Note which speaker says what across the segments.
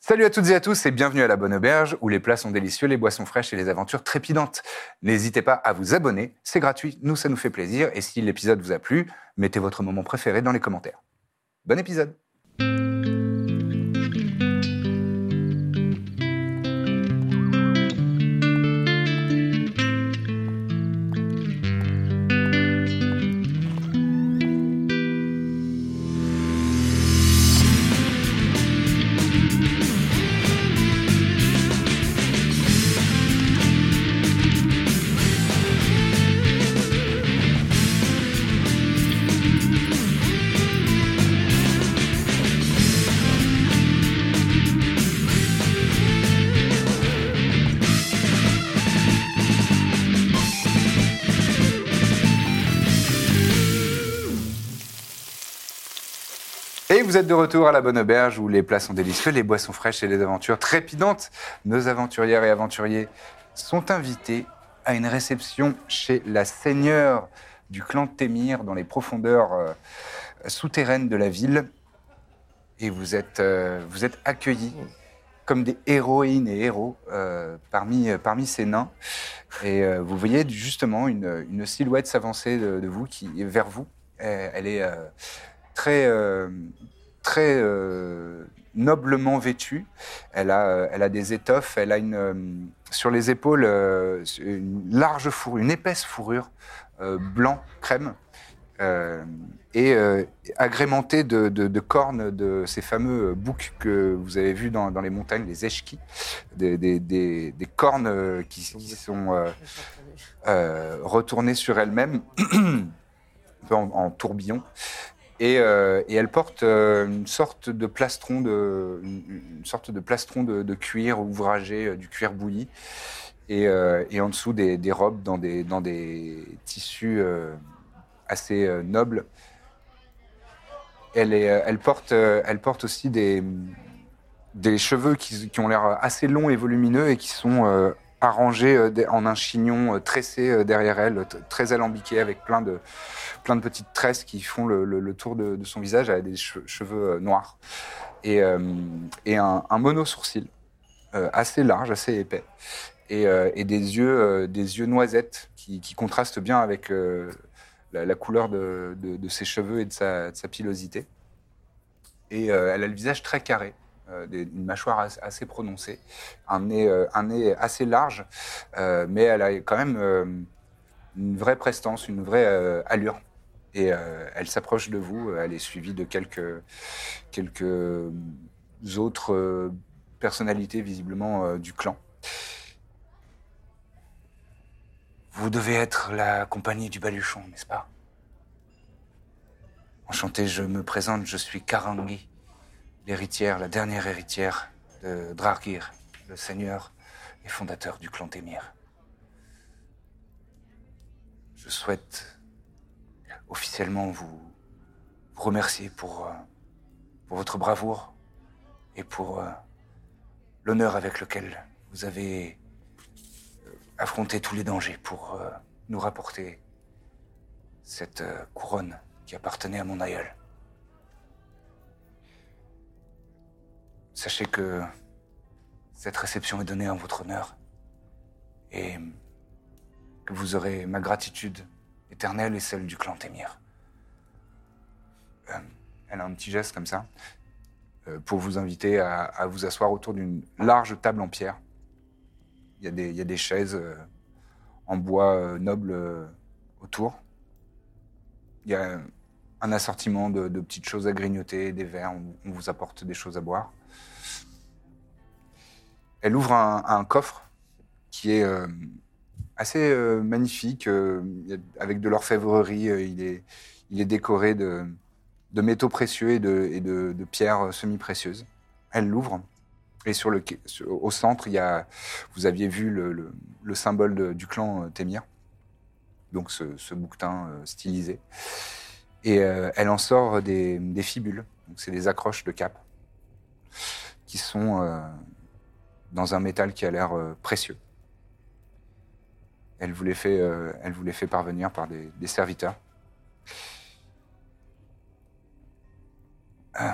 Speaker 1: Salut à toutes et à tous et bienvenue à la Bonne Auberge où les plats sont délicieux, les boissons fraîches et les aventures trépidantes. N'hésitez pas à vous abonner, c'est gratuit, nous ça nous fait plaisir et si l'épisode vous a plu, mettez votre moment préféré dans les commentaires. Bon épisode Et vous êtes de retour à la Bonne Auberge où les plats sont délicieux, les boissons fraîches et les aventures trépidantes. Nos aventurières et aventuriers sont invités à une réception chez la seigneur du clan Témir dans les profondeurs euh, souterraines de la ville. Et vous êtes, euh, vous êtes accueillis comme des héroïnes et héros euh, parmi, parmi ces nains. Et euh, vous voyez justement une, une silhouette s'avancer de, de vous, qui est vers vous. Euh, elle est euh, très, euh, très euh, noblement vêtue. Elle a, euh, elle a des étoffes, elle a une, euh, sur les épaules euh, une large fourrure, une épaisse fourrure euh, blanc crème. euh, et euh, agrémentée de, de- de cornes de ces fameux boucs que vous avez vus dans, dans les montagnes, les eshkis, des, des- des- des cornes euh, qui, qui sont euh, euh, retournées sur elle-même, un peu en, en tourbillon. Et, euh, et elle porte euh, une sorte de plastron de, une, une sorte de plastron de, de cuir ouvragé, euh, du cuir bouilli, et, euh, et en dessous des, des robes dans des, dans des tissus euh, assez euh, nobles. Elle, est, euh, elle, porte, euh, elle porte aussi des, des cheveux qui, qui ont l'air assez longs et volumineux et qui sont euh, arrangés euh, des- en un chignon euh, tressé euh, derrière elle, t- très alambiqué avec plein de, plein de petites tresses qui font le, le- le tour de, de son visage. Elle a des che- cheveux euh, noirs et, euh, et un, un mono-sourcil euh, assez large, assez épais. Et, euh, et des yeux, euh, des yeux noisettes qui, qui contrastent bien avec euh, la, la couleur de, de- de ses cheveux et de sa, de sa pilosité. Et euh, elle a le visage très carré, euh, des- une mâchoire as- assez prononcée, un nez, euh, un nez assez large, euh, mais elle a quand même euh, une vraie prestance, une vraie euh, allure. Et euh, elle s'approche de vous, euh, elle est suivie de quelques, quelques autres euh, personnalités visiblement euh, du clan. Vous devez être la compagnie du baluchon, n'est-ce pas Enchanté, je me présente, je suis Karangi, l'héritière, la dernière héritière de Drargir, le seigneur et fondateur du clan Témir. Je souhaite officiellement vous vous remercier pour, euh, pour votre bravoure et pour euh, l'honneur avec lequel vous avez euh, affronté tous les dangers pour euh, nous rapporter cette euh, couronne qui appartenait à mon aïeul. Sachez que cette réception est donnée en votre honneur et que vous aurez ma gratitude éternelle et celle du clan Témir. Euh, elle a un petit geste comme ça euh, pour vous inviter à, à vous asseoir autour d'une large table en pierre. Il y a des, il y a des chaises euh, en bois euh, noble euh, autour. Il y a un assortiment de, de petites choses à grignoter, des verres, on, on vous apporte des choses à boire. Elle ouvre un, un coffre qui est euh, assez euh, magnifique, euh, il y a- avec de l'orfèvrerie, euh, il est, il est décoré de, de métaux précieux et de, et de- de pierres euh, semi-précieuses. Elle l'ouvre. Et sur le, quai- sur- au centre, il y a, vous aviez vu le, le- le symbole de- du clan euh, Témir. Donc ce, ce bouquetin euh, stylisé. Et euh, elle en sort des, des fibules. Donc c'est des accroches de cap qui sont euh, dans un métal qui a l'air euh, précieux. Elle vous les fait, euh, elle vous les fait parvenir par des, des serviteurs. Euh,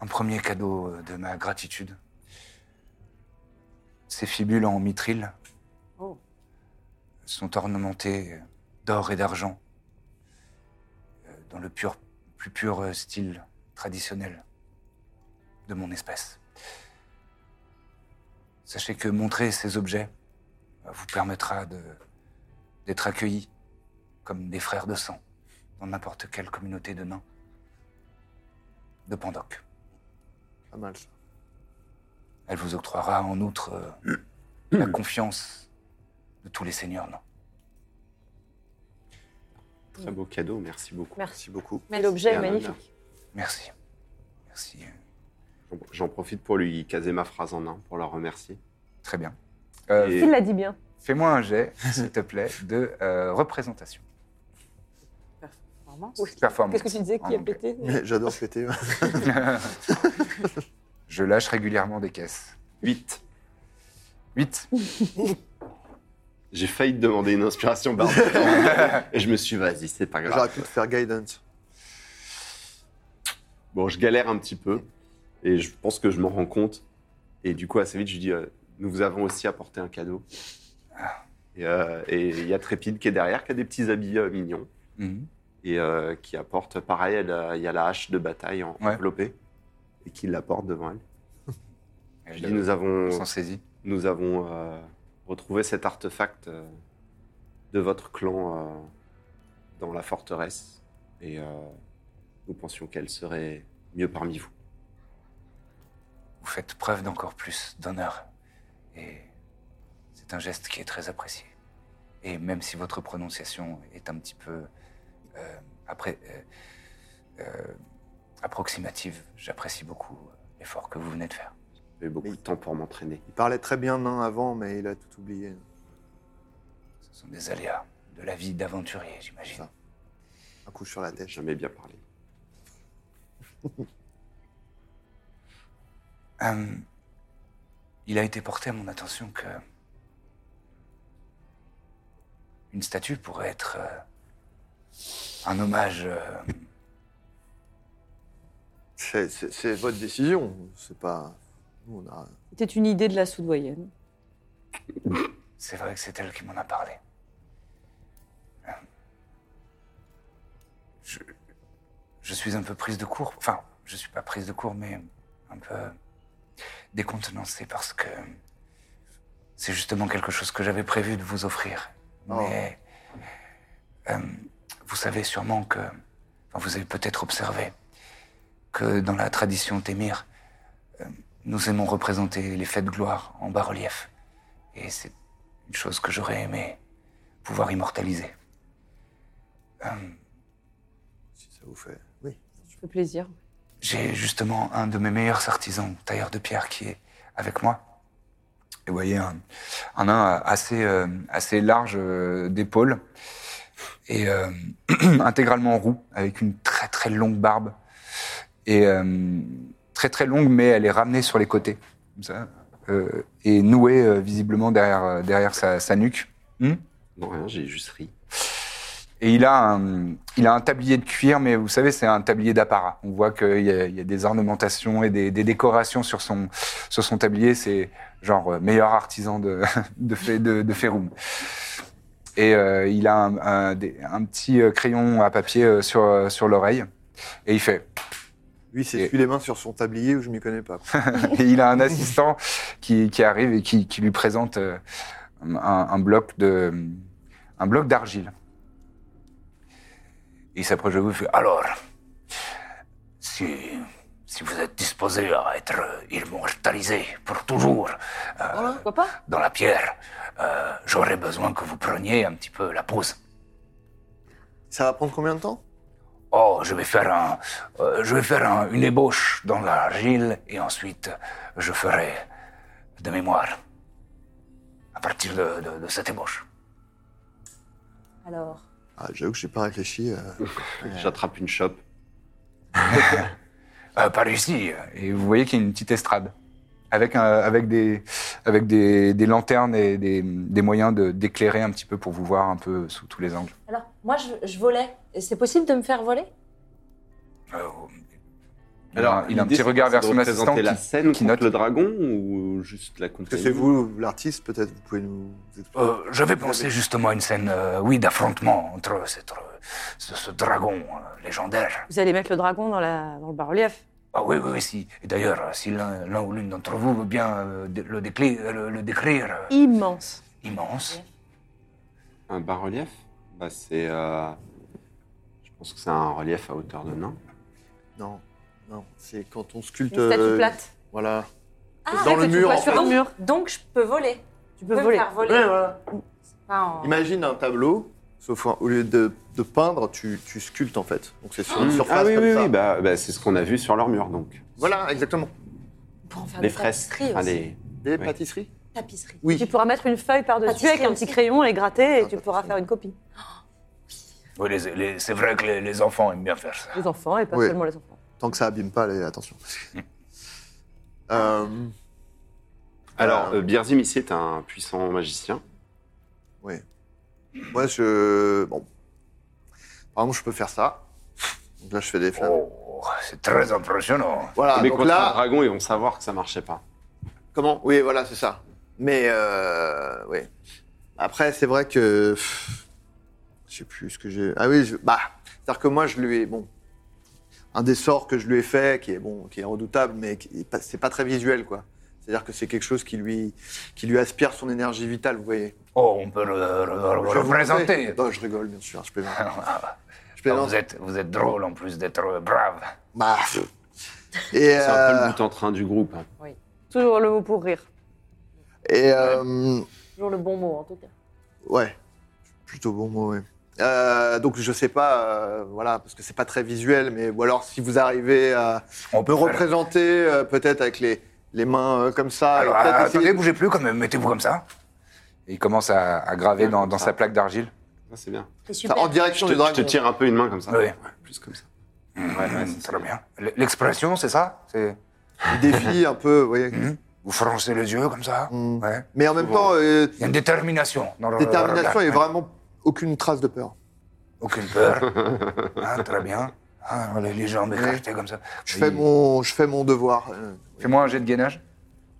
Speaker 1: un premier cadeau euh, de ma gratitude. Ces fibules en mithril
Speaker 2: Oh.
Speaker 1: sont ornementées d'or et d'argent euh, dans le pur, plus pur euh, style traditionnel de mon espèce. Sachez que montrer ces objets euh, vous permettra de- d'être accueillis comme des frères de sang dans n'importe quelle communauté de nains de Pandoc.
Speaker 3: Pas mal ça.
Speaker 1: Elle vous octroiera en outre euh, la confiance de tous les seigneurs nains.
Speaker 3: Très beau cadeau, merci beaucoup.
Speaker 2: Merci.
Speaker 3: beaucoup.
Speaker 2: Mais l'objet est
Speaker 4: Ah,
Speaker 3: Bernard.
Speaker 2: magnifique.
Speaker 1: Merci. Merci. euh,
Speaker 3: J'en- J'en profite pour lui caser ma phrase en un, pour la remercier.
Speaker 1: Très bien. Euh,
Speaker 3: Et-
Speaker 2: Il l'a dit bien.
Speaker 1: Fais-moi un jet, s'il te plaît, de euh, représentation.
Speaker 2: Performance.
Speaker 1: Performance.
Speaker 2: Qu'est-ce que tu disais qui a
Speaker 1: En
Speaker 2: pété
Speaker 3: J'adore péter.
Speaker 1: Je lâche régulièrement des caisses.
Speaker 3: 8.
Speaker 1: 8.
Speaker 3: J'ai failli te demander une inspiration barbe. et je me suis dit, vas-y, c'est pas grave.
Speaker 4: J'aurais pu te faire guidance.
Speaker 3: Bon, je galère un petit peu et je pense que je m'en rends compte. Et du coup, assez vite, je lui dis euh, Nous vous avons aussi apporté un cadeau. Et euh, et il y a Trépide qui est derrière, qui a des petits habits euh, mignons
Speaker 1: Mhm.
Speaker 3: et euh, qui apporte, pareil, elle a- il y a la hache de bataille en-
Speaker 1: Ouais.
Speaker 3: enveloppée et qui l'apporte devant elle. Je lui dis euh,
Speaker 1: Évidemment,
Speaker 3: Nous avons,
Speaker 1: On s'en saisit.
Speaker 3: nous avons euh, retrouvé cet artefact euh, de votre clan euh, dans la forteresse et euh, nous pensions qu'elle serait mieux parmi vous.
Speaker 1: Vous faites preuve d'encore plus d'honneur. Et c'est un geste qui est très apprécié. Et même si votre prononciation est un petit peu euh, après, euh, euh, approximative, j'apprécie beaucoup l'effort que vous venez de faire.
Speaker 3: J'ai eu beaucoup
Speaker 4: Mais-
Speaker 3: de temps pour m'entraîner.
Speaker 4: Il parlait très bien nain avant, mais il a tout oublié.
Speaker 1: Ce sont des aléas de la vie d'aventurier, j'imagine.
Speaker 4: Ça. Un coup sur la
Speaker 3: J'ai
Speaker 4: tête.
Speaker 3: jamais bien parlé.
Speaker 1: Euh, il a été porté à mon attention que une statue pourrait être euh, un hommage euh,
Speaker 4: C'est- C'est c'est votre décision. C'est pas. Nous, on a.
Speaker 2: C'était une idée de la soudoyenne.
Speaker 1: C'est vrai que c'est elle qui m'en a parlé. Euh, Je, je suis un peu prise de court. Enfin, je suis pas prise de court, mais un peu décontenancée parce que c'est justement quelque chose que j'avais prévu de vous offrir.
Speaker 4: Oh.
Speaker 1: Mais euh, vous savez sûrement que, enfin, vous avez peut-être observé que dans la tradition témir, euh, nous aimons représenter les fêtes de gloire en bas-relief. Et c'est une chose que j'aurais aimé pouvoir immortaliser.
Speaker 4: Si ça vous fait. Oui.
Speaker 2: Ça fait plaisir.
Speaker 1: J'ai justement un de mes meilleurs artisans, tailleur de pierre, qui est avec moi. Et vous voyez, un, un nain assez, euh, assez large euh, d'épaule et euh, intégralement roux, avec une très très longue barbe. Et euh, très très longue, mais elle est ramenée sur les côtés, comme ça, euh, et nouée euh, visiblement derrière, euh, derrière sa, sa nuque. Hmm
Speaker 3: Non, rien, j'ai juste ri.
Speaker 1: Et il a, un, il a un tablier de cuir, mais vous savez, c'est un tablier d'apparat. On voit qu'il y, a- il y a des ornementations et des, des décorations sur son, sur son tablier. C'est genre euh, meilleur artisan de, de, Fé- de, de Féroum. Et euh, il a un, un- des- un petit euh, crayon à papier euh, sur, euh, sur l'oreille. Et il fait.
Speaker 4: Lui, c'est
Speaker 1: Et-
Speaker 4: celui les mains sur son tablier où je m'y connais pas. quoi.
Speaker 1: Et il a un assistant qui, qui arrive et qui, qui lui présente euh, un, un bloc de un bloc d'argile. Il s'approche de vous et fait alors si si vous êtes disposé à être immortalisé pour toujours euh,
Speaker 2: Pourquoi pas
Speaker 1: dans la pierre, euh, j'aurais besoin que vous preniez un petit peu la pause.
Speaker 4: Ça va prendre combien de temps
Speaker 1: Oh, je vais faire un, euh, je vais faire un- une ébauche dans l'argile et ensuite je ferai de mémoire à partir de, de- de cette ébauche.
Speaker 2: Alors,
Speaker 4: Ah, J'avoue que j'ai pas réfléchi. euh.
Speaker 3: J'attrape une chope.
Speaker 1: Euh, par ici. Et vous voyez qu'il y a une petite estrade avec un- avec des avec des, des lanternes et des, des moyens de- d'éclairer un petit peu pour vous voir un peu sous tous les angles.
Speaker 5: Alors, moi, je, je volais. C'est possible de me faire voler
Speaker 1: Euh, Alors, il a un
Speaker 3: l'idée,
Speaker 1: petit regard
Speaker 3: c'est
Speaker 1: vers
Speaker 3: de
Speaker 1: son
Speaker 3: représenter
Speaker 1: assistant
Speaker 3: la
Speaker 1: qui-
Speaker 3: scène qui
Speaker 1: qui
Speaker 3: note
Speaker 1: note.
Speaker 3: le dragon ou juste la
Speaker 4: Parce
Speaker 3: compagnie
Speaker 4: que c'est vous l'artiste, peut-être, vous pouvez nous expliquer.
Speaker 1: Euh, J'avais pensé justement à une scène, euh, oui, d'affrontement entre cette- ce, ce dragon euh, légendaire.
Speaker 2: vous allez mettre le dragon dans, la, dans le bas-relief.
Speaker 1: Ah oui, oui, oui, si. Et d'ailleurs, euh, si l'un l'un ou l'une d'entre vous veut bien euh, dé- le, décli- euh, le, le décrire, euh,
Speaker 2: Immense.
Speaker 1: immense.
Speaker 3: Un bas-relief bah, C'est. euh, Je pense que c'est un relief à hauteur de nain.
Speaker 4: Non, non, c'est quand on sculpte.
Speaker 2: Une statue
Speaker 4: euh,
Speaker 2: plate.
Speaker 4: Voilà.
Speaker 5: Ah,
Speaker 4: Dans
Speaker 2: que
Speaker 4: le
Speaker 2: tu
Speaker 4: mur,
Speaker 2: vois
Speaker 4: en
Speaker 2: sur
Speaker 4: fait.
Speaker 2: un mur.
Speaker 5: Donc, je peux voler.
Speaker 2: Tu
Speaker 5: Je
Speaker 2: peux
Speaker 5: peux
Speaker 2: voler.
Speaker 5: me faire voler.
Speaker 4: Ouais, voilà.
Speaker 5: Enfin, en-
Speaker 4: Imagine un tableau, sauf qu'au lieu de, de peindre, tu, tu sculptes en fait. Donc c'est sur une
Speaker 3: Mm.
Speaker 4: surface
Speaker 3: ah oui,
Speaker 4: comme
Speaker 3: oui,
Speaker 4: ça.
Speaker 3: oui, bah, bah, c'est ce qu'on a vu sur leur mur donc.
Speaker 4: Voilà, exactement.
Speaker 5: on pourrait en
Speaker 2: Ah,
Speaker 5: faire
Speaker 3: les
Speaker 5: des
Speaker 3: fresques.
Speaker 5: tapisseries
Speaker 3: enfin,
Speaker 5: aussi.
Speaker 3: les-
Speaker 4: Des
Speaker 3: Oui.
Speaker 4: pâtisseries
Speaker 5: Tapisseries.
Speaker 4: Oui.
Speaker 2: Tu pourras mettre une feuille par-dessus
Speaker 5: Pâtisserie
Speaker 2: avec un petit
Speaker 5: aussi.
Speaker 2: crayon et gratter et
Speaker 4: Ah,
Speaker 2: tu pourras
Speaker 4: pâtisserie.
Speaker 2: faire une copie.
Speaker 1: Oui, les- les- c'est vrai que les, les enfants aiment bien faire ça.
Speaker 2: Les enfants et pas
Speaker 4: Oui.
Speaker 2: seulement les enfants.
Speaker 4: Tant que ça abîme pas, les... attention. Euh,
Speaker 3: Alors,
Speaker 4: Euh,
Speaker 3: euh, Birzim ici est un puissant magicien.
Speaker 4: moi, je. Bon. Par exemple, je peux faire ça. Donc là, je fais des flammes.
Speaker 1: Oh, c'est très impressionnant.
Speaker 4: Voilà,
Speaker 3: mais
Speaker 4: Ah, donc
Speaker 3: contre
Speaker 4: là.
Speaker 3: un dragon, ils vont savoir que ça marchait pas.
Speaker 4: Comment Oui, voilà, c'est ça. Mais euh, oui. Après, c'est vrai que pff, je sais plus ce que j'ai. Ah oui, je- bah, c'est-à-dire que moi, je lui ai bon un des sorts que je lui ai fait, qui est bon, qui est redoutable, mais qui est pas- c'est pas très visuel, quoi. C'est-à-dire que c'est quelque chose qui lui qui lui aspire son énergie vitale, vous voyez.
Speaker 1: Oh, on peut le, le- le- le
Speaker 4: Je vais vous
Speaker 1: représenter.
Speaker 4: montrer. Non, je rigole, bien sûr. Je plaisante.
Speaker 1: Ah,
Speaker 4: Je plaisante.
Speaker 1: vous, êtes, vous êtes drôle en plus d'être euh, brave.
Speaker 4: Bah. Et,
Speaker 3: C'est un peu
Speaker 4: euh,
Speaker 3: le bout en train du groupe. hein.
Speaker 2: Toujours le mot pour rire.
Speaker 4: et euh,
Speaker 2: Toujours le bon mot en tout cas.
Speaker 4: Ouais, plutôt bon mot, ouais. Euh, donc je sais pas, euh, voilà, parce que c'est pas très visuel, mais ou alors si vous arrivez à
Speaker 1: On
Speaker 4: me
Speaker 1: faire-
Speaker 4: représenter euh, peut-être avec les, les mains euh, comme ça,
Speaker 1: Alors,
Speaker 4: et peut-être
Speaker 3: ah,
Speaker 1: attendez,
Speaker 4: essayer-
Speaker 1: bougez plus quand même, mettez-vous comme ça. Et il commence à, à graver dans, dans sa plaque d'argile.
Speaker 3: Ça, c'est bien.
Speaker 5: C'est
Speaker 4: enfin,
Speaker 5: super.
Speaker 4: en
Speaker 3: Je
Speaker 4: direction
Speaker 3: te,
Speaker 4: du dragon.
Speaker 3: je te tire un peu une main comme ça.
Speaker 1: Oui.
Speaker 3: Ouais, plus comme ça. Ouais, ouais,
Speaker 1: Mmh,
Speaker 3: c'est
Speaker 1: très bien. L- L'expression, c'est ça C'est
Speaker 4: Il défie un peu, vous voyez.
Speaker 1: Mhm. Vous froncez les yeux comme ça
Speaker 4: Mm.
Speaker 1: Ouais.
Speaker 4: Mais en même temps, euh,
Speaker 1: Il y a une détermination dans le
Speaker 4: détermination
Speaker 1: regard.
Speaker 4: et vraiment aucune trace de peur.
Speaker 1: Aucune peur. Ah, très bien. Ah, les les jambes
Speaker 4: Oui.
Speaker 1: écartées comme ça.
Speaker 4: Je
Speaker 1: Oui.
Speaker 4: fais mon, je fais mon devoir. euh,
Speaker 1: Fais-moi un jet de gainage.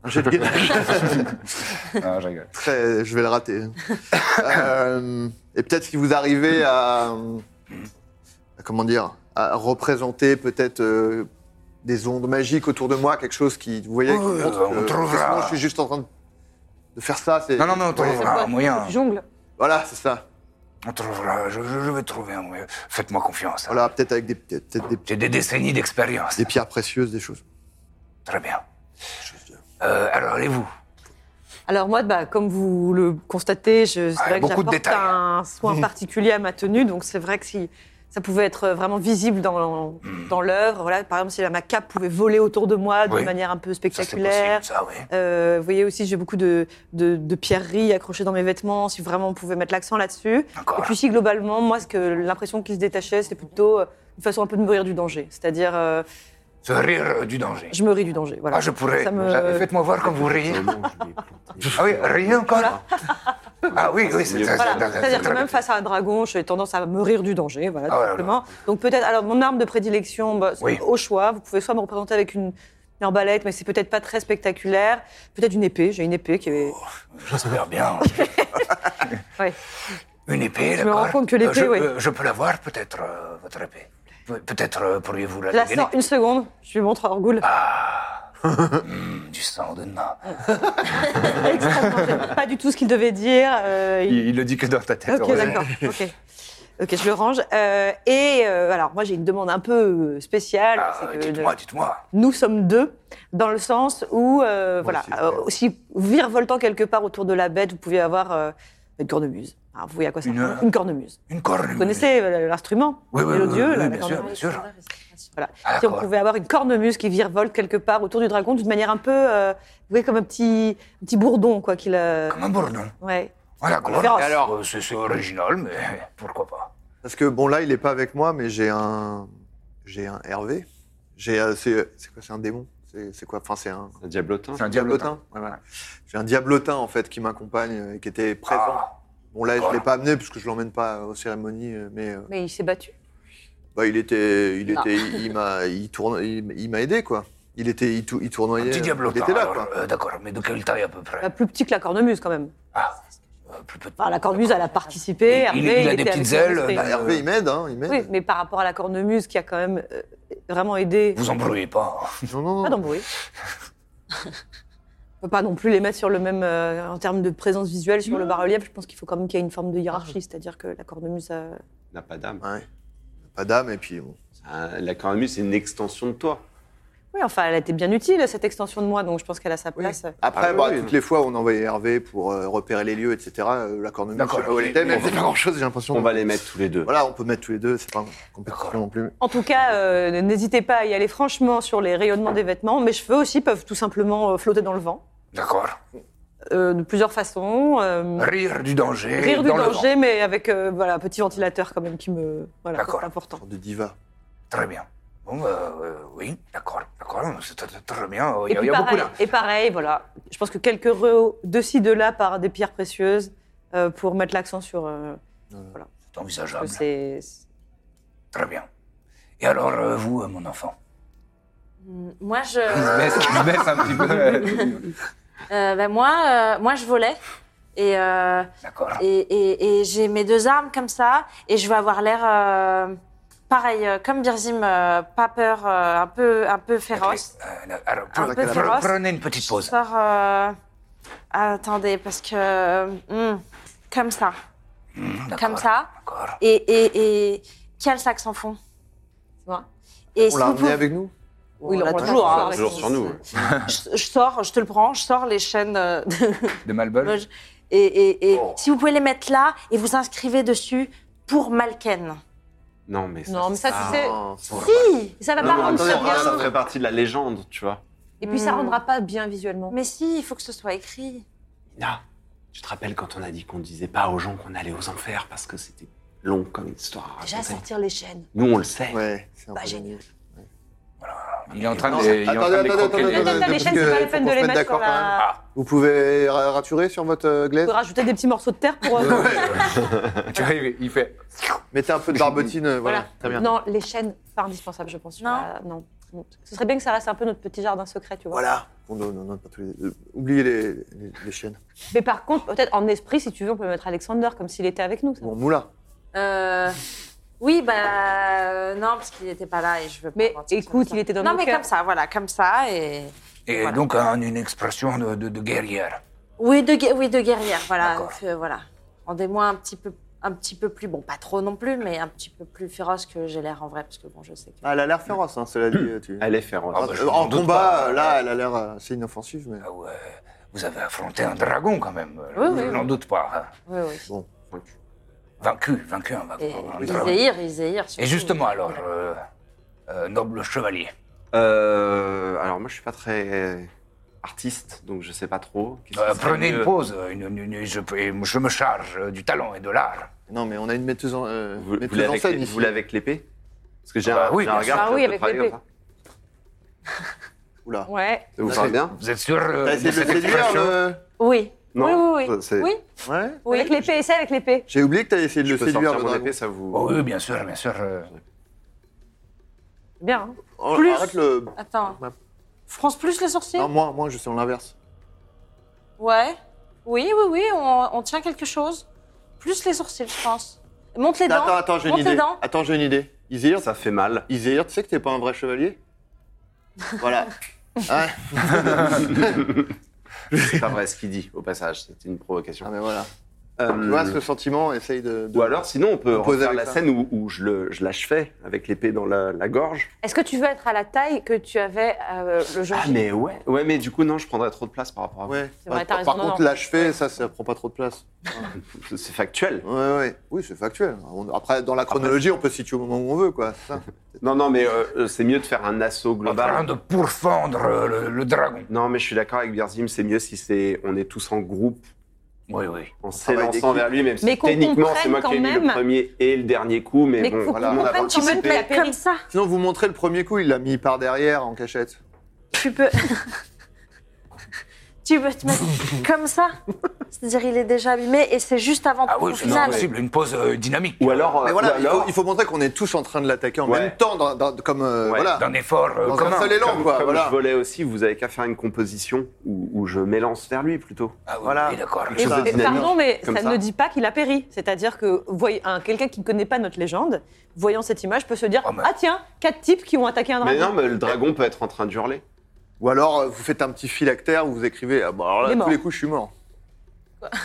Speaker 4: un jet de gainage.
Speaker 1: Ah, je rigole.
Speaker 4: Très- je vais le rater. Euh, et peut-être si vous arrivez à, euh, à, comment dire, à représenter peut-être euh, des ondes magiques autour de moi, quelque chose qui, vous voyez, qui
Speaker 1: Oui,
Speaker 4: montre
Speaker 1: Oh, on
Speaker 4: que-
Speaker 1: trouvera.
Speaker 4: sinon, je suis juste en train de, de faire ça. c'est-
Speaker 1: Non, non, mais on
Speaker 4: Ouais.
Speaker 1: trouvera un moyen.
Speaker 2: Jongle.
Speaker 4: Voilà, c'est ça.
Speaker 1: On trouvera. Je, je- je vais trouver un moyen. Faites-moi confiance. hein.
Speaker 4: Voilà, peut-être avec des, peut-être des,
Speaker 1: J'ai des décennies d'expérience.
Speaker 4: des pierres précieuses, des choses.
Speaker 1: Très bien. Euh, alors, allez-vous
Speaker 2: Alors moi, bah, comme vous le constatez, je, c'est
Speaker 1: Ah,
Speaker 2: vrai que
Speaker 1: beaucoup de
Speaker 2: j'apporte
Speaker 1: détails. hein.
Speaker 2: un soin particulier à ma tenue, donc c'est vrai que si ça pouvait être vraiment visible dans, dans l'œuvre, voilà, par exemple si ma cape pouvait voler autour de moi de
Speaker 1: Oui.
Speaker 2: manière un peu
Speaker 1: Ça, c'est
Speaker 2: spectaculaire.
Speaker 1: possible, ça, oui.
Speaker 2: Euh, vous voyez aussi, j'ai beaucoup de, de, de pierreries accrochées dans mes vêtements, si vraiment on pouvait mettre l'accent là-dessus. Et
Speaker 1: D'accord.
Speaker 2: puis si globalement, moi, ce que l'impression qui se détachait, c'était plutôt euh, une façon un peu de mourir du danger. C'est-à-dire, euh,
Speaker 1: Se rire euh, du danger.
Speaker 2: je me ris du danger. Voilà.
Speaker 1: Ah, je pourrais.
Speaker 2: Ça me-
Speaker 1: Ah, Faites-moi voir quand vous riez. Ah oui, riez encore Ah oui, oui, c'est ça.
Speaker 2: Voilà.
Speaker 1: c'est-
Speaker 2: C'est-à-dire
Speaker 1: c'est-
Speaker 2: que même face à un dragon, j'ai tendance à me rire du danger, voilà, tout
Speaker 1: Ah, voilà,
Speaker 2: simplement. Donc peut-être, alors mon arme de prédilection, bah, c'est
Speaker 1: Oui.
Speaker 2: au choix, vous pouvez soit me représenter avec une, une arbalète, mais c'est peut-être pas très spectaculaire, peut-être une épée, j'ai une épée qui est...
Speaker 1: J'espère bien.
Speaker 2: Ouais.
Speaker 1: Une épée,
Speaker 2: Je me
Speaker 1: d'accord.
Speaker 2: rends compte que l'épée,
Speaker 1: Euh, je,
Speaker 2: oui.
Speaker 1: euh, je peux la voir, peut-être, euh, votre épée. Pe- Peut-être euh, pourriez-vous la
Speaker 2: Je la
Speaker 1: dégainer.
Speaker 2: sors une seconde, je lui montre à Orgoul.
Speaker 1: Hum, Du sang de nain.
Speaker 2: Extrêmement gêné. pas du tout ce qu'il devait dire. euh, il-
Speaker 1: le dit que dans ta tête.
Speaker 2: Ok, d'accord. Ok. Ok, je le range. Euh, et euh, alors, moi, j'ai une demande un peu euh, spéciale. c'est que
Speaker 1: Ah, dites-moi, dites-moi.
Speaker 2: nous sommes deux, dans le sens où, euh,
Speaker 4: Moi
Speaker 2: voilà,
Speaker 4: aussi,
Speaker 2: euh, si virevoltant quelque part autour de la bête, vous pouvez avoir euh, une cornemuse. Ah, vous voyez à quoi ça
Speaker 1: Une-
Speaker 2: ressemble Une cornemuse.
Speaker 1: Une cornemuse.
Speaker 2: Vous connaissez euh, l'instrument
Speaker 1: Oui, oui, oui,
Speaker 2: mélodieux,
Speaker 1: oui,
Speaker 2: là,
Speaker 1: oui,
Speaker 2: la
Speaker 1: bien sûr, bien
Speaker 2: cornemuse.
Speaker 1: sûr.
Speaker 2: Voilà.
Speaker 1: Ah,
Speaker 2: si on
Speaker 1: d'accord.
Speaker 2: pouvait avoir une cornemuse qui virevolte quelque part autour du dragon d'une manière un peu, euh, vous voyez, comme un petit, un petit bourdon, quoi, qu'il. euh,
Speaker 1: Comme un bourdon.
Speaker 2: Ouais.
Speaker 1: Voilà,
Speaker 2: Féroce.
Speaker 1: Et Alors, euh, c'est c'est original, mais pourquoi pas.
Speaker 4: Parce que bon, là, il est pas avec moi, mais j'ai un. J'ai un Hervé. J'ai. euh, c'est c'est quoi C'est un démon C'est c'est quoi Enfin, c'est un.
Speaker 3: Un diablotin.
Speaker 1: C'est un diablotin.
Speaker 4: Diablotin. Ouais, voilà. J'ai un diablotin, en fait, qui m'accompagne euh, et qui était présent.
Speaker 1: Ah,
Speaker 4: Bon, là, je ne
Speaker 1: Voilà.
Speaker 4: l'ai pas amené parce que je l'emmène pas aux cérémonies, euh, mais euh,
Speaker 2: Mais il s'est battu.
Speaker 4: bah, il était, il
Speaker 5: Non.
Speaker 4: était, il il m'a, il tourne, il, il m'a aidé quoi. Il était, il, tou- il tournoyait.
Speaker 1: un petit
Speaker 4: euh,
Speaker 1: diablotin.
Speaker 4: Il était là
Speaker 1: alors,
Speaker 4: quoi. Bah,
Speaker 1: euh, D'accord, mais de quelle taille à peu près
Speaker 2: Bah, plus petit que la cornemuse, quand même.
Speaker 1: Ah, euh, plus petit.
Speaker 2: Enfin, la cornemuse, elle a participé.
Speaker 1: Il-
Speaker 2: Hervé,
Speaker 1: il a des
Speaker 2: était
Speaker 1: petites
Speaker 2: avec
Speaker 1: ailes,
Speaker 2: le
Speaker 4: Bah,
Speaker 2: respect.
Speaker 1: derrière.
Speaker 4: Hervé, il m'aide, hein, il m'aide.
Speaker 2: Oui, mais par rapport à la cornemuse qui a quand même euh, vraiment aidé.
Speaker 1: Vous embrouillez pas. hein.
Speaker 4: Non, non, non.
Speaker 1: Ah,
Speaker 2: Pas d'embrouille. On peut pas non plus les mettre sur le même. euh, en termes de présence visuelle sur le bas-relief, je pense qu'il faut quand même qu'il y ait une forme de hiérarchie,
Speaker 1: Ah.
Speaker 2: c'est-à-dire que la cornemuse. euh,
Speaker 3: N'a pas d'âme.
Speaker 4: Ouais. Pas d'âme et puis bon.
Speaker 3: Ah, La cornemuse, c'est une extension de toi.
Speaker 2: Oui, enfin, elle a été bien utile, cette extension de moi, donc je pense qu'elle a sa place.
Speaker 4: Après,
Speaker 3: Ah, oui,
Speaker 4: bah,
Speaker 3: oui.
Speaker 4: toutes les fois où on envoyait Hervé pour euh, repérer les lieux, etc. euh, la cornemuse,
Speaker 1: D'accord.
Speaker 4: je sais pas où elle était, mais elle
Speaker 1: On
Speaker 4: faisait pas grand chose, j'ai l'impression.
Speaker 3: On va les mettre tous les deux.
Speaker 4: Voilà, on peut mettre tous les deux, c'est pas compliqué
Speaker 1: D'accord.
Speaker 4: non plus.
Speaker 2: En tout cas, euh, n'hésitez pas à y aller franchement sur les rayonnements des vêtements. Mes cheveux aussi peuvent tout simplement euh, flotter dans le vent,
Speaker 1: D'accord.
Speaker 2: euh, de plusieurs façons. euh,
Speaker 1: Rire du danger.
Speaker 2: rire du
Speaker 1: dans le vent.
Speaker 2: danger, mais avec euh, voilà, un petit ventilateur quand même qui me. Voilà,
Speaker 1: D'accord.
Speaker 2: c'est important.
Speaker 4: Genre de diva.
Speaker 1: Très bien. Bon, bah, euh, oui, d'accord, d'accord, c'est très, très bien. Il
Speaker 2: Et,
Speaker 1: y a, il
Speaker 2: puis
Speaker 1: y a beaucoup
Speaker 2: pareil,
Speaker 1: là.
Speaker 2: et pareil, voilà. Je pense que quelques euros de ci, de là par des pierres précieuses euh, pour mettre l'accent sur euh,
Speaker 1: C'est
Speaker 2: que
Speaker 1: envisageable.
Speaker 2: c'est.
Speaker 1: Très bien. Et alors, euh, vous, euh, mon enfant
Speaker 5: Hum, Moi,
Speaker 1: Il se
Speaker 5: je.
Speaker 1: baisse, il se baisse un petit peu.
Speaker 5: euh, ben, moi, euh, moi, je volais. Et, euh,
Speaker 1: D'accord.
Speaker 5: et, et- et j'ai mes deux armes comme ça. Et je vais avoir l'air. euh, pareil, euh, comme Birzim, euh, pas peur, euh, un, peu, un peu féroce.
Speaker 1: Euh, alors,
Speaker 5: Un
Speaker 1: pre-
Speaker 5: peu
Speaker 1: pre-
Speaker 5: féroce.
Speaker 1: prenez une petite
Speaker 5: Je
Speaker 1: pause.
Speaker 5: sors. euh, Attendez, parce que. hum, comme ça.
Speaker 1: D'accord,
Speaker 5: Comme ça.
Speaker 1: D'accord.
Speaker 5: Et, et, et. Qui a le sac sans fond
Speaker 2: C'est moi
Speaker 5: Et
Speaker 1: Oh
Speaker 4: On
Speaker 5: si
Speaker 4: l'a
Speaker 5: vous
Speaker 4: amené
Speaker 5: pouvez-
Speaker 4: avec nous
Speaker 2: Oui, on l'a
Speaker 5: toujours,
Speaker 2: toujours.
Speaker 5: hein,
Speaker 2: hein,
Speaker 3: Toujours sur nous.
Speaker 5: je, je sors, je te le prends, je sors les chaînes euh, de
Speaker 1: De Malbol
Speaker 5: loge. Et, et- et
Speaker 1: Oh.
Speaker 5: si vous pouvez les mettre là et vous inscrivez dessus pour Malken.
Speaker 3: Non, mais ça.
Speaker 2: Non, mais ça, tu sais.
Speaker 4: Non,
Speaker 5: Si Ça va
Speaker 3: Non,
Speaker 5: pas
Speaker 3: mais
Speaker 5: rendre
Speaker 3: attendez,
Speaker 5: ça
Speaker 3: ah, ça
Speaker 5: bien.
Speaker 3: ferait partie de la légende, tu vois.
Speaker 2: Et puis ça
Speaker 3: Hmm.
Speaker 2: rendra pas bien visuellement.
Speaker 5: Mais si, il faut que ce soit écrit.
Speaker 3: Ina, tu te rappelles quand on a dit qu'on disait pas aux gens qu'on allait aux enfers parce que c'était long comme histoire. à
Speaker 2: Déjà
Speaker 3: raconter.
Speaker 2: sortir les chaînes.
Speaker 3: Nous, on le sait.
Speaker 4: Ouais, c'est un
Speaker 2: Bah,
Speaker 4: peu
Speaker 2: génial.
Speaker 1: Il est en train de.
Speaker 4: Non,
Speaker 1: il est en
Speaker 4: attendez,
Speaker 1: train de les
Speaker 4: attendez,
Speaker 1: croquer.
Speaker 4: attendez,
Speaker 2: Les
Speaker 4: attendez.
Speaker 2: chaînes, c'est pas la peine de les mettre sur la.
Speaker 4: Vous pouvez ra- raturer sur votre euh,
Speaker 2: On
Speaker 4: glaise
Speaker 2: peut rajouter des petits morceaux de terre pour. euh,
Speaker 1: Tu vois, il- il fait.
Speaker 4: Mettez un peu de barbotine, euh, voilà. Très bien.
Speaker 2: Non, les chaînes, c'est pas indispensable, je pense. sur
Speaker 5: Non.
Speaker 2: la- non. Ce serait bien que ça reste un peu notre petit jardin secret, tu vois.
Speaker 4: Voilà. Bon, non, non, non, pas tous les- euh, Oubliez les, les, les chaînes.
Speaker 2: Mais par contre, peut-être en esprit, si tu veux, on peut mettre Alexander comme s'il était avec nous. ça.
Speaker 4: Bon, Moula.
Speaker 5: Euh, oui, bah euh, non, parce qu'il n'était pas là et je veux pas.
Speaker 2: Mais
Speaker 5: mentir sur
Speaker 2: écoute,
Speaker 5: ça.
Speaker 2: il était dans
Speaker 5: Non,
Speaker 2: nos
Speaker 5: mais
Speaker 2: cœurs.
Speaker 5: comme ça, voilà, comme ça. Et...
Speaker 1: Et
Speaker 5: Voilà.
Speaker 1: donc, un- une expression de, de- de guerrière.
Speaker 5: Oui, de, gué- oui, de guerrière, voilà.
Speaker 1: D'accord.
Speaker 5: que- voilà. Rendez-moi un petit peu un petit peu plus, bon, pas trop non plus, mais un petit peu plus féroce que j'ai l'air en vrai, parce que bon, je sais que.
Speaker 4: Ah, elle a l'air féroce, hein, cela dit. euh, Tu...
Speaker 3: Elle est féroce.
Speaker 1: Ah bah, je
Speaker 4: Euh,
Speaker 1: m'en
Speaker 4: en
Speaker 1: doute
Speaker 4: combat,
Speaker 1: pas.
Speaker 4: euh, là, elle a l'air euh, assez inoffensive, mais.
Speaker 1: Ah ouais, Vous avez affronté un dragon quand même.
Speaker 5: Oui,
Speaker 1: je
Speaker 5: oui,
Speaker 1: n'en
Speaker 5: oui.
Speaker 1: doute pas.
Speaker 5: Oui, oui.
Speaker 3: Vaincue.
Speaker 1: Vaincu, vaincu un, vaincu,
Speaker 5: Et
Speaker 1: un
Speaker 5: ils
Speaker 1: dragon.
Speaker 5: zéhirent, ils zéhirent, surtout.
Speaker 1: Ah, Et justement, alors, euh, euh, noble chevalier,
Speaker 3: Euh, alors, moi, je suis pas très artiste, donc je sais pas trop. Qu'est-ce
Speaker 1: euh,
Speaker 3: qui serait
Speaker 1: prenez une
Speaker 3: mieux
Speaker 1: pause. une- une- une- je, peux- et je me charge euh, du talent et de l'art.
Speaker 4: Non, mais on a une metteuse en, euh,
Speaker 3: Vous, vous
Speaker 4: metteuse
Speaker 3: l'avez
Speaker 4: en
Speaker 3: avec
Speaker 4: scène
Speaker 3: l'é-
Speaker 4: ici.
Speaker 3: vous l'avez avec l'épée Parce que j'ai
Speaker 1: Ah
Speaker 3: un,
Speaker 1: oui,
Speaker 3: j'ai un
Speaker 1: bien
Speaker 3: regard.
Speaker 2: sûr.
Speaker 3: qui
Speaker 2: Ah oui,
Speaker 3: peut
Speaker 2: avec
Speaker 3: travailler
Speaker 2: l'épée.
Speaker 3: comme ça.
Speaker 4: Oula.
Speaker 2: Ouais.
Speaker 3: Ça vous
Speaker 4: Ah,
Speaker 3: parle
Speaker 4: c'est-
Speaker 3: bien
Speaker 1: Vous êtes sûr euh,
Speaker 4: T'as essayé
Speaker 1: de
Speaker 4: de le
Speaker 1: cette
Speaker 4: séduire,
Speaker 1: expression
Speaker 4: le-
Speaker 5: Oui.
Speaker 3: Non,
Speaker 5: oui, oui,
Speaker 3: c'est-
Speaker 5: oui. Oui,
Speaker 4: Ouais.
Speaker 5: oui.
Speaker 2: Avec l'épée, essaie avec l'épée.
Speaker 4: J'ai oublié que t'as essayé de
Speaker 3: Je
Speaker 4: le
Speaker 3: peux
Speaker 4: séduire,
Speaker 3: sortir
Speaker 4: le
Speaker 3: mon
Speaker 4: dragon.
Speaker 3: épée, ça vous.
Speaker 1: Oh oui, bien sûr, bien sûr. euh,
Speaker 2: Bien. hein.
Speaker 4: Oh,
Speaker 5: Plus.
Speaker 4: Arrête le.
Speaker 5: Attends.
Speaker 4: Ouais.
Speaker 5: France plus les sorciers
Speaker 4: Non, moi, moi, je suis en l'inverse.
Speaker 5: Ouais. Oui, oui, oui, on, on tient quelque chose. Plus les sorciers, je pense. Monte les dents.
Speaker 4: Attends, attends, j'ai une
Speaker 5: Monte les
Speaker 4: idée.
Speaker 5: dents.
Speaker 4: Attends, j'ai une idée. Izir,
Speaker 3: Ça fait mal.
Speaker 4: Izir, tu sais que t'es pas un vrai chevalier Voilà. Ah. Ouais.
Speaker 3: C'est pas vrai ce qu'il dit, au passage. C'était une provocation.
Speaker 4: Ah, mais voilà. Tu vois ce sentiment, essaye de. de-
Speaker 3: Ou alors, sinon, on peut
Speaker 4: On pose
Speaker 3: refaire
Speaker 4: avec
Speaker 3: la
Speaker 4: ça.
Speaker 3: scène où, où je, le, je l'achevais avec l'épée dans la, la gorge.
Speaker 5: Est-ce que tu veux être à la taille que tu avais euh, le jour
Speaker 3: Ah,
Speaker 5: J
Speaker 3: mais ouais. Ouais, mais du coup, non, je prendrais trop de place par rapport à vous.
Speaker 4: Ouais.
Speaker 5: C'est vrai,
Speaker 4: Par-
Speaker 5: t'as
Speaker 4: par
Speaker 5: raison, non,
Speaker 4: contre,
Speaker 5: non.
Speaker 4: l'achever, ça, ça prend pas trop de place.
Speaker 3: C'est c'est factuel.
Speaker 4: Ouais, ouais. Oui, c'est factuel. On- Après, dans la chronologie, on peut se situer au moment où on veut, quoi. c'est ça.
Speaker 3: Non, non, mais euh, euh, c'est mieux de faire un assaut
Speaker 1: En train
Speaker 3: global.
Speaker 1: de pourfendre euh, le, le dragon.
Speaker 3: Non, mais je suis d'accord avec Birzim, c'est mieux si c'est on est tous en groupe,
Speaker 1: Oui, oui.
Speaker 3: en
Speaker 4: travaille
Speaker 3: s'élançant
Speaker 4: d'équipe.
Speaker 3: vers lui, même si
Speaker 2: Mais qu'on
Speaker 3: techniquement c'est
Speaker 2: comprenne
Speaker 3: moi
Speaker 2: quand
Speaker 3: qui ai mis le
Speaker 2: même.
Speaker 3: premier et le dernier coup, mais,
Speaker 2: Mais
Speaker 3: bon,
Speaker 2: qu'on
Speaker 3: voilà, on avait
Speaker 2: comprenne quand même
Speaker 3: anticipé.
Speaker 2: qu'il y a péril.
Speaker 5: Comme ça,
Speaker 4: Sinon, vous montrez le premier coup, il l'a mis par derrière en cachette.
Speaker 5: tu peux. tu peux te mettre comme ça. C'est-à-dire, il est déjà abîmé et c'est juste avant
Speaker 1: Ah
Speaker 5: ton
Speaker 1: oui, c'est
Speaker 5: final.
Speaker 1: possible, une pause euh, dynamique.
Speaker 3: Ou alors, euh,
Speaker 4: Mais voilà,
Speaker 3: ou
Speaker 4: il
Speaker 3: alors-
Speaker 4: faut, il faut montrer qu'on est tous en train de l'attaquer en
Speaker 3: Ouais.
Speaker 4: même temps, dans- dans- comme. euh,
Speaker 3: Ouais,
Speaker 4: voilà.
Speaker 1: D'un effort euh,
Speaker 4: Dans un
Speaker 1: commun.
Speaker 4: seul élan,
Speaker 3: comme,
Speaker 4: quoi.
Speaker 3: comme
Speaker 4: voilà.
Speaker 3: je volais aussi, vous avez qu'à faire une composition où, où je m'élance vers lui plutôt.
Speaker 1: Ah oui,
Speaker 3: Voilà.
Speaker 1: oui, d'accord.
Speaker 3: Quelque
Speaker 2: Et-
Speaker 4: Ah,
Speaker 3: chose de
Speaker 2: et
Speaker 3: dynamique,
Speaker 2: pardon, mais ça,
Speaker 3: comme ça.
Speaker 2: ne dit pas qu'il a péri. C'est-à-dire que voy- un- quelqu'un qui ne connaît pas notre légende, voyant cette image, peut se dire
Speaker 1: Oh,
Speaker 4: bah.
Speaker 1: mais-
Speaker 2: Ah tiens, quatre types qui ont attaqué un dragon.
Speaker 3: Mais non, mais le dragon peut être en train de hurler.
Speaker 4: Ou alors, euh, vous faites un petit phylactère où vous écrivez. Ah, bah, alors là,
Speaker 2: Il est
Speaker 4: tous
Speaker 2: mort.
Speaker 4: les coups, je suis mort.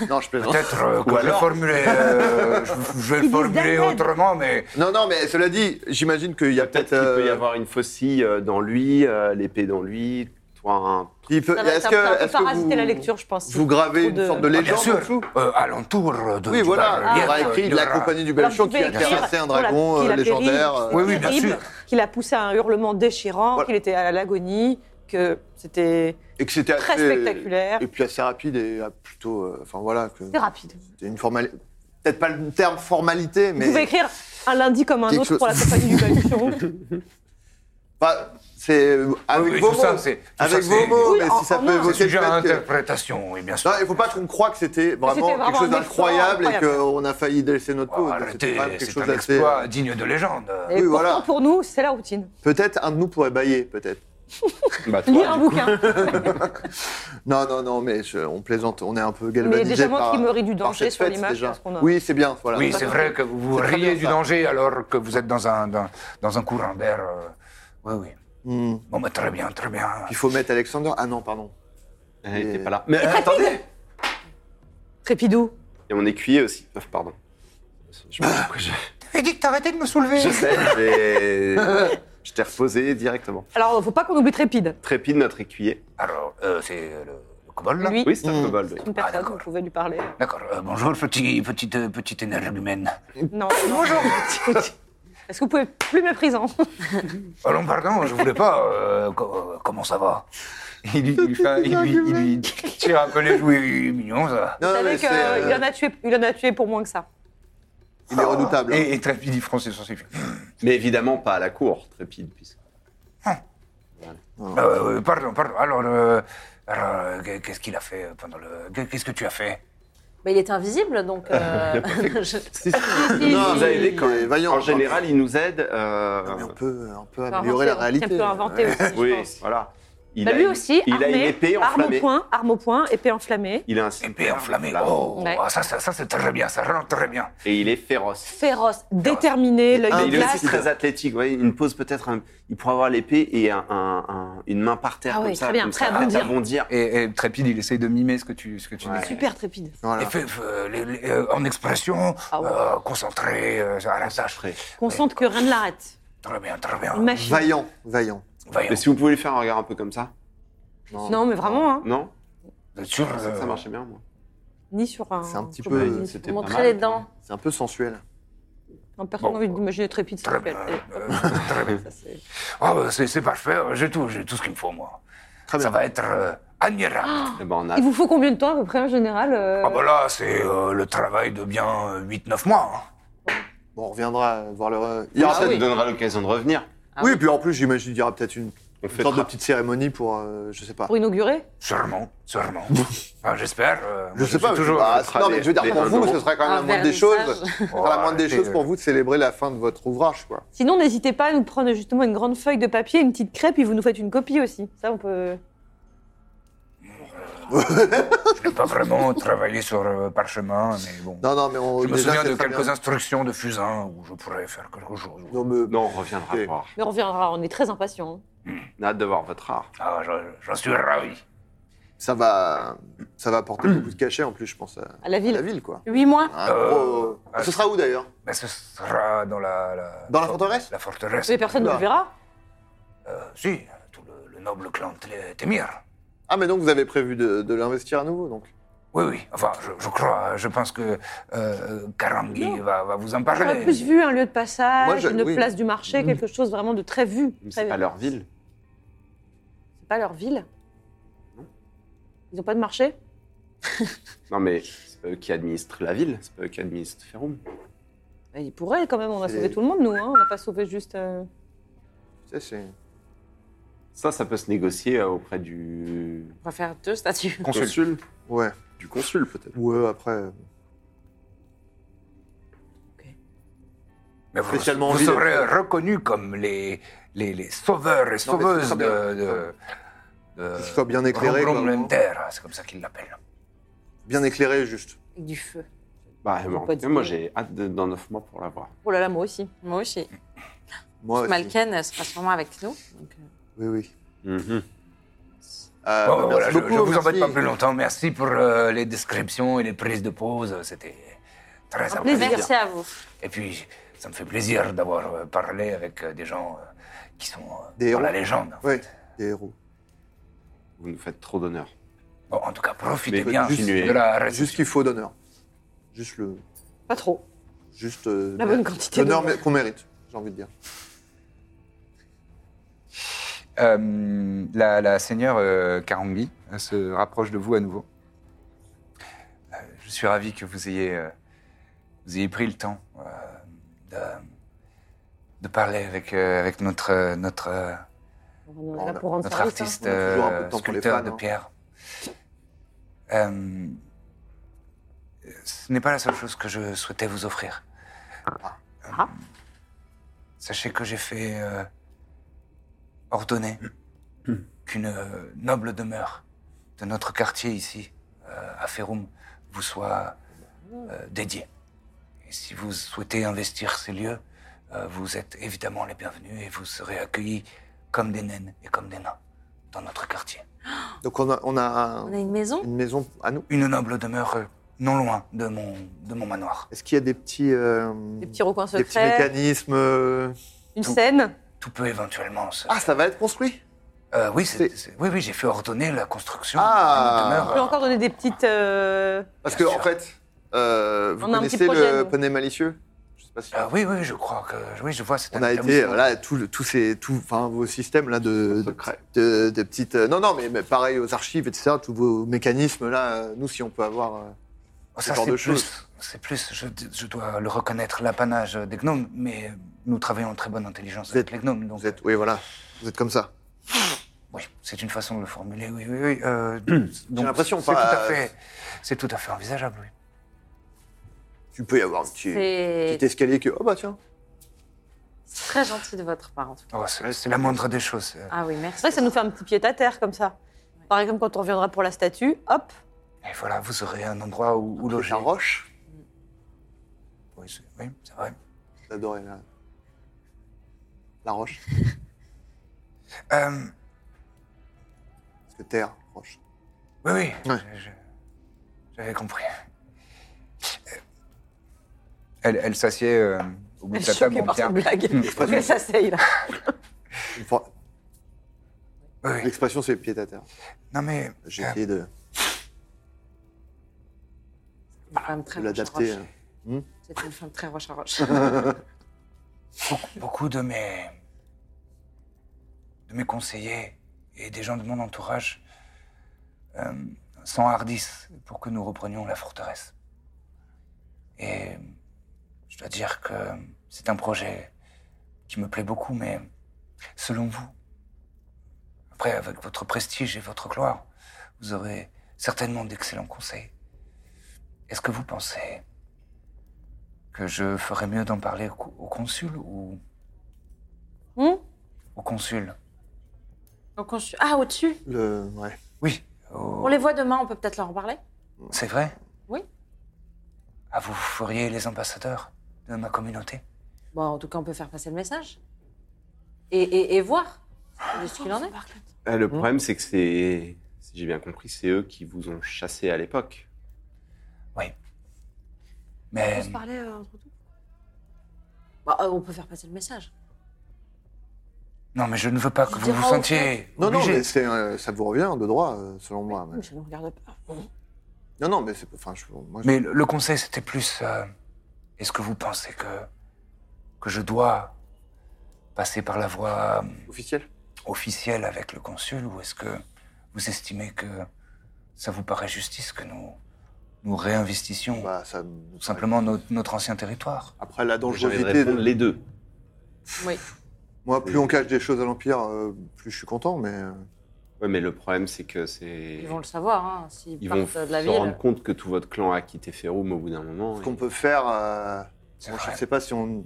Speaker 4: Non, je plaisante.
Speaker 1: Peut-être euh, que
Speaker 3: Ou
Speaker 1: je vais
Speaker 3: alors-
Speaker 1: formuler, euh, je, je vais le
Speaker 2: Ils disent
Speaker 1: formuler
Speaker 2: David.
Speaker 1: autrement, mais
Speaker 4: Non, non, mais cela dit, j'imagine qu'il y a
Speaker 3: Peut-être
Speaker 4: peut-être.
Speaker 3: qu'il peut y
Speaker 4: euh,
Speaker 3: avoir une faucille euh, dans lui, euh, l'épée dans lui, toi un.
Speaker 4: il peut-
Speaker 2: Ça va
Speaker 4: Est-ce
Speaker 2: ça
Speaker 4: que.
Speaker 2: va un peu
Speaker 4: est-ce que
Speaker 2: parasiter
Speaker 4: vous-
Speaker 2: la lecture, je pense.
Speaker 4: Vous gravez
Speaker 2: Trop
Speaker 4: une
Speaker 2: de-
Speaker 4: sorte de
Speaker 1: Ah, bien
Speaker 4: légende en dessous
Speaker 1: sûr, euh, alentour de
Speaker 4: Oui,
Speaker 1: du
Speaker 4: voilà,
Speaker 1: bas-relief,
Speaker 4: on aura
Speaker 1: euh,
Speaker 4: écrit
Speaker 1: il
Speaker 4: de la
Speaker 1: aura-
Speaker 4: compagnie du
Speaker 2: Alors,
Speaker 4: Belchon
Speaker 2: vous
Speaker 4: qui
Speaker 2: pouvez
Speaker 4: a
Speaker 2: écrire,
Speaker 4: traversé un
Speaker 2: voilà,
Speaker 4: dragon euh,
Speaker 2: qu'il a péri,
Speaker 4: légendaire.
Speaker 2: que
Speaker 4: euh,
Speaker 2: c'était
Speaker 1: Oui, oui, bien
Speaker 2: terrible,
Speaker 1: sûr.
Speaker 2: Qu'il a poussé à un hurlement déchirant,
Speaker 4: Voilà.
Speaker 2: qu'il était à l'agonie, que c'était
Speaker 4: Et que c'était
Speaker 2: très
Speaker 4: assez-
Speaker 2: spectaculaire.
Speaker 4: Et puis assez rapide et ah, plutôt. euh, Enfin voilà, que
Speaker 2: C'était rapide.
Speaker 4: c'était une formalité. Peut-être pas le terme formalité, mais.
Speaker 2: Vous pouvez écrire un lundi comme un
Speaker 4: Quelque
Speaker 2: autre
Speaker 4: chose-
Speaker 2: pour la compagnie du Baluchon.
Speaker 4: Bah, c'est. euh, Avec
Speaker 1: Ah Oui,
Speaker 4: vos
Speaker 1: tout
Speaker 4: mots.
Speaker 1: ça, c'est- tout ça,
Speaker 4: avec vos
Speaker 1: c'est-
Speaker 4: mots,
Speaker 2: Oui,
Speaker 4: mais
Speaker 2: en-
Speaker 4: si ça
Speaker 2: en
Speaker 4: peut
Speaker 2: un.
Speaker 1: C'est
Speaker 4: évoquer le
Speaker 1: sujet à
Speaker 4: fait que. Ah,
Speaker 1: interprétation, oui, bien sûr.
Speaker 4: Non, il faut pas qu'on croie que c'était vraiment
Speaker 2: vraiment
Speaker 4: quelque chose
Speaker 2: un exploit
Speaker 4: d'incroyable et
Speaker 2: incroyable.
Speaker 4: qu'on a failli délaisser notre peau.
Speaker 1: Oh,
Speaker 4: Donc, c'était
Speaker 1: arrêtez,
Speaker 4: quand même quelque
Speaker 1: c'est
Speaker 4: chose
Speaker 1: un
Speaker 4: d'assez.
Speaker 1: exploit digne de légende.
Speaker 2: Et
Speaker 4: Oui,
Speaker 2: pourtant,
Speaker 4: voilà.
Speaker 2: pour nous, c'est la routine.
Speaker 4: Peut-être un de nous pourrait bailler, peut-être.
Speaker 3: Bah, toi,
Speaker 2: Lire un bouquin.
Speaker 4: Non, non, non, mais je- on plaisante, on est un peu
Speaker 2: Mais
Speaker 4: galvanisé.
Speaker 2: déjà,
Speaker 4: par-
Speaker 2: moi, qui me ris du
Speaker 4: par
Speaker 2: danger
Speaker 4: cette
Speaker 2: sur
Speaker 4: fête,
Speaker 2: l'image,
Speaker 4: déjà.
Speaker 2: parce qu'on a.
Speaker 4: Oui, c'est bien, voilà.
Speaker 1: Oui, c'est vrai que vous vous
Speaker 4: C'est très
Speaker 1: riez
Speaker 4: bien,
Speaker 1: du
Speaker 4: ça.
Speaker 1: danger alors que vous êtes dans un, dans, dans un courant d'air. euh, Oui, oui.
Speaker 4: Hmm.
Speaker 1: Bon, bah, très bien, très bien.
Speaker 4: Il faut mettre Alexander. Ah non, pardon.
Speaker 3: Eh,
Speaker 4: Et-
Speaker 3: t'es pas là. Mais attendez
Speaker 2: Trépidou.
Speaker 3: Et on est cuillé aussi. Oh, pardon. Je sais pas pourquoi je-
Speaker 1: Et dit que t'arrêtais de me soulever.
Speaker 3: je sais, j'ai- je t'ai reposé directement.
Speaker 2: Alors, faut pas qu'on oublie Trépide.
Speaker 3: Trépide, notre écuyer.
Speaker 1: Alors, euh, c'est euh, le, le kobold, là
Speaker 2: Lui,
Speaker 3: Oui, c'est
Speaker 4: Mm.
Speaker 3: un kobold. oui.
Speaker 2: une
Speaker 1: Ah,
Speaker 2: personne,
Speaker 1: d'accord.
Speaker 2: on pouvait lui parler.
Speaker 1: D'accord. euh, bonjour, petit, petite, euh, petite énergumène.
Speaker 2: Non. Bonjour. Est-ce que vous pouvez être plus hein? méprisant
Speaker 1: Oh non, pardon, je voulais pas. euh, co- euh, comment ça va il, lui- il, lui fait un- il, lui- il lui tire un peu les joues. il est mignon, ça.
Speaker 4: Non,
Speaker 2: Vous savez
Speaker 4: mais
Speaker 2: qu'il
Speaker 4: c'est, euh,
Speaker 2: en a tué, il en a tué pour moins que ça.
Speaker 4: il est redoutable. hein.
Speaker 1: Et, et Trépide, il fronce les sourcils.
Speaker 3: Mais évidemment, pas à la cour, Trépide. Puisque...
Speaker 1: Euh, pardon, pardon. Alors, euh, alors, euh, qu'est- qu'est-ce qu'il a fait pendant le. Qu'est-ce que tu as fait
Speaker 5: Mais il était invisible, donc. euh, je-
Speaker 3: Si, si,
Speaker 4: si,
Speaker 3: il nous a
Speaker 4: si.
Speaker 3: aidé quand
Speaker 4: Il est
Speaker 3: même.
Speaker 4: vaillant.
Speaker 3: en général, il nous aide. euh,
Speaker 4: Non, mais on peut, on peut
Speaker 2: On peut
Speaker 4: améliorer la
Speaker 2: inventer, on-
Speaker 4: réalité.
Speaker 2: On peut inventer
Speaker 4: Ouais.
Speaker 2: aussi, je
Speaker 3: Oui,
Speaker 2: pense.
Speaker 3: voilà. Il
Speaker 2: Bah, lui
Speaker 3: une-
Speaker 2: aussi,
Speaker 3: il a
Speaker 2: armé,
Speaker 3: une épée
Speaker 2: arme au
Speaker 3: enflammée.
Speaker 2: point, arme au point, épée enflammée,
Speaker 3: Il a un cimeter
Speaker 1: Épée enflammée.
Speaker 3: enflammé.
Speaker 1: Oh,
Speaker 2: Ouais.
Speaker 1: ah, ça, ça, ça, c'est très bien, ça rentre très bien.
Speaker 3: Et il est féroce.
Speaker 2: féroce, déterminé,
Speaker 3: Mais
Speaker 4: Ah,
Speaker 2: l'œil
Speaker 3: il est aussi
Speaker 2: glace.
Speaker 4: classe.
Speaker 3: très athlétique. ouais, Il pose peut-être un- Il pourrait avoir l'épée et un- un- un- une main par terre
Speaker 5: Ah
Speaker 3: comme
Speaker 5: oui,
Speaker 3: ça.
Speaker 5: très bien,
Speaker 3: comme
Speaker 5: prêt
Speaker 3: ça,
Speaker 5: à bondir.
Speaker 1: Et, et Trépide, il essaye de mimer ce que tu, ce que tu
Speaker 3: Ouais.
Speaker 1: dis.
Speaker 2: Super trépide.
Speaker 4: Voilà.
Speaker 1: Et fait, euh, les- les- euh, en expression,
Speaker 2: Ah ouais.
Speaker 1: euh, concentré, euh, à la tâche.
Speaker 3: Après.
Speaker 2: Qu'on sente que rien ne l'arrête.
Speaker 1: Très bien, très bien.
Speaker 2: Une machine.
Speaker 4: Vaillant, vaillant.
Speaker 1: Voyons.
Speaker 3: Mais si vous pouvez lui faire un regard un peu comme ça,
Speaker 2: Non, mais vraiment, hein.
Speaker 3: non
Speaker 1: Vous êtes sûr
Speaker 3: Je pensais que
Speaker 1: euh,
Speaker 3: Ça marchait bien, moi.
Speaker 2: Ni sur un.
Speaker 4: C'est un petit
Speaker 2: sur
Speaker 4: peu-
Speaker 2: une-
Speaker 3: C'était pas
Speaker 5: Montrer
Speaker 3: mal.
Speaker 5: les dents.
Speaker 4: C'est un peu sensuel.
Speaker 2: Non, personne
Speaker 1: Bon.
Speaker 2: n'a envie d'imaginer trépide.
Speaker 1: Très
Speaker 2: s'il
Speaker 1: bien.
Speaker 2: vous plaît.
Speaker 1: euh, très bien.
Speaker 2: Ça, c'est-
Speaker 1: Ah, bah, c'est c'est parfait, euh, j'ai tout, j'ai tout ce qu'il me faut, moi.
Speaker 4: Très
Speaker 1: Ça
Speaker 4: bien.
Speaker 1: va être euh, admirable.
Speaker 3: Eh ben, on a-
Speaker 2: Il vous faut combien de temps à peu près en général Ah, euh,
Speaker 1: Ah, bah là, c'est euh, le travail de bien euh, 8-9 mois. hein.
Speaker 4: Bon, on reviendra voir le. Il y
Speaker 3: Ça
Speaker 4: aura
Speaker 1: Ah
Speaker 3: nous
Speaker 4: peut-être-
Speaker 3: donnera l'occasion de revenir.
Speaker 5: Ah
Speaker 4: oui,
Speaker 5: oui.
Speaker 4: puis en plus, j'imagine qu'il y aura peut-être une,
Speaker 3: On
Speaker 4: une
Speaker 3: fait
Speaker 4: sorte de petite cérémonie pour, euh, je sais pas.
Speaker 2: Pour inaugurer
Speaker 1: Sûrement, sûrement. Ah, J'espère. euh,
Speaker 4: Je
Speaker 1: moi,
Speaker 4: sais
Speaker 1: suis
Speaker 4: pas, mais-
Speaker 1: toujours.
Speaker 4: bah,
Speaker 3: fera
Speaker 4: non,
Speaker 3: des-
Speaker 4: mais je veux dire,
Speaker 3: des
Speaker 4: pour vous,
Speaker 3: indons.
Speaker 4: ce serait quand même
Speaker 5: Un
Speaker 4: la moindre des choses.
Speaker 5: vernissage.
Speaker 4: ce sera la moindre des
Speaker 1: Oh,
Speaker 4: choses pour vous de célébrer la fin de votre ouvrage, quoi.
Speaker 2: Sinon, n'hésitez pas à nous prendre justement une grande feuille de papier, une petite crêpe, et vous nous faites une copie aussi. Ça, on peut.
Speaker 1: Je n'ai pas vraiment travaillé sur euh, parchemin, mais bon.
Speaker 4: Non, non, mais on.
Speaker 1: je me
Speaker 4: déjà,
Speaker 1: souviens
Speaker 4: c'est
Speaker 1: de
Speaker 4: très
Speaker 1: quelques
Speaker 4: bien.
Speaker 1: instructions de fusain où je pourrais faire quelque chose.
Speaker 4: Non, mais-
Speaker 3: Non, on reviendra
Speaker 4: Ok.
Speaker 3: voir.
Speaker 2: Mais on reviendra, on est très impatients.
Speaker 3: On a hâte de voir votre art.
Speaker 1: Ah, j'en- j'en suis ravi.
Speaker 4: ça va. Ça va apporter beaucoup de cachet en plus, je pense, à,
Speaker 2: hein, À la
Speaker 4: à
Speaker 2: ville.
Speaker 4: la ville, quoi.
Speaker 2: 8 mois
Speaker 4: Un
Speaker 1: Euh,
Speaker 4: gros-
Speaker 1: ouais.
Speaker 4: Ce sera où d'ailleurs
Speaker 1: Bah, ce sera dans la. la-
Speaker 4: Dans la forteresse
Speaker 1: La forteresse.
Speaker 2: Mais personne ne le
Speaker 4: Bah.
Speaker 2: verra.
Speaker 1: Euh, si, tout le, le noble clan Tle- Temir.
Speaker 4: Ah, mais donc vous avez prévu de, de l'investir à nouveau, donc.
Speaker 1: Oui, oui, enfin, je, je crois, je pense que euh, Karangi va, va vous en
Speaker 2: J'aurais
Speaker 1: parler.
Speaker 2: plus vu un lieu de
Speaker 4: Moi,
Speaker 2: passage,
Speaker 4: je-
Speaker 2: une
Speaker 4: oui.
Speaker 2: place du marché, quelque chose vraiment de très vu.
Speaker 3: Mais
Speaker 2: Très-
Speaker 3: C'est pas leur ville.
Speaker 2: C'est pas leur ville. Ils n'ont pas de marché
Speaker 3: Non, mais c'est pas eux qui administrent la ville, c'est pas eux qui administrent Ferrum.
Speaker 2: Mais Bah, Ils pourraient quand même, on a
Speaker 4: C'est-
Speaker 2: sauvé tout le monde, nous. hein. On n'a pas sauvé juste. euh,
Speaker 4: Tu sais, c'est.
Speaker 3: Ça, ça peut se négocier euh, auprès du
Speaker 5: On va faire deux statues.
Speaker 1: Consul.
Speaker 4: Ouais.
Speaker 3: Du consul, peut-être.
Speaker 4: Ouais, après. euh,
Speaker 1: Mais vous,
Speaker 4: Spécialement en
Speaker 1: vous
Speaker 4: ville.
Speaker 1: serez reconnus comme les, les, les sauveurs et
Speaker 4: Non, mais
Speaker 1: sauveuses
Speaker 4: ce sera
Speaker 1: de.
Speaker 4: bien.
Speaker 1: de, de
Speaker 4: Que ce soit bien éclairé, quoi.
Speaker 1: Roglomlenter, c'est comme ça qu'ils l'appellent.
Speaker 4: Bien éclairé, juste.
Speaker 5: Avec du feu.
Speaker 3: Bah,
Speaker 2: Ils ont
Speaker 3: bon,
Speaker 2: pas d'idée.
Speaker 3: moi, j'ai hâte de- dans 9 mois pour la voir.
Speaker 2: Oh là là, moi aussi.
Speaker 5: Moi aussi.
Speaker 4: Moi aussi.
Speaker 5: Malken elle sera sûrement avec nous. donc, euh,
Speaker 4: Oui, oui.
Speaker 3: Mhm.
Speaker 1: Bon,
Speaker 4: Euh, bah, merci
Speaker 1: Oh, voilà, je,
Speaker 4: beaucoup,
Speaker 1: je vous
Speaker 4: merci.
Speaker 1: embête pas plus longtemps. Merci pour euh, les descriptions et les prises de pause. C'était très
Speaker 2: Un
Speaker 1: apprécié.
Speaker 5: Merci à vous.
Speaker 1: Et puis, ça me fait plaisir d'avoir euh, parlé avec euh, des gens euh, qui sont euh,
Speaker 4: Des
Speaker 1: dans la
Speaker 4: héros.
Speaker 1: légende.
Speaker 4: Ouais, des héros.
Speaker 3: Vous nous faites trop d'honneur.
Speaker 1: Bon, en tout cas, profitez
Speaker 3: Mais
Speaker 1: bien
Speaker 3: juste-
Speaker 1: de la
Speaker 4: Juste
Speaker 1: réception.
Speaker 4: qu'il faut d'honneur. Juste le.
Speaker 2: Pas trop.
Speaker 4: Juste. euh,
Speaker 2: La bonne quantité.
Speaker 4: L'honneur
Speaker 2: de-
Speaker 4: mé- qu'on mérite, j'ai envie de dire.
Speaker 1: Euh, la, la seigneur euh, Karangi euh, se rapproche de vous à nouveau. Euh, je suis ravi que vous ayez, euh, vous ayez pris le temps euh, de, de parler avec, euh, avec notre, euh, notre, euh,
Speaker 2: On est là
Speaker 4: Bon,
Speaker 2: pour rendre
Speaker 1: notre
Speaker 2: service,
Speaker 1: artiste
Speaker 4: hein. On a toujours un peu de
Speaker 1: euh,
Speaker 4: temps pour les
Speaker 1: sculpteur
Speaker 4: fans,
Speaker 1: de
Speaker 4: hein.
Speaker 1: pierre. Euh, ce n'est pas la seule chose que je souhaitais vous offrir. Euh,
Speaker 2: Ah.
Speaker 1: Sachez que j'ai fait euh, ordonner qu'une euh, noble demeure de notre quartier ici, euh, à Ferrum, vous soit euh, dédiée. Et si vous souhaitez investir ces lieux, euh, vous êtes évidemment les bienvenus et vous serez accueillis comme des naines et comme des nains dans notre quartier.
Speaker 4: Donc on a, on a, un-
Speaker 5: On a une maison
Speaker 4: une maison à nous.
Speaker 1: Une noble demeure euh, non loin de mon, de mon manoir.
Speaker 4: Est-ce qu'il y a des petits, euh,
Speaker 2: Des petits recoins
Speaker 4: des petits
Speaker 2: secrets,
Speaker 4: mécanismes euh,
Speaker 2: une scène.
Speaker 1: Tout peut éventuellement se...
Speaker 4: Ah, ça va être construit
Speaker 1: Euh, oui, c'est-
Speaker 4: c'est-
Speaker 1: c'est- oui, oui, j'ai fait ordonner la construction
Speaker 4: Ah.
Speaker 1: d'une
Speaker 2: On
Speaker 1: demeure.
Speaker 2: peut encore donner des petites. euh,
Speaker 4: Parce que
Speaker 1: Bien
Speaker 4: en
Speaker 1: sûr.
Speaker 4: fait, euh, vous
Speaker 2: On a un petit
Speaker 4: connaissez
Speaker 2: projet,
Speaker 4: le
Speaker 2: nous.
Speaker 4: poney malicieux Je sais pas si.
Speaker 1: Euh, oui, oui, je crois que... Oui, je vois cette
Speaker 4: On a été
Speaker 1: intermission.
Speaker 4: euh, là tout le- tous ces tout enfin vos systèmes là de de,
Speaker 3: Secret.
Speaker 4: de- de petites euh, non non mais, mais pareil aux archives etc tous vos mécanismes là euh, nous si on peut avoir euh,
Speaker 1: Oh,
Speaker 4: ce
Speaker 1: ça,
Speaker 4: genre
Speaker 1: c'est
Speaker 4: de
Speaker 1: plus, c'est plus, je, je dois le reconnaître, l'apanage des gnomes, mais nous travaillons en très bonne intelligence
Speaker 4: Vous
Speaker 1: avec
Speaker 4: êtes-
Speaker 1: les gnomes, donc
Speaker 4: vous êtes oui voilà vous êtes comme ça
Speaker 1: Oui, c'est une façon de le formuler, oui, oui, oui. euh, donc,
Speaker 4: l'impression, euh,
Speaker 1: c'est
Speaker 4: pas-
Speaker 1: tout à fait- C'est tout à fait envisageable, oui.
Speaker 4: tu peux y avoir un petit,
Speaker 5: C'est
Speaker 4: petit escalier que oh bah tiens
Speaker 5: c'est très gentil de votre part, en tout cas.
Speaker 1: Oh, c'est c'est la moindre des choses. euh,
Speaker 5: Ah oui, merci.
Speaker 2: C'est vrai que ça nous fait un petit pied à terre comme ça. Par exemple, quand on reviendra pour la statue, hop,
Speaker 1: Et voilà, vous aurez un endroit où, où loger.
Speaker 4: la roche
Speaker 1: Oui, c'est oui, c'est vrai.
Speaker 4: j'adorais la la roche
Speaker 1: Euh,
Speaker 4: parce que terre roche
Speaker 1: oui, oui,
Speaker 4: Ouais.
Speaker 1: je- je- j'avais compris. Euh, Elle, elle s'assied euh, au bout
Speaker 2: elle
Speaker 1: de
Speaker 2: est
Speaker 1: la table Hum.
Speaker 2: choquée
Speaker 1: en
Speaker 2: par
Speaker 1: pierre.
Speaker 2: cette blague. Elle s'asseye là.
Speaker 4: Une fois-
Speaker 1: Oui, oui.
Speaker 4: l'expression c'est pied à terre
Speaker 1: Non, mais
Speaker 4: j'ai
Speaker 1: euh,
Speaker 4: essayé de,
Speaker 5: C'est quand même très
Speaker 4: de
Speaker 5: roche à
Speaker 4: l'adapter
Speaker 5: roche.
Speaker 4: euh.
Speaker 5: C'est une femme très roche à roche.
Speaker 1: beaucoup, beaucoup de mes, de mes conseillers et des gens de mon entourage euh, s'enhardissent pour que nous reprenions la forteresse. Et je dois dire que c'est un projet qui me plaît beaucoup, mais selon vous, après avec votre prestige et votre gloire, vous aurez certainement d'excellents conseils. Est-ce que vous pensez que je ferais mieux d'en parler au, co- au consul ou
Speaker 2: Hmm
Speaker 1: au consul
Speaker 5: Donc on... Ah, au-dessus
Speaker 4: le ouais
Speaker 1: Oui. au-
Speaker 5: On les voit demain, on peut peut-être leur en parler
Speaker 1: C'est vrai
Speaker 5: Oui.
Speaker 1: Ah, vous feriez les ambassadeurs de ma communauté
Speaker 5: Bon, en tout cas, on peut faire passer le message. Et, et, et voir de ce qu'il en est.
Speaker 3: Eh,
Speaker 5: Hein
Speaker 3: Ah, le problème, c'est que c'est si j'ai bien compris, c'est eux qui vous ont chassé à l'époque.
Speaker 1: Mais
Speaker 5: On se parlait euh, entre nous Bah, euh, On peut faire passer le message.
Speaker 1: non, mais je ne veux pas que
Speaker 5: Tu
Speaker 1: vous vous
Speaker 5: diras au
Speaker 1: sentiez
Speaker 4: Non, non,
Speaker 1: obligé.
Speaker 4: mais c'est, euh, ça vous revient de droit, euh, selon moi. mais-
Speaker 5: Je ne regarde pas.
Speaker 4: Non, non, mais c'est. Enfin, je- moi, je-
Speaker 1: Mais le le conseil, c'était plus. euh, Est-ce que vous pensez que que je dois passer par la voie euh,
Speaker 4: officiel.
Speaker 1: officielle avec le consul ou est-ce que vous estimez que ça vous paraît justice que nous nous réinvestissions
Speaker 4: Bah, ça. me-
Speaker 1: tout simplement notre, notre ancien territoire
Speaker 4: Après, la
Speaker 3: J'ai envie de
Speaker 4: dangerosité.
Speaker 3: répondre
Speaker 4: de-
Speaker 3: les deux.
Speaker 4: Moi, plus on cache des choses à l'Empire, euh, plus je suis content, mais. euh,
Speaker 3: Ouais, mais le problème, c'est que c'est.
Speaker 5: Ils vont le savoir, hein, s'ils
Speaker 3: Ils
Speaker 5: partent
Speaker 3: vont
Speaker 5: de la
Speaker 3: se
Speaker 5: ville.
Speaker 3: rendre compte que tout votre clan a quitté Ferrum au bout d'un moment.
Speaker 4: Ce
Speaker 3: et-
Speaker 4: qu'on peut faire. euh,
Speaker 1: C'est
Speaker 4: bon, je
Speaker 1: vrai.
Speaker 4: ne sais pas si on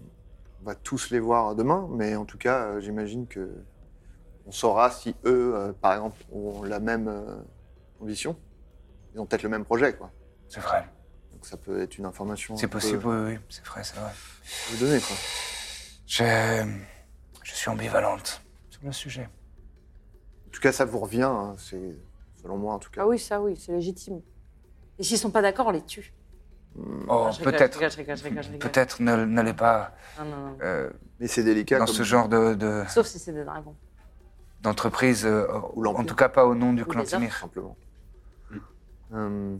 Speaker 4: va tous les voir demain, mais en tout cas, euh, j'imagine que on saura si eux, euh, par exemple, ont la même euh, ambition. Ils ont peut-être le même projet, quoi.
Speaker 1: C'est vrai.
Speaker 4: Donc ça peut être une information.
Speaker 1: C'est
Speaker 4: qu'on peut
Speaker 1: possible, oui, oui, c'est vrai, c'est vrai.
Speaker 4: Vous donner, quoi.
Speaker 1: Je, je suis ambivalente sur le sujet.
Speaker 4: En tout cas, ça vous revient. hein, C'est selon moi, en tout cas.
Speaker 5: Ah oui, ça oui, c'est légitime. Et s'ils sont pas d'accord, on les tue.
Speaker 1: Oh,
Speaker 5: Non, je rigole,
Speaker 1: peut-être.
Speaker 5: je rigole, je rigole, je rigole, je rigole.
Speaker 1: Peut-être ne- n'allez pas
Speaker 5: Non, non, non.
Speaker 1: euh,
Speaker 4: Mais c'est délicat.
Speaker 1: dans
Speaker 4: comme-
Speaker 1: ce genre de, de-
Speaker 5: Sauf si c'est des dragons.
Speaker 1: d'entreprise, euh,
Speaker 4: Ou l'Empire.
Speaker 1: en tout cas pas au nom du
Speaker 5: Ou des
Speaker 1: clan
Speaker 4: tout
Speaker 1: Timir.
Speaker 4: simplement.
Speaker 3: Mm.
Speaker 4: Hum,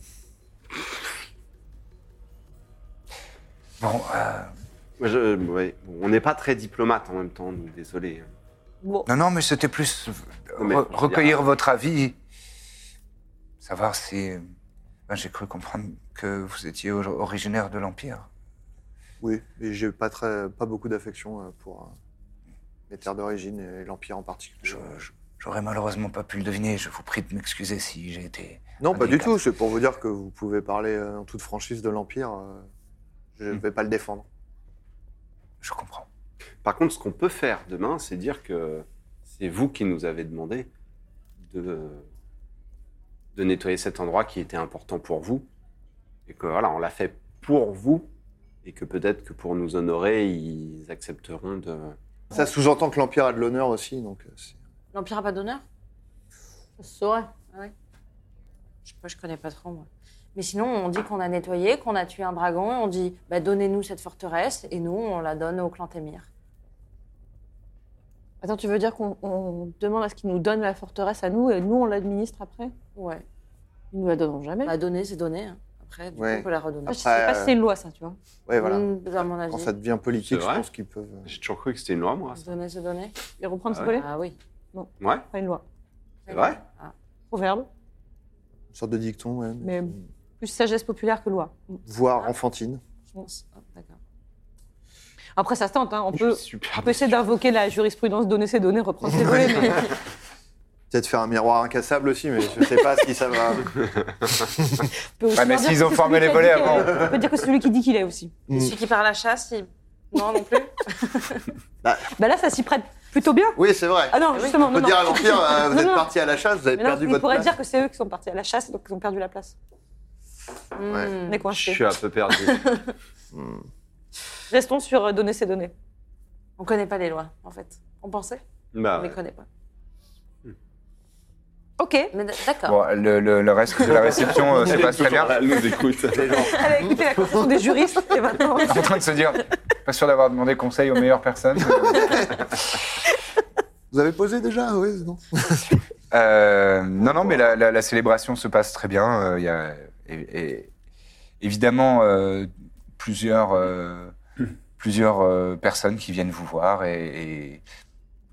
Speaker 1: Bon, euh,
Speaker 3: Moi, je- ouais. Bon, on n'est pas très diplomate en même temps, donc désolé. hein.
Speaker 5: Bon,
Speaker 1: non, non, mais c'était plus euh,
Speaker 3: Non, mais-
Speaker 1: re- recueillir votre avis, savoir si. ben, J'ai cru comprendre que vous étiez or- originaire de l'Empire.
Speaker 4: oui, mais j'ai pas très, pas beaucoup d'affection euh, pour euh, les terres d'origine et l'empire en particulier.
Speaker 1: Je- je- J'aurais malheureusement pas pu le deviner. Je vous prie de m'excuser si j'ai été.
Speaker 4: Non, pas du
Speaker 1: Indélicat.
Speaker 4: tout. C'est pour vous dire que vous pouvez parler euh, en toute franchise de l'Empire. euh, Je ne
Speaker 3: Mm.
Speaker 1: Hmm.
Speaker 4: vais pas le défendre.
Speaker 1: Je comprends.
Speaker 3: Par contre, ce qu'on peut faire demain, c'est dire que c'est vous qui nous avez demandé de, de nettoyer cet endroit qui était important pour vous. Et que voilà, on l'a fait pour vous. Et que peut-être que pour nous honorer, ils accepteront de.
Speaker 4: Ça sous-entend que l'Empire a de l'honneur aussi. Donc, euh, c'est-
Speaker 5: l'Empire a pas d'honneur Ça se saurait. Ah ouais. Je sais pas, je connais pas trop, moi. Mais sinon, on dit qu'on a nettoyé, qu'on a tué un dragon, on dit bah, donnez-nous cette forteresse, et nous, on la donne au clan Témir.
Speaker 6: Attends, tu veux dire qu'on on demande à ce qu'ils nous donnent la forteresse à nous et nous on l'administre après
Speaker 5: Ouais.
Speaker 6: Ils nous la donneront jamais.
Speaker 5: Bah, donner, c'est donner. hein. Après, du
Speaker 4: Ouais.
Speaker 5: coup, on peut la redonner.
Speaker 6: Moi, je sais
Speaker 4: après,
Speaker 6: pas si
Speaker 1: euh,
Speaker 6: c'est une loi, ça, tu vois.
Speaker 4: ouais, voilà.
Speaker 5: Mm, à mon avis.
Speaker 4: Quand ça devient politique,
Speaker 3: C'est
Speaker 4: je
Speaker 3: vrai
Speaker 4: pense qu'ils peuvent. euh,
Speaker 3: J'ai toujours cru que c'était une loi, moi. ça.
Speaker 5: Donner, c'est donner.
Speaker 6: Et reprendre
Speaker 3: Ah
Speaker 6: ce volet,
Speaker 5: Ah oui.
Speaker 3: Ouais,
Speaker 6: c'est pas une loi.
Speaker 3: c'est vrai.
Speaker 6: Proverbe,
Speaker 4: Une sorte de dicton, ouais, mais-
Speaker 6: Mais- plus sagesse populaire que loi.
Speaker 4: voire
Speaker 5: ah.
Speaker 4: enfantine.
Speaker 5: Je pense. Ah, D'accord.
Speaker 6: Après, ça se tente, hein. on, peut,
Speaker 3: Super.
Speaker 6: on peut essayer d'invoquer la jurisprudence, donner ses données, reprendre ses volets. mais-
Speaker 4: Peut-être faire un miroir incassable aussi, mais je sais pas si ça va.
Speaker 6: peut aussi
Speaker 1: Ouais, mais
Speaker 6: leur dire
Speaker 1: s'ils
Speaker 6: que
Speaker 1: ont
Speaker 6: c'est
Speaker 1: formé
Speaker 6: celui qui
Speaker 1: les
Speaker 6: a
Speaker 1: volets
Speaker 6: dit que- On peut dire que c'est celui qui dit qu'il est aussi.
Speaker 5: Et
Speaker 4: Mm.
Speaker 5: Celui qui part à la chasse, il... non non plus.
Speaker 6: Bah là, ça s'y prête plutôt bien.
Speaker 4: Oui, c'est vrai.
Speaker 6: Ah non, justement,
Speaker 4: On
Speaker 6: non,
Speaker 4: peut
Speaker 6: non.
Speaker 4: dire à l'Empire, euh, vous
Speaker 6: Non,
Speaker 4: êtes
Speaker 6: non.
Speaker 4: parti à la chasse, vous avez
Speaker 6: Mais non,
Speaker 4: perdu
Speaker 6: il
Speaker 4: votre
Speaker 6: pourrait
Speaker 4: place.
Speaker 6: dire que c'est eux qui sont partis à la chasse, donc ils ont perdu la place.
Speaker 5: Mmh.
Speaker 4: Ouais.
Speaker 6: On est
Speaker 3: Je
Speaker 6: coincés.
Speaker 3: suis un peu perdu.
Speaker 4: Hmm.
Speaker 6: Restons sur euh, donner ses données.
Speaker 5: On connaît pas les lois en fait. On pensait,
Speaker 4: Ah
Speaker 3: bah,
Speaker 5: on
Speaker 3: ouais.
Speaker 5: les connaît pas.
Speaker 6: Ok.
Speaker 5: Mais d- d'accord.
Speaker 1: Bon, le, le- le reste de la réception euh, se passe très bien.
Speaker 3: Elle nous écoute.
Speaker 6: Elle a écouté la confession des juristes et maintenant.
Speaker 1: Je suis en train de se dire, pas sûr d'avoir demandé conseil aux meilleures personnes.
Speaker 4: Vous avez posé déjà Oui, non
Speaker 1: Euh, non, non, mais la, la- la célébration se passe très bien. Euh, Il y a et- et- évidemment euh, plusieurs, euh, plusieurs euh, personnes qui viennent vous voir et, et-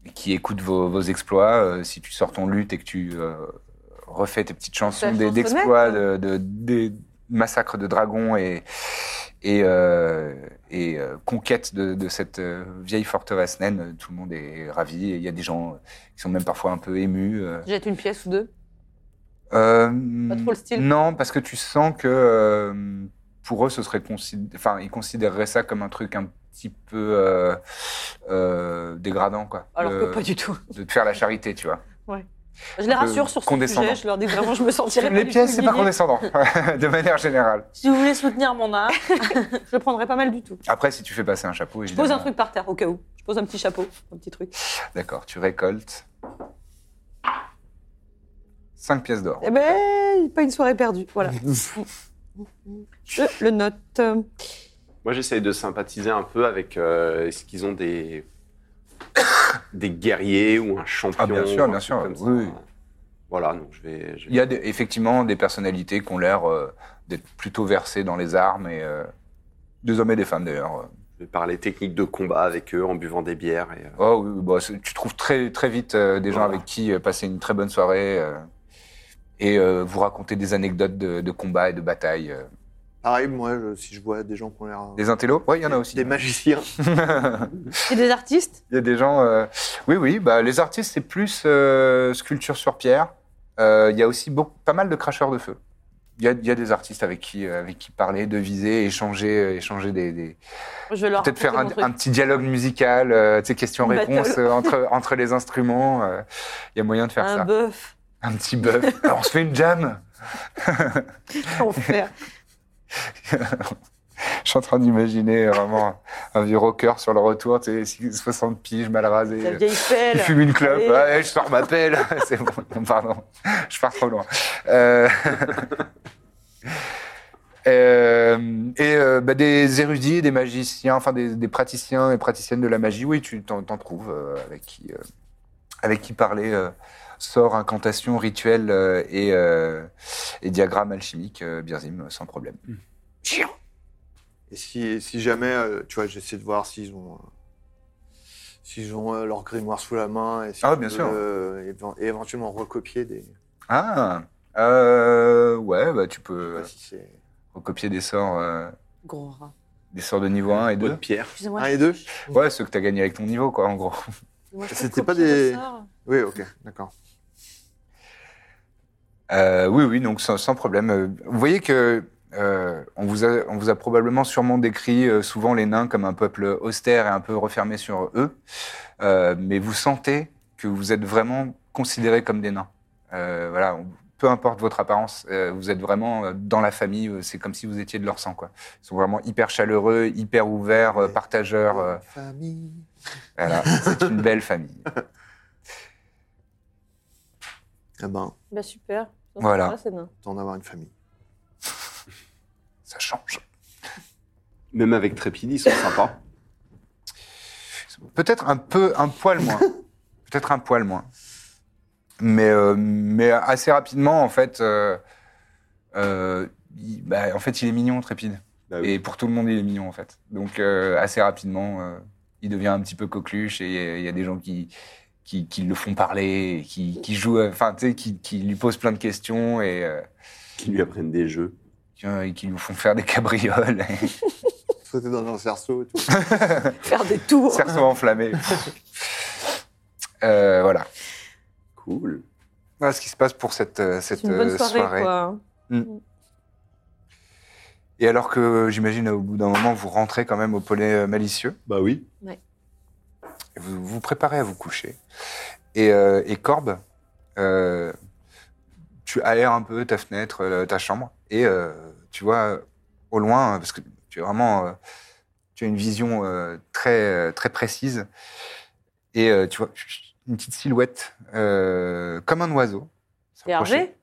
Speaker 1: et qui écoutent vos, vos exploits. Euh, si tu sors ton lutte et que tu euh, refais tes petites chansons des-
Speaker 6: chansonnette,
Speaker 1: d'exploits,
Speaker 6: hein.
Speaker 1: de, de- des massacres de dragons et, et, euh, et euh, conquête de, de cette euh, vieille forteresse naine, euh, tout le monde est ravi. Et Il y a des gens qui sont même parfois un peu émus. euh,
Speaker 6: Jette une pièce ou deux.
Speaker 1: euh,
Speaker 6: Pas trop le style.
Speaker 1: Non, parce que tu sens que euh, pour eux, ce serait consid- enfin, ils considéreraient ça comme un truc un petit peu euh, euh, dégradant, quoi.
Speaker 6: Alors
Speaker 1: de,
Speaker 6: que pas du tout.
Speaker 1: de te faire la charité, tu vois.
Speaker 6: Je les rassure sur ce
Speaker 1: condescendant.
Speaker 6: sujet. Je leur dis que vraiment, je me sentirais
Speaker 1: Les
Speaker 6: du
Speaker 1: pièces,
Speaker 6: tout
Speaker 1: c'est pas
Speaker 6: humiliée.
Speaker 1: condescendant, de manière générale.
Speaker 5: Si vous voulez soutenir mon art,
Speaker 6: Je le prendrais pas mal du tout.
Speaker 1: Après, si tu fais passer un chapeau,
Speaker 6: Je
Speaker 1: évidemment.
Speaker 6: pose un truc par terre au cas où. Je pose un petit chapeau, un petit truc.
Speaker 1: D'accord, tu récoltes. 5 pièces d'or.
Speaker 2: Eh ben, pas une soirée perdue, voilà. Je le note.
Speaker 3: Moi, j'essaye de sympathiser un peu avec. euh, Est-ce qu'ils ont des. des guerriers ou un champion
Speaker 1: Ah, bien sûr,
Speaker 3: ou un
Speaker 1: bien
Speaker 3: truc
Speaker 1: sûr,
Speaker 3: comme ça.
Speaker 1: oui.
Speaker 3: Voilà, non, je vais. je vais-
Speaker 1: Il y a des- effectivement des personnalités qui ont l'air euh, d'être plutôt versées dans les armes, et euh, des hommes et des femmes d'ailleurs. euh,
Speaker 3: je vais parler technique de combat avec eux en buvant des bières. Et, euh,
Speaker 1: Oh oui, oui, bah, c'est- tu trouves très, très vite euh, des gens
Speaker 3: Voilà.
Speaker 1: avec qui euh, passer une très bonne soirée euh, et euh, vous raconter des anecdotes de, de combats et de batailles. euh.
Speaker 4: Pareil, moi, je- si je vois des gens qui ont l'air. euh,
Speaker 1: Des intellos Oui, il y en a aussi.
Speaker 4: Des magiciens.
Speaker 2: C'est des artistes
Speaker 1: Il y a des gens. euh, Oui, oui. Bah, les artistes, c'est plus euh, sculpture sur pierre. Euh, Il y a aussi beaucoup, pas mal de cracheurs de feu. Il y a, il y a des artistes avec qui, euh, avec qui parler, deviser, échanger, euh, échanger des. des-
Speaker 2: Je vais leur
Speaker 1: Peut-être faire un,
Speaker 2: raconter Ah, mon
Speaker 1: un petit dialogue musical, euh, tu sais,
Speaker 2: Une
Speaker 1: questions-réponses
Speaker 2: battle.
Speaker 1: euh, entre, entre les instruments. euh, Il y a moyen de
Speaker 2: truc.
Speaker 1: faire
Speaker 2: un
Speaker 1: ça.
Speaker 2: bœuf.
Speaker 1: Un petit bœuf. Alors, on se fait une jam.
Speaker 2: Enfer.
Speaker 1: Je suis en train d'imaginer euh, vraiment un vieux rocker sur le retour, tu sais, 60 piges, mal rasé.
Speaker 2: La vieille
Speaker 1: Il
Speaker 2: pelle.
Speaker 1: fume une clope.
Speaker 2: Allez.
Speaker 1: Ouais, je sors ma pelle. C'est bon, non, pardon. Je pars trop loin. Euh, euh, et euh, bah, des érudits, des magiciens, enfin des, des praticiens et praticiennes de la magie, oui, tu t'en t'en trouves euh, avec, qui, euh, avec qui parler euh, sort, incantation, rituel euh, et, euh, et diagramme alchimique, euh, Birzim, sans problème.
Speaker 4: Et si, si jamais, euh, tu vois, j'essaie de voir s'ils ont, euh, s'ils ont euh, leur grimoire sous la main et si
Speaker 1: Ah,
Speaker 4: on
Speaker 1: bien
Speaker 4: peut,
Speaker 1: sûr.
Speaker 4: euh, éven- et éventuellement recopier des.
Speaker 1: Ah euh, Ouais, bah, tu
Speaker 4: je sais
Speaker 1: peux
Speaker 4: pas si c'est-
Speaker 1: recopier des sorts, euh,
Speaker 5: Gros rat.
Speaker 1: des sorts de niveau 1 et 2.
Speaker 3: Bonne pierre.
Speaker 5: Excusez-moi.
Speaker 4: Un et deux.
Speaker 1: Ouais, ceux que t'as gagné avec ton niveau, quoi, en gros.
Speaker 5: excusez-moi, je peux
Speaker 4: C'était pas
Speaker 5: copier
Speaker 4: des-
Speaker 5: le sort
Speaker 4: Oui, ok, d'accord.
Speaker 1: Euh, oui, oui, donc sans, sans problème. Euh, Vous voyez que euh, on, vous a, on vous a probablement sûrement décrit euh, souvent les nains comme un peuple austère et un peu refermé sur eux, Euh, mais vous sentez que vous êtes vraiment considérés comme des nains. Euh, voilà, on- peu importe votre apparence, euh, vous êtes vraiment euh, dans la famille. euh, C'est comme si vous étiez de leur sang, quoi. Ils sont vraiment hyper chaleureux, hyper ouverts, euh,
Speaker 4: Ouais.
Speaker 1: partageurs. euh,
Speaker 4: Famille.
Speaker 1: voilà, c'est une belle famille.
Speaker 4: Ah ben,
Speaker 6: Bah super.
Speaker 1: Voilà.
Speaker 6: Ouais, c'est nain.
Speaker 4: d'en avoir une famille.
Speaker 1: Ça change.
Speaker 3: Même avec Trépide, ils sont sympas.
Speaker 1: Peut-être un peu, un poil moins. Peut-être un poil moins. Mais, euh, mais assez rapidement, en fait, euh, euh, il, bah, en fait, il est mignon, Trépide.
Speaker 3: Bah oui.
Speaker 1: Et pour tout le monde, il est mignon, en fait. Donc, euh, assez rapidement, euh, il devient un petit peu coqueluche et il y a des gens qui, qui, qui le font parler, et qui, qui jouent, euh, enfin, tu sais, qui, qui lui posent plein de questions et euh,
Speaker 3: Qui lui apprennent des jeux.
Speaker 1: qui, euh, qui lui font faire des cabrioles.
Speaker 4: Sauter dans un cerceau et tout.
Speaker 2: Faire des tours.
Speaker 1: Cerceau enflammé. Euh, voilà.
Speaker 3: Cool.
Speaker 1: Voilà Ah, ce qui se passe pour cette, euh, cette
Speaker 6: C'est une bonne
Speaker 1: euh,
Speaker 6: soirée, quoi.
Speaker 1: Et alors que euh, j'imagine au bout d'un moment, vous rentrez quand même au poney euh, malicieux,
Speaker 3: Bah oui.
Speaker 1: et vous vous préparez à vous coucher. Et, euh, et Corbe, euh, tu aères un peu ta fenêtre, euh, ta chambre, et euh, tu vois euh, au loin, euh, parce que tu es vraiment, euh, tu as une vision euh, très euh, très précise, et euh, tu vois une petite silhouette euh, comme un oiseau.
Speaker 5: Et
Speaker 1: s'approcher.
Speaker 5: Hervé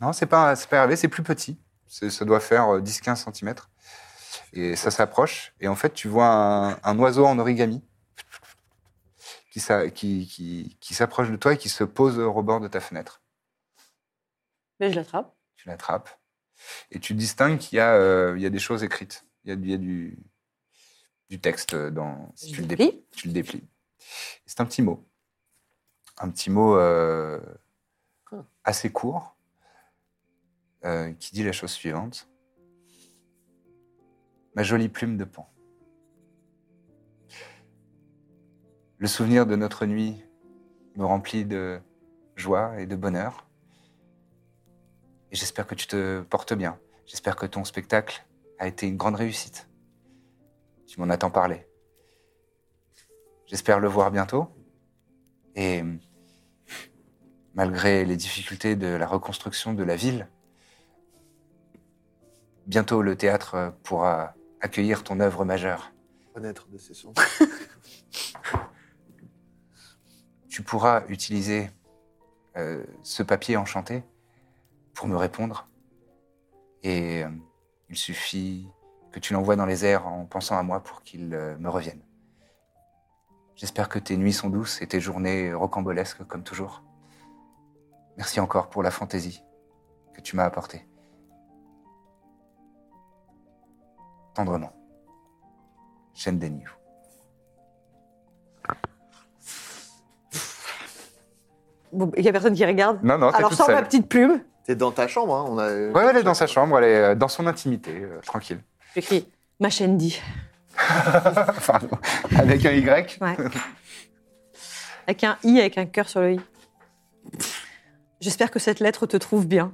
Speaker 1: Non, c'est pas, c'est pas Hervé, c'est plus petit. C'est- Ça doit faire euh, 10-15 cm. Et ça s'approche. Et en fait, tu vois un, un oiseau en origami qui, s'a- qui, qui, qui s'approche de toi et qui se pose au bord de ta fenêtre.
Speaker 5: Mais je l'attrape.
Speaker 1: Tu l'attrapes. Et tu distingues qu'il y, a, euh, il y a des choses écrites. Il y a, il y a du, du texte dans. si
Speaker 5: Je
Speaker 1: tu, le
Speaker 5: déplie.
Speaker 1: déplies, tu le déplies. C'est un petit mot. Un petit mot euh, assez court euh, qui dit la chose suivante Ma jolie plume de pan. Le souvenir de notre nuit me remplit de joie et de bonheur. Et j'espère que tu te portes bien. J'espère que ton spectacle a été une grande réussite. Tu m'en as tant parlé. J'espère le voir bientôt. Et malgré les difficultés de la reconstruction de la ville, bientôt le théâtre pourra accueillir ton œuvre majeure.
Speaker 4: Renaître de ses cendres.
Speaker 1: tu pourras utiliser euh, ce papier enchanté pour me répondre. Et euh, il suffit que tu l'envoies dans les airs en pensant à moi pour qu'il euh, me revienne. J'espère que tes nuits sont douces et tes journées rocambolesques comme toujours. Merci encore pour la fantaisie que tu m'as apportée. Tendrement. Chaîne des Niu.
Speaker 2: Bon, il n'y a personne qui regarde.
Speaker 1: Non, non, t'es
Speaker 2: Alors
Speaker 1: toute
Speaker 2: sors ma
Speaker 1: seule.
Speaker 2: petite plume.
Speaker 4: T'es dans ta chambre, hein, on a.
Speaker 1: Ouais, elle est dans sa chambre, elle est euh, dans son intimité, euh, tranquille.
Speaker 2: J'écris ma chaîne dit.
Speaker 1: Enfin, avec un Y.
Speaker 2: Ouais. avec un i, avec un cœur sur le i. J'espère que cette lettre te trouve bien.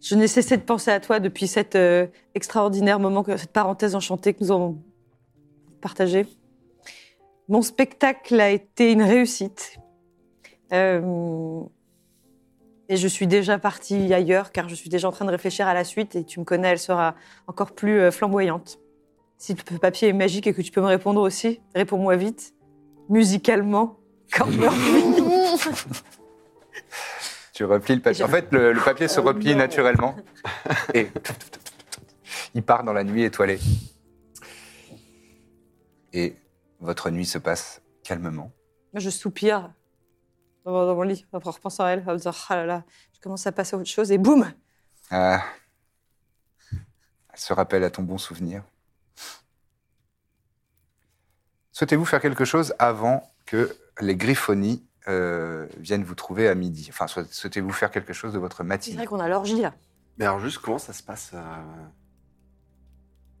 Speaker 2: Je n'ai cessé de penser à toi depuis cet euh, extraordinaire moment, que- cette parenthèse enchantée que nous avons partagée. Mon spectacle a été une réussite. Euh, et je suis déjà partie ailleurs, car je suis déjà en train de réfléchir à la suite, et tu me connais, elle sera encore plus euh, flamboyante. Si le papier est magique et que tu peux me répondre aussi, réponds-moi vite, musicalement, comme Murphy.
Speaker 1: Tu replies le papier.
Speaker 2: Et
Speaker 1: En fait, le, le papier se
Speaker 2: Oh
Speaker 1: replie
Speaker 2: non.
Speaker 1: naturellement. Et il part dans la nuit étoilée. Et votre nuit se passe calmement.
Speaker 2: Moi, Je soupire dans mon, dans mon lit, en repensant à elle, en me disant, ah là là, je commence à passer à autre chose, et boum
Speaker 1: Ah. Elle se rappelle à ton bon souvenir. Souhaitez-vous faire quelque chose avant que les griffonies euh, viennent vous trouver à midi Enfin, souhait- souhaitez-vous faire quelque chose de votre
Speaker 2: C'est
Speaker 1: matinée
Speaker 2: vrai qu'on a l'orgie, là.
Speaker 3: Mais alors, juste comment ça se passe euh...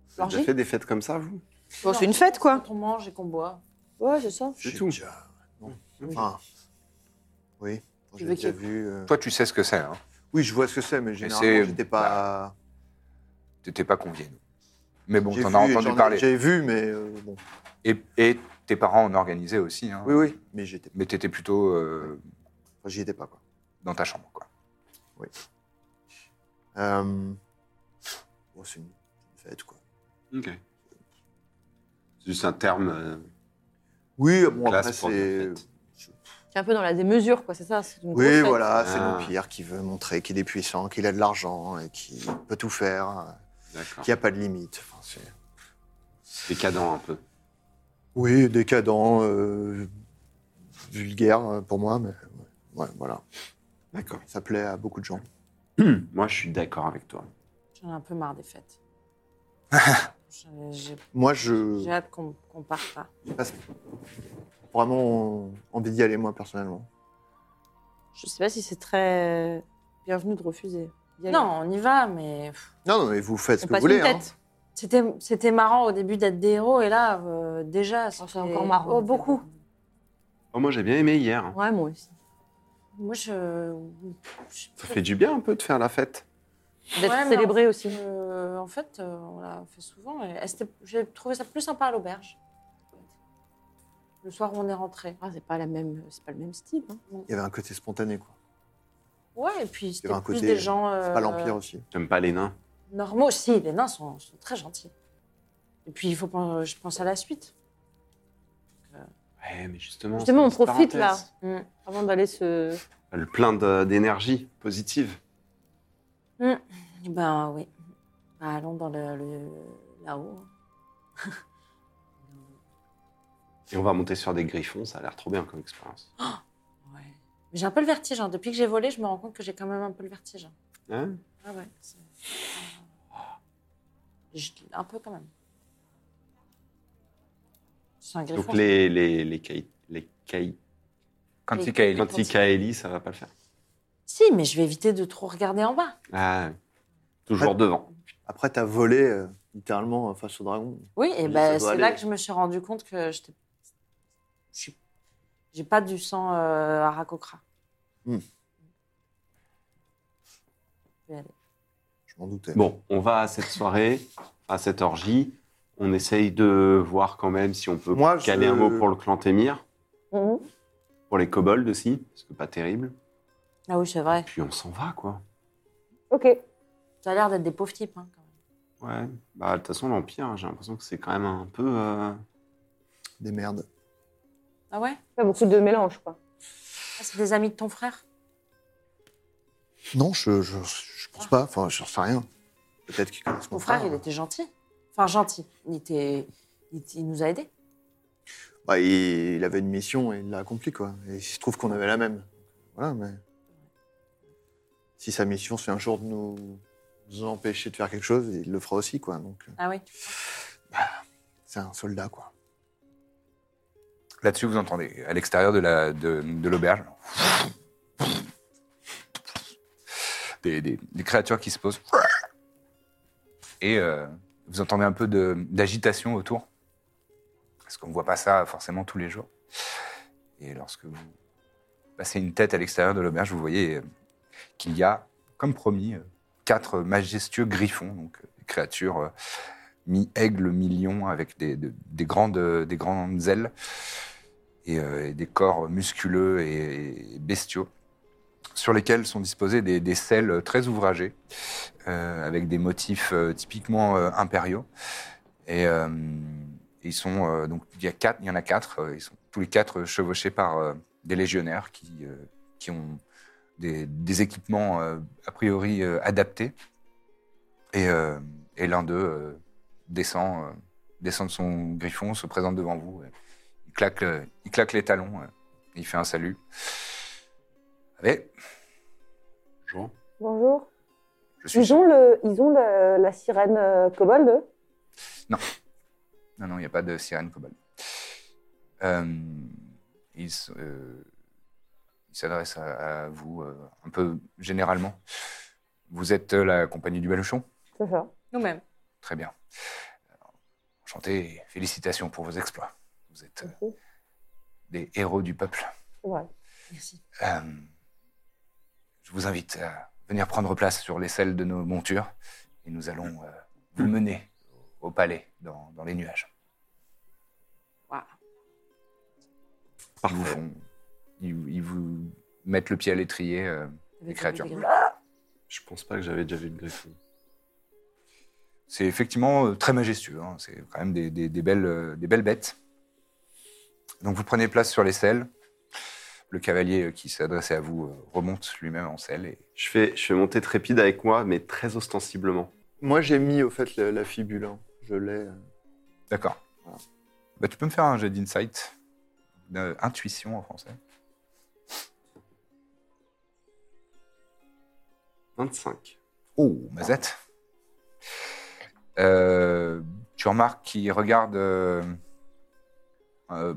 Speaker 3: Vous avez
Speaker 5: L'orgie
Speaker 3: déjà fait des fêtes comme ça, vous
Speaker 2: Bon, c'est une fête, quoi.
Speaker 5: Quand on mange et qu'on boit.
Speaker 6: Ouais, c'est ça.
Speaker 3: C'est
Speaker 4: J'ai
Speaker 3: tout.
Speaker 4: déjà- non. Enfin, oui.
Speaker 5: Tu
Speaker 4: J'ai
Speaker 5: veux
Speaker 4: déjà
Speaker 5: qu'il-
Speaker 4: vu. euh,
Speaker 1: Toi, tu sais ce que c'est. Hein.
Speaker 4: Oui, je vois ce que c'est, mais
Speaker 1: c'est-
Speaker 3: euh,
Speaker 4: généralement, j'étais
Speaker 3: bah,
Speaker 4: pas.
Speaker 1: T'étais pas convié. nous. Mais bon,
Speaker 4: J'ai
Speaker 1: t'en
Speaker 4: vu-
Speaker 1: as
Speaker 4: j'en
Speaker 1: entendu
Speaker 4: ai-
Speaker 1: parler.
Speaker 4: J'ai vu, mais euh, bon.
Speaker 1: Et, et tes parents en organisaient aussi.
Speaker 3: Ah.
Speaker 1: Hein.
Speaker 4: Oui, oui, mais j'étais.
Speaker 1: Mais t'étais plutôt euh,
Speaker 4: enfin, J'y étais pas, quoi.
Speaker 1: dans ta chambre, quoi.
Speaker 4: Euh, Bon, c'est une une fête, quoi.
Speaker 3: Ok. C'est juste un terme. euh,
Speaker 4: Oui, bon,
Speaker 3: Classe
Speaker 4: après,
Speaker 3: pour
Speaker 4: c'est.
Speaker 3: une fête.
Speaker 6: C'est un peu dans la démesure, quoi, c'est ça. c'est une grosse
Speaker 4: Oui,
Speaker 6: fête.
Speaker 4: voilà, c'est
Speaker 3: Ah.
Speaker 4: l'Empire qui veut montrer qu'il est puissant, qu'il a de l'argent, et qu'il peut tout faire, euh,
Speaker 3: D'accord.
Speaker 4: qu'il n'y a pas de limite. Enfin, c'est-
Speaker 3: Décadent un peu.
Speaker 4: oui, décadent, euh, vulgaire euh, pour moi, mais ouais, voilà.
Speaker 3: D'accord.
Speaker 4: Ça plaît à beaucoup de gens.
Speaker 3: Moi, je suis d'accord avec toi.
Speaker 5: J'en ai un peu marre des fêtes. J'en ai- J'ai
Speaker 4: Moi,
Speaker 5: j'ai
Speaker 4: je
Speaker 5: hâte qu'on qu'on parte pas.
Speaker 4: passe vraiment envie d'y aller, moi, personnellement.
Speaker 6: Je sais pas si c'est très bienvenu de refuser. d'y aller.
Speaker 5: Non, on y va, mais pff,
Speaker 4: Non, non, mais vous faites ce
Speaker 6: on
Speaker 4: que vous
Speaker 6: passe
Speaker 4: voulez.
Speaker 6: une
Speaker 4: hein.
Speaker 6: tête.
Speaker 5: c'était c'était marrant au début d'être des héros et là euh, déjà
Speaker 6: c'est
Speaker 5: c'était-
Speaker 6: encore marrant.
Speaker 5: Oh, beaucoup.
Speaker 3: Oh, moi, j'ai bien aimé hier. hein.
Speaker 6: Ouais, moi aussi.
Speaker 5: Moi je, je-
Speaker 3: Ça fait du bien un peu de faire la fête.
Speaker 6: D'être
Speaker 5: Ouais, mais
Speaker 6: célébré aussi.
Speaker 5: euh, en fait euh, on l'a fait souvent et elle, c'était- j'ai trouvé ça plus sympa à l'auberge. Le soir où on est rentré.
Speaker 6: Ah, c'est pas la même, c'est pas le même style. hein.
Speaker 4: Il y avait un côté spontané, quoi.
Speaker 5: Ouais et puis c'était
Speaker 4: avait un
Speaker 5: plus
Speaker 4: côté,
Speaker 5: des gens
Speaker 4: C'est
Speaker 5: euh,
Speaker 4: pas l'Empire aussi.
Speaker 3: J'aime pas les nains.
Speaker 5: normaux. Si les nains sont, sont très gentils. Et puis il faut pen- je pense à la suite.
Speaker 3: Ouais, mais justement.
Speaker 6: Justement,
Speaker 3: c'est
Speaker 6: on
Speaker 3: une
Speaker 6: profite,
Speaker 3: parenthèse.
Speaker 5: Mm.
Speaker 6: Avant d'aller se.
Speaker 3: Le plein de- d'énergie positive.
Speaker 5: Ben oui. Bah, allons dans le, le- là-haut.
Speaker 3: Et on va monter sur des griffons, ça a l'air trop bien comme expérience.
Speaker 5: Ouais. Mais j'ai un peu le vertige. hein. Depuis que j'ai volé, je me rends compte que j'ai quand même un peu le vertige. hein.
Speaker 3: Hein
Speaker 5: Ah ouais. c'est- Je- Un peu quand même. C'est un griffon.
Speaker 3: Donc les les les caï- les caï-
Speaker 1: Quantique
Speaker 5: Et-
Speaker 1: Aélie.
Speaker 3: Quanticaeli, ça va pas le faire.
Speaker 5: Si, mais je vais éviter de trop regarder en bas.
Speaker 3: Ah, ouais. toujours
Speaker 4: Ouais.
Speaker 3: devant.
Speaker 4: Après, t'as volé euh, littéralement euh, face au dragon.
Speaker 5: Oui, et
Speaker 4: Mais
Speaker 5: ben
Speaker 4: ça doit
Speaker 5: c'est
Speaker 4: aller.
Speaker 5: là que je me suis rendu compte que j'étais- je suis- j'ai pas du sang euh, aracocra.
Speaker 4: Hmm.
Speaker 5: Je vais y aller.
Speaker 4: Je m'en doutais.
Speaker 3: Bon, on va à cette soirée, à cette orgie. On essaye de voir quand même si on peut
Speaker 4: Moi, je-
Speaker 3: caler un mot pour le clan Témir,
Speaker 6: Mhm.
Speaker 3: pour les kobolds aussi, parce que pas terrible.
Speaker 5: Ah oui, c'est vrai.
Speaker 3: Puis on s'en va, quoi.
Speaker 6: Ok.
Speaker 5: Ça a l'air d'être des pauvres types. Hein, quand même.
Speaker 3: Ouais, bah de toute façon, l'Empire, j'ai l'impression que c'est quand même un peu. euh,
Speaker 4: Des merdes.
Speaker 5: Ah ouais
Speaker 6: Pas beaucoup de mélange, quoi.
Speaker 5: Ah, C'est des amis de ton frère
Speaker 4: Non, je, je, je pense pas. Enfin, je sais rien. Peut-être qu'ils connaissent
Speaker 5: Mon frère, il était gentil. Enfin, gentil. Il, était... il, il nous a aidés.
Speaker 4: Bah, il, il avait une mission et il l'a accomplie, quoi. Et il se trouve qu'on avait la même. Voilà, mais. Si sa mission, c'est un jour de nous, nous empêcher de faire quelque chose, il le fera aussi, quoi. Donc, euh,
Speaker 5: Ah oui
Speaker 4: c'est un soldat, quoi.
Speaker 1: Là-dessus, vous entendez, à l'extérieur de la- de- de l'auberge, des, des- des créatures qui se posent. Et euh, vous entendez un peu de- d'agitation autour. Parce qu'on ne voit pas ça forcément tous les jours. Et lorsque vous passez une tête à l'extérieur de l'auberge, vous voyez euh, qu'il y a, comme promis, euh, quatre majestueux griffons, donc euh, des créatures euh, mi-aigle, mi-lion, avec des, de- des grandes, des grandes ailes et, euh, et des corps musculeux et, et bestiaux, sur lesquels sont disposés des, des selles très ouvragées, euh, avec des motifs euh, typiquement euh, impériaux. Et euh, ils sont euh, donc il y, a quatre, il y en a quatre. euh, ils sont tous les quatre euh, chevauchés par euh, des légionnaires qui, euh, qui ont des, des équipements euh, a priori euh, adaptés. Et, euh, et l'un d'eux euh, descend, euh, descend de son griffon, se présente devant vous. et il claque, euh, il claque les talons. euh, et il fait un salut. Allez,
Speaker 3: Jean
Speaker 6: Bonjour.
Speaker 1: je suis.
Speaker 6: Ils ont, le, ils ont le- la sirène euh, kobold, eux
Speaker 1: Non, non, il n'y a pas de sirène kobold. Euh, il s- euh, il s'adresse à, à vous euh, un peu généralement. Vous êtes euh, la compagnie du Baluchon
Speaker 6: C'est ça.
Speaker 5: Nous-mêmes.
Speaker 1: Très bien. Alors, Enchanté, et félicitations pour vos exploits. Vous êtes euh,
Speaker 6: Merci.
Speaker 1: des héros du peuple.
Speaker 6: C'est vrai.
Speaker 5: Merci.
Speaker 1: Euh, je vous invite à venir prendre place sur les selles de nos montures et nous allons euh, vous mener au palais dans, dans les nuages.
Speaker 5: Waouh.
Speaker 1: Ils vous, font- ils- ils vous mettent le pied à l'étrier. euh, Les créatures.
Speaker 6: Ah
Speaker 3: Je pense pas que j'avais déjà vu de griffon.
Speaker 1: C'est effectivement euh, très majestueux. hein. C'est quand même des, des- des belles, euh, des belles bêtes. Donc vous prenez place sur les selles. Le cavalier euh, qui s'adressait à vous euh, remonte lui-même en selle. Et...
Speaker 3: Je fais, je fais monter Trépide avec moi, mais très ostensiblement.
Speaker 4: Moi, j'ai mis, au fait, la, la fibule. hein. Je l'ai. euh.
Speaker 1: D'accord.
Speaker 4: Voilà.
Speaker 1: Bah, tu peux me faire un jet d'insight, de- intuition en français.
Speaker 3: 25.
Speaker 1: Oh, Mazette. Euh, tu remarques qu'il regarde euh, euh,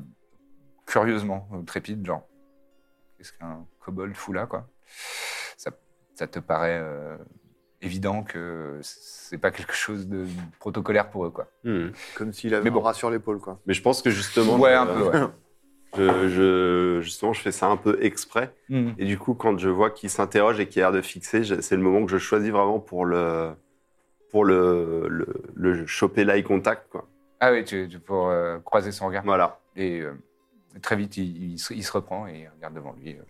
Speaker 1: curieusement, euh, trépide, genre. Qu'est-ce qu'un kobold fout là, quoi ça, ça te paraît euh, évident que c'est pas quelque chose de protocolaire pour eux, quoi.
Speaker 3: Hmm.
Speaker 4: Comme s'il avait
Speaker 1: Mais bon.
Speaker 4: un bras sur l'épaule, quoi.
Speaker 3: Mais je pense que justement.
Speaker 1: Ouais,
Speaker 3: je-
Speaker 1: un peu, ouais.
Speaker 3: Je, je- justement, je fais ça un peu exprès.
Speaker 1: Mhm.
Speaker 3: Et du coup, quand je vois qu'il s'interroge et qu'il a l'air de fixer, je- c'est le moment que je choisis vraiment pour le. pour le. le, le choper l'eye contact, quoi.
Speaker 1: Ah oui, tu, tu- pour euh, croiser son regard.
Speaker 3: Voilà.
Speaker 1: Et euh, très vite, il, il se, il se reprend et il regarde devant lui. euh,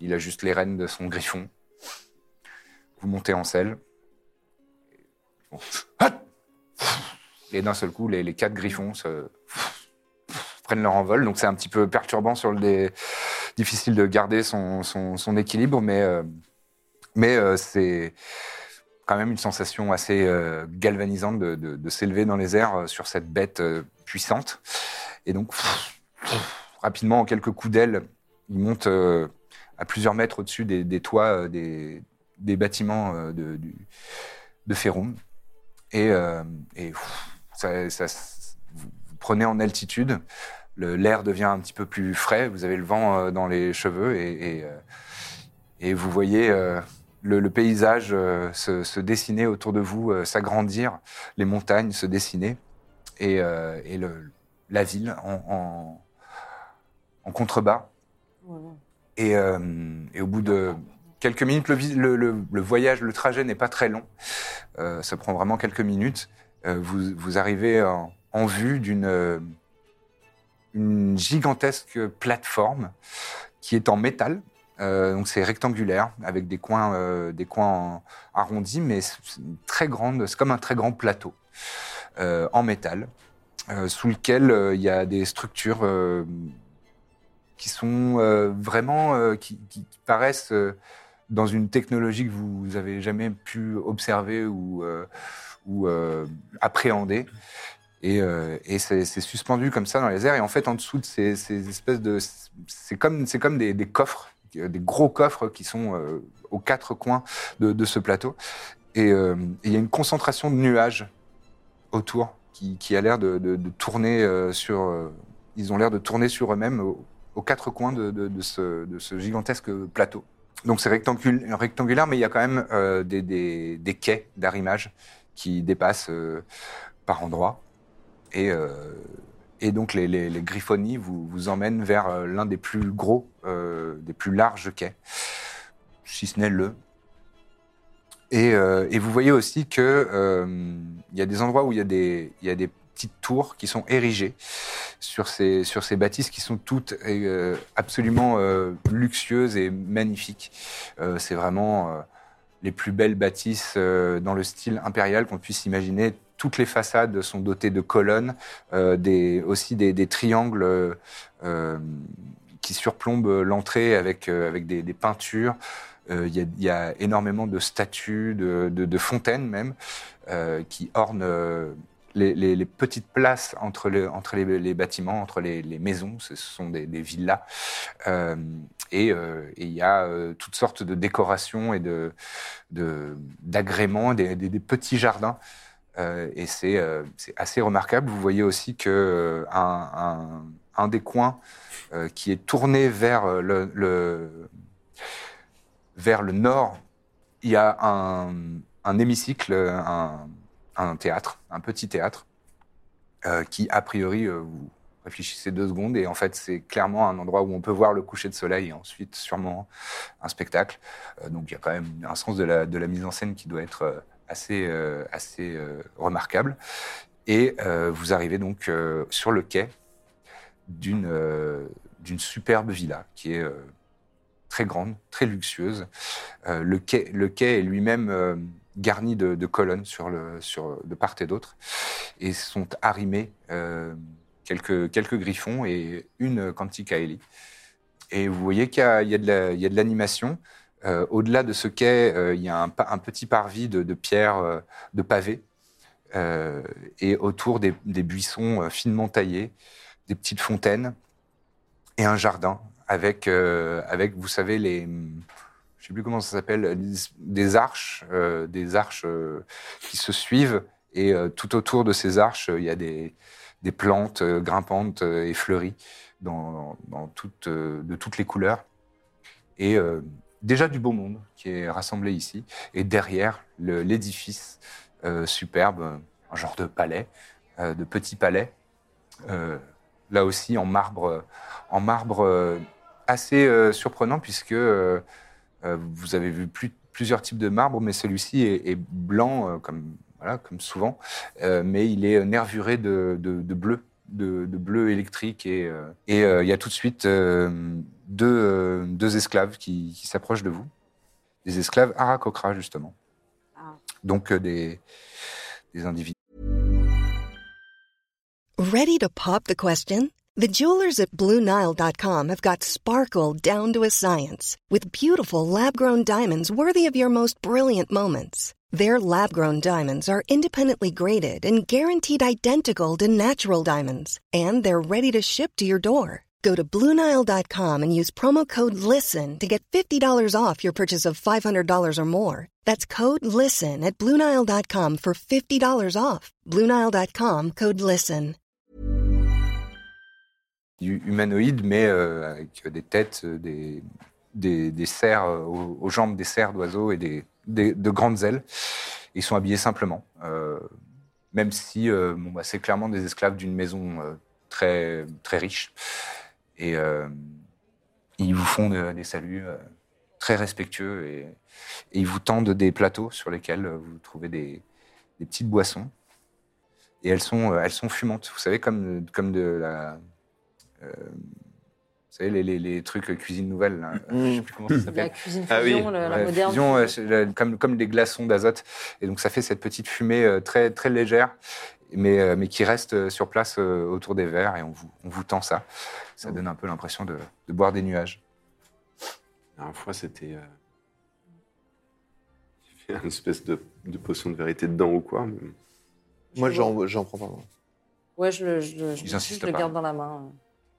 Speaker 1: Il ajuste les rênes de son griffon. Vous montez en selle. Et, bon. Ah Et d'un seul coup, les, les quatre griffons se- prennent leur envol. Donc c'est un petit peu perturbant sur le dé- difficile de garder son, son- son équilibre, mais, euh, mais euh, c'est quand même une sensation assez euh, galvanisante de, de- de s'élever dans les airs euh, sur cette bête euh, puissante. Et donc, rapidement, en quelques coups d'aile, il monte euh, à plusieurs mètres au-dessus des, des toits euh, des, des bâtiments euh, de, du, de Ferrum. Et, euh, et, pff, ça- ça- vous vous prenez en altitude, le- l'air devient un petit peu plus frais, vous avez le vent euh, dans les cheveux et, et, euh, et vous voyez euh, le, le paysage euh, se, se dessiner autour de vous, euh, s'agrandir, les montagnes se dessiner et, euh, et le, la ville en, en- en contrebas. Et, euh, et au bout de quelques minutes, le, vis- le- le- le voyage, le trajet n'est pas très long. Euh, ça prend vraiment quelques minutes. Euh, vous, vous arrivez en, en vue d'une euh, une gigantesque plateforme qui est en métal. Euh, donc c'est rectangulaire avec des coins, euh, des coins en- arrondis, mais c'est une très grande. C'est comme un très grand plateau euh, en métal euh, sous lequel euh, il y a des structures euh, qui sont euh, vraiment, euh, qui, qui- qui paraissent euh, dans une technologie que vous avez jamais pu observer ou, euh, ou euh, appréhender. Et, euh, et c'est c'est suspendu comme ça dans les airs. Et en fait, en dessous de ces, ces espèces de, c'est comme, c'est comme des, des coffres, euh, des gros coffres qui sont euh, aux quatre coins de, de ce plateau. Et euh, et il y a une concentration de nuages autour qui, qui a l'air de, de- de tourner euh, sur. euh, ils ont l'air de tourner sur eux-mêmes au- aux quatre coins de, de- de ce, de ce gigantesque plateau. Donc c'est rectangul- rectangulaire, mais il y a quand même euh, des, des- des quais d'arrimage qui dépassent euh, par endroits. Et, euh, et donc les, les, les griffonnies vous, vous emmènent vers euh, l'un des plus gros, euh, des plus larges quais, si ce n'est le. Et, euh, et vous voyez aussi que euh, il y a des endroits où il y a des, il y a des petites tours qui sont érigées sur ces, sur ces bâtisses qui sont toutes euh, absolument euh, luxueuses et magnifiques. Euh, C'est vraiment euh, les plus belles bâtisses euh, dans le style impérial qu'on puisse imaginer. Toutes les façades sont dotées de colonnes, euh, des, aussi des, des triangles euh, euh, qui surplombent l'entrée avec, euh, avec des, des peintures. Euh, Il y, a, il y a énormément de statues, de, de- de fontaines même, euh, qui ornent euh, les, les- les petites places entre, le- entre les, les bâtiments, entre les, les maisons. Ce sont des, des villas. Euh, et euh, et il y a euh, toutes sortes de décorations et de, de- d'agréments, des, des- des petits jardins. Euh, et c'est, euh, c'est assez remarquable. Vous voyez aussi que euh, un, un- un des coins euh, qui est tourné vers euh, le, le- vers le nord, il y a un, un hémicycle, un, un théâtre, un petit théâtre, euh, qui a priori, euh, vous réfléchissez deux secondes, et en fait c'est clairement un endroit où on peut voir le coucher de soleil et ensuite sûrement un spectacle. Euh, donc il y a quand même un sens de la, de la mise en scène qui doit être euh, assez, euh, assez euh, remarquable. Et euh, vous arrivez donc euh, sur le quai d'une euh, d'une superbe villa qui est euh, très grande, très luxueuse. Euh, le, quai, le quai est lui-même euh, garni de, de colonnes sur le, sur, de part et d'autre et sont arrimés euh, quelques, quelques griffons et une Canticaeli. Et vous voyez qu'il y a, il y a de la- il y a de l'animation. Euh, Au-delà de ce quai, euh, il y a un, pa- un petit parvis de, de pierre, euh, de pavé, euh, et autour des, des buissons euh, finement taillés, des petites fontaines et un jardin avec, euh, avec vous savez, les. Je sais plus comment ça s'appelle, des, des arches, euh, des arches euh, qui se suivent et euh, tout autour de ces arches, euh, il y a des, des plantes euh, grimpantes euh, et fleuries dans, dans toutes, euh, de toutes les couleurs. Et euh, déjà du beau monde qui est rassemblé ici. Et derrière, le- l'édifice euh, superbe, euh, un genre de palais, euh, de petit palais, euh, là aussi en marbre, en marbre euh, assez euh, surprenant puisque euh, euh, vous avez vu plus- plusieurs types de marbre, mais celui-ci est, est blanc euh, comme, voilà, comme souvent, euh, mais il est nervuré de, de- de bleu, de, de bleu électrique. Et euh, et, euh, il y a tout de suite euh, deux, euh, deux esclaves qui, qui s'approchent de vous, des esclaves Arakokra, justement. Donc euh, des, des individus.
Speaker 7: Ready to pop the question? The jewelers at BlueNile.com have got sparkle down to a science with beautiful lab grown diamonds worthy of your most brilliant moments. Their lab grown diamonds are independently graded and guaranteed identical to natural diamonds, and they're ready to ship to your door. Go to BlueNile.com and use promo code LISTEN to get $50 off your purchase of $500 or more. That's code LISTEN at BlueNile.com for $50 off. BlueNile.com code LISTEN.
Speaker 1: hu- humanoïdes, mais euh, avec des têtes, euh, des, des, des cerfs euh, aux, aux jambes, des cerfs d'oiseaux et des, des- de grandes ailes. Ils sont habillés simplement, euh, même si euh, bon, bah, c'est clairement des esclaves d'une maison euh, très, très riche. Et euh, ils vous font de- des saluts euh, très respectueux et, et ils vous tendent des plateaux sur lesquels euh, vous trouvez des, des petites boissons. Et elles sont, euh, elles sont fumantes, euh, vous savez, comme, comme de la, savez, les, les- les trucs cuisine nouvelle, là.
Speaker 4: Mm.
Speaker 1: je sais plus comment ça
Speaker 5: La
Speaker 1: s'appelle.
Speaker 5: cuisine
Speaker 3: Ah oui,
Speaker 5: fusion, le- la
Speaker 1: Ouais,
Speaker 5: moderne.
Speaker 1: fusion, euh, c'est la- comme, comme des glaçons d'azote. Et donc, ça fait cette petite fumée euh, très, très légère, mais, euh, mais qui reste euh, sur place euh, autour des verres. Et on vous, on vous tend ça. Ça donne un peu l'impression de, de boire des nuages.
Speaker 3: La dernière fois, c'était. euh, J'ai fait une espèce de, de potion de vérité dedans ou quoi. mais-
Speaker 4: Moi, j'en j'en prends pas. moi.
Speaker 5: Ouais, je le, je, le- je,
Speaker 1: Ils
Speaker 5: je
Speaker 1: insistent
Speaker 5: le
Speaker 1: pas.
Speaker 5: garde dans la main.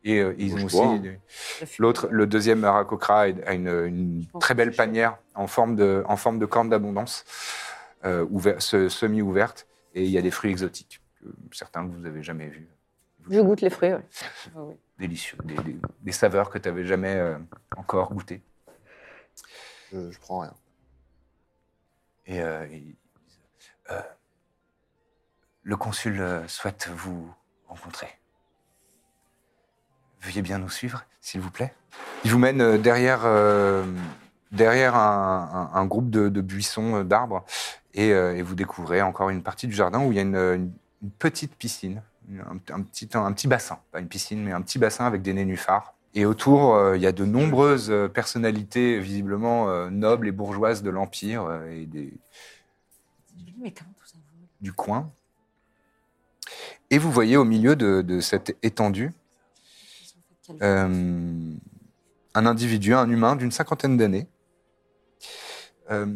Speaker 1: Et euh, ils
Speaker 3: Moi,
Speaker 1: ont
Speaker 3: je
Speaker 1: aussi.
Speaker 3: bois, hein.
Speaker 1: des-
Speaker 5: euh, le
Speaker 1: L'autre, le deuxième Arakokra, a une, une
Speaker 5: Je pense
Speaker 1: très
Speaker 5: que
Speaker 1: belle
Speaker 5: c'est chaud.
Speaker 1: panière en forme de, en forme de corne d'abondance, euh, ouver- se- semi-ouverte. Et il y a des fruits exotiques, que certains que vous n'avez jamais vus.
Speaker 6: Je goûte les fruits, ouais.
Speaker 5: Ah oui.
Speaker 1: Délicieux. Des, des- des saveurs que tu n'avais jamais euh, encore goûtées.
Speaker 4: Je, je prends rien.
Speaker 1: Et euh, ils disent, euh, le consul euh, souhaite vous rencontrer. Veuillez bien nous suivre, s'il vous plaît. Il vous mène euh, derrière, euh, derrière un, un- un groupe de, de buissons, euh, d'arbres, et, euh, et vous découvrez encore une partie du jardin où il y a une, euh, une- une petite piscine, une- un, un petit, un petit bassin, pas une piscine, mais un petit bassin avec des nénuphars. Et autour, euh, il y a de nombreuses euh, personnalités visiblement euh, nobles et bourgeoises de l'Empire euh, et des,
Speaker 5: Mais comment tout ça vole
Speaker 1: du coin. Et vous voyez au milieu de, de cette étendue
Speaker 5: Qu'est-ce qu'on fait Quel-
Speaker 1: euh, un individu, un humain d'une cinquantaine d'années. Euh,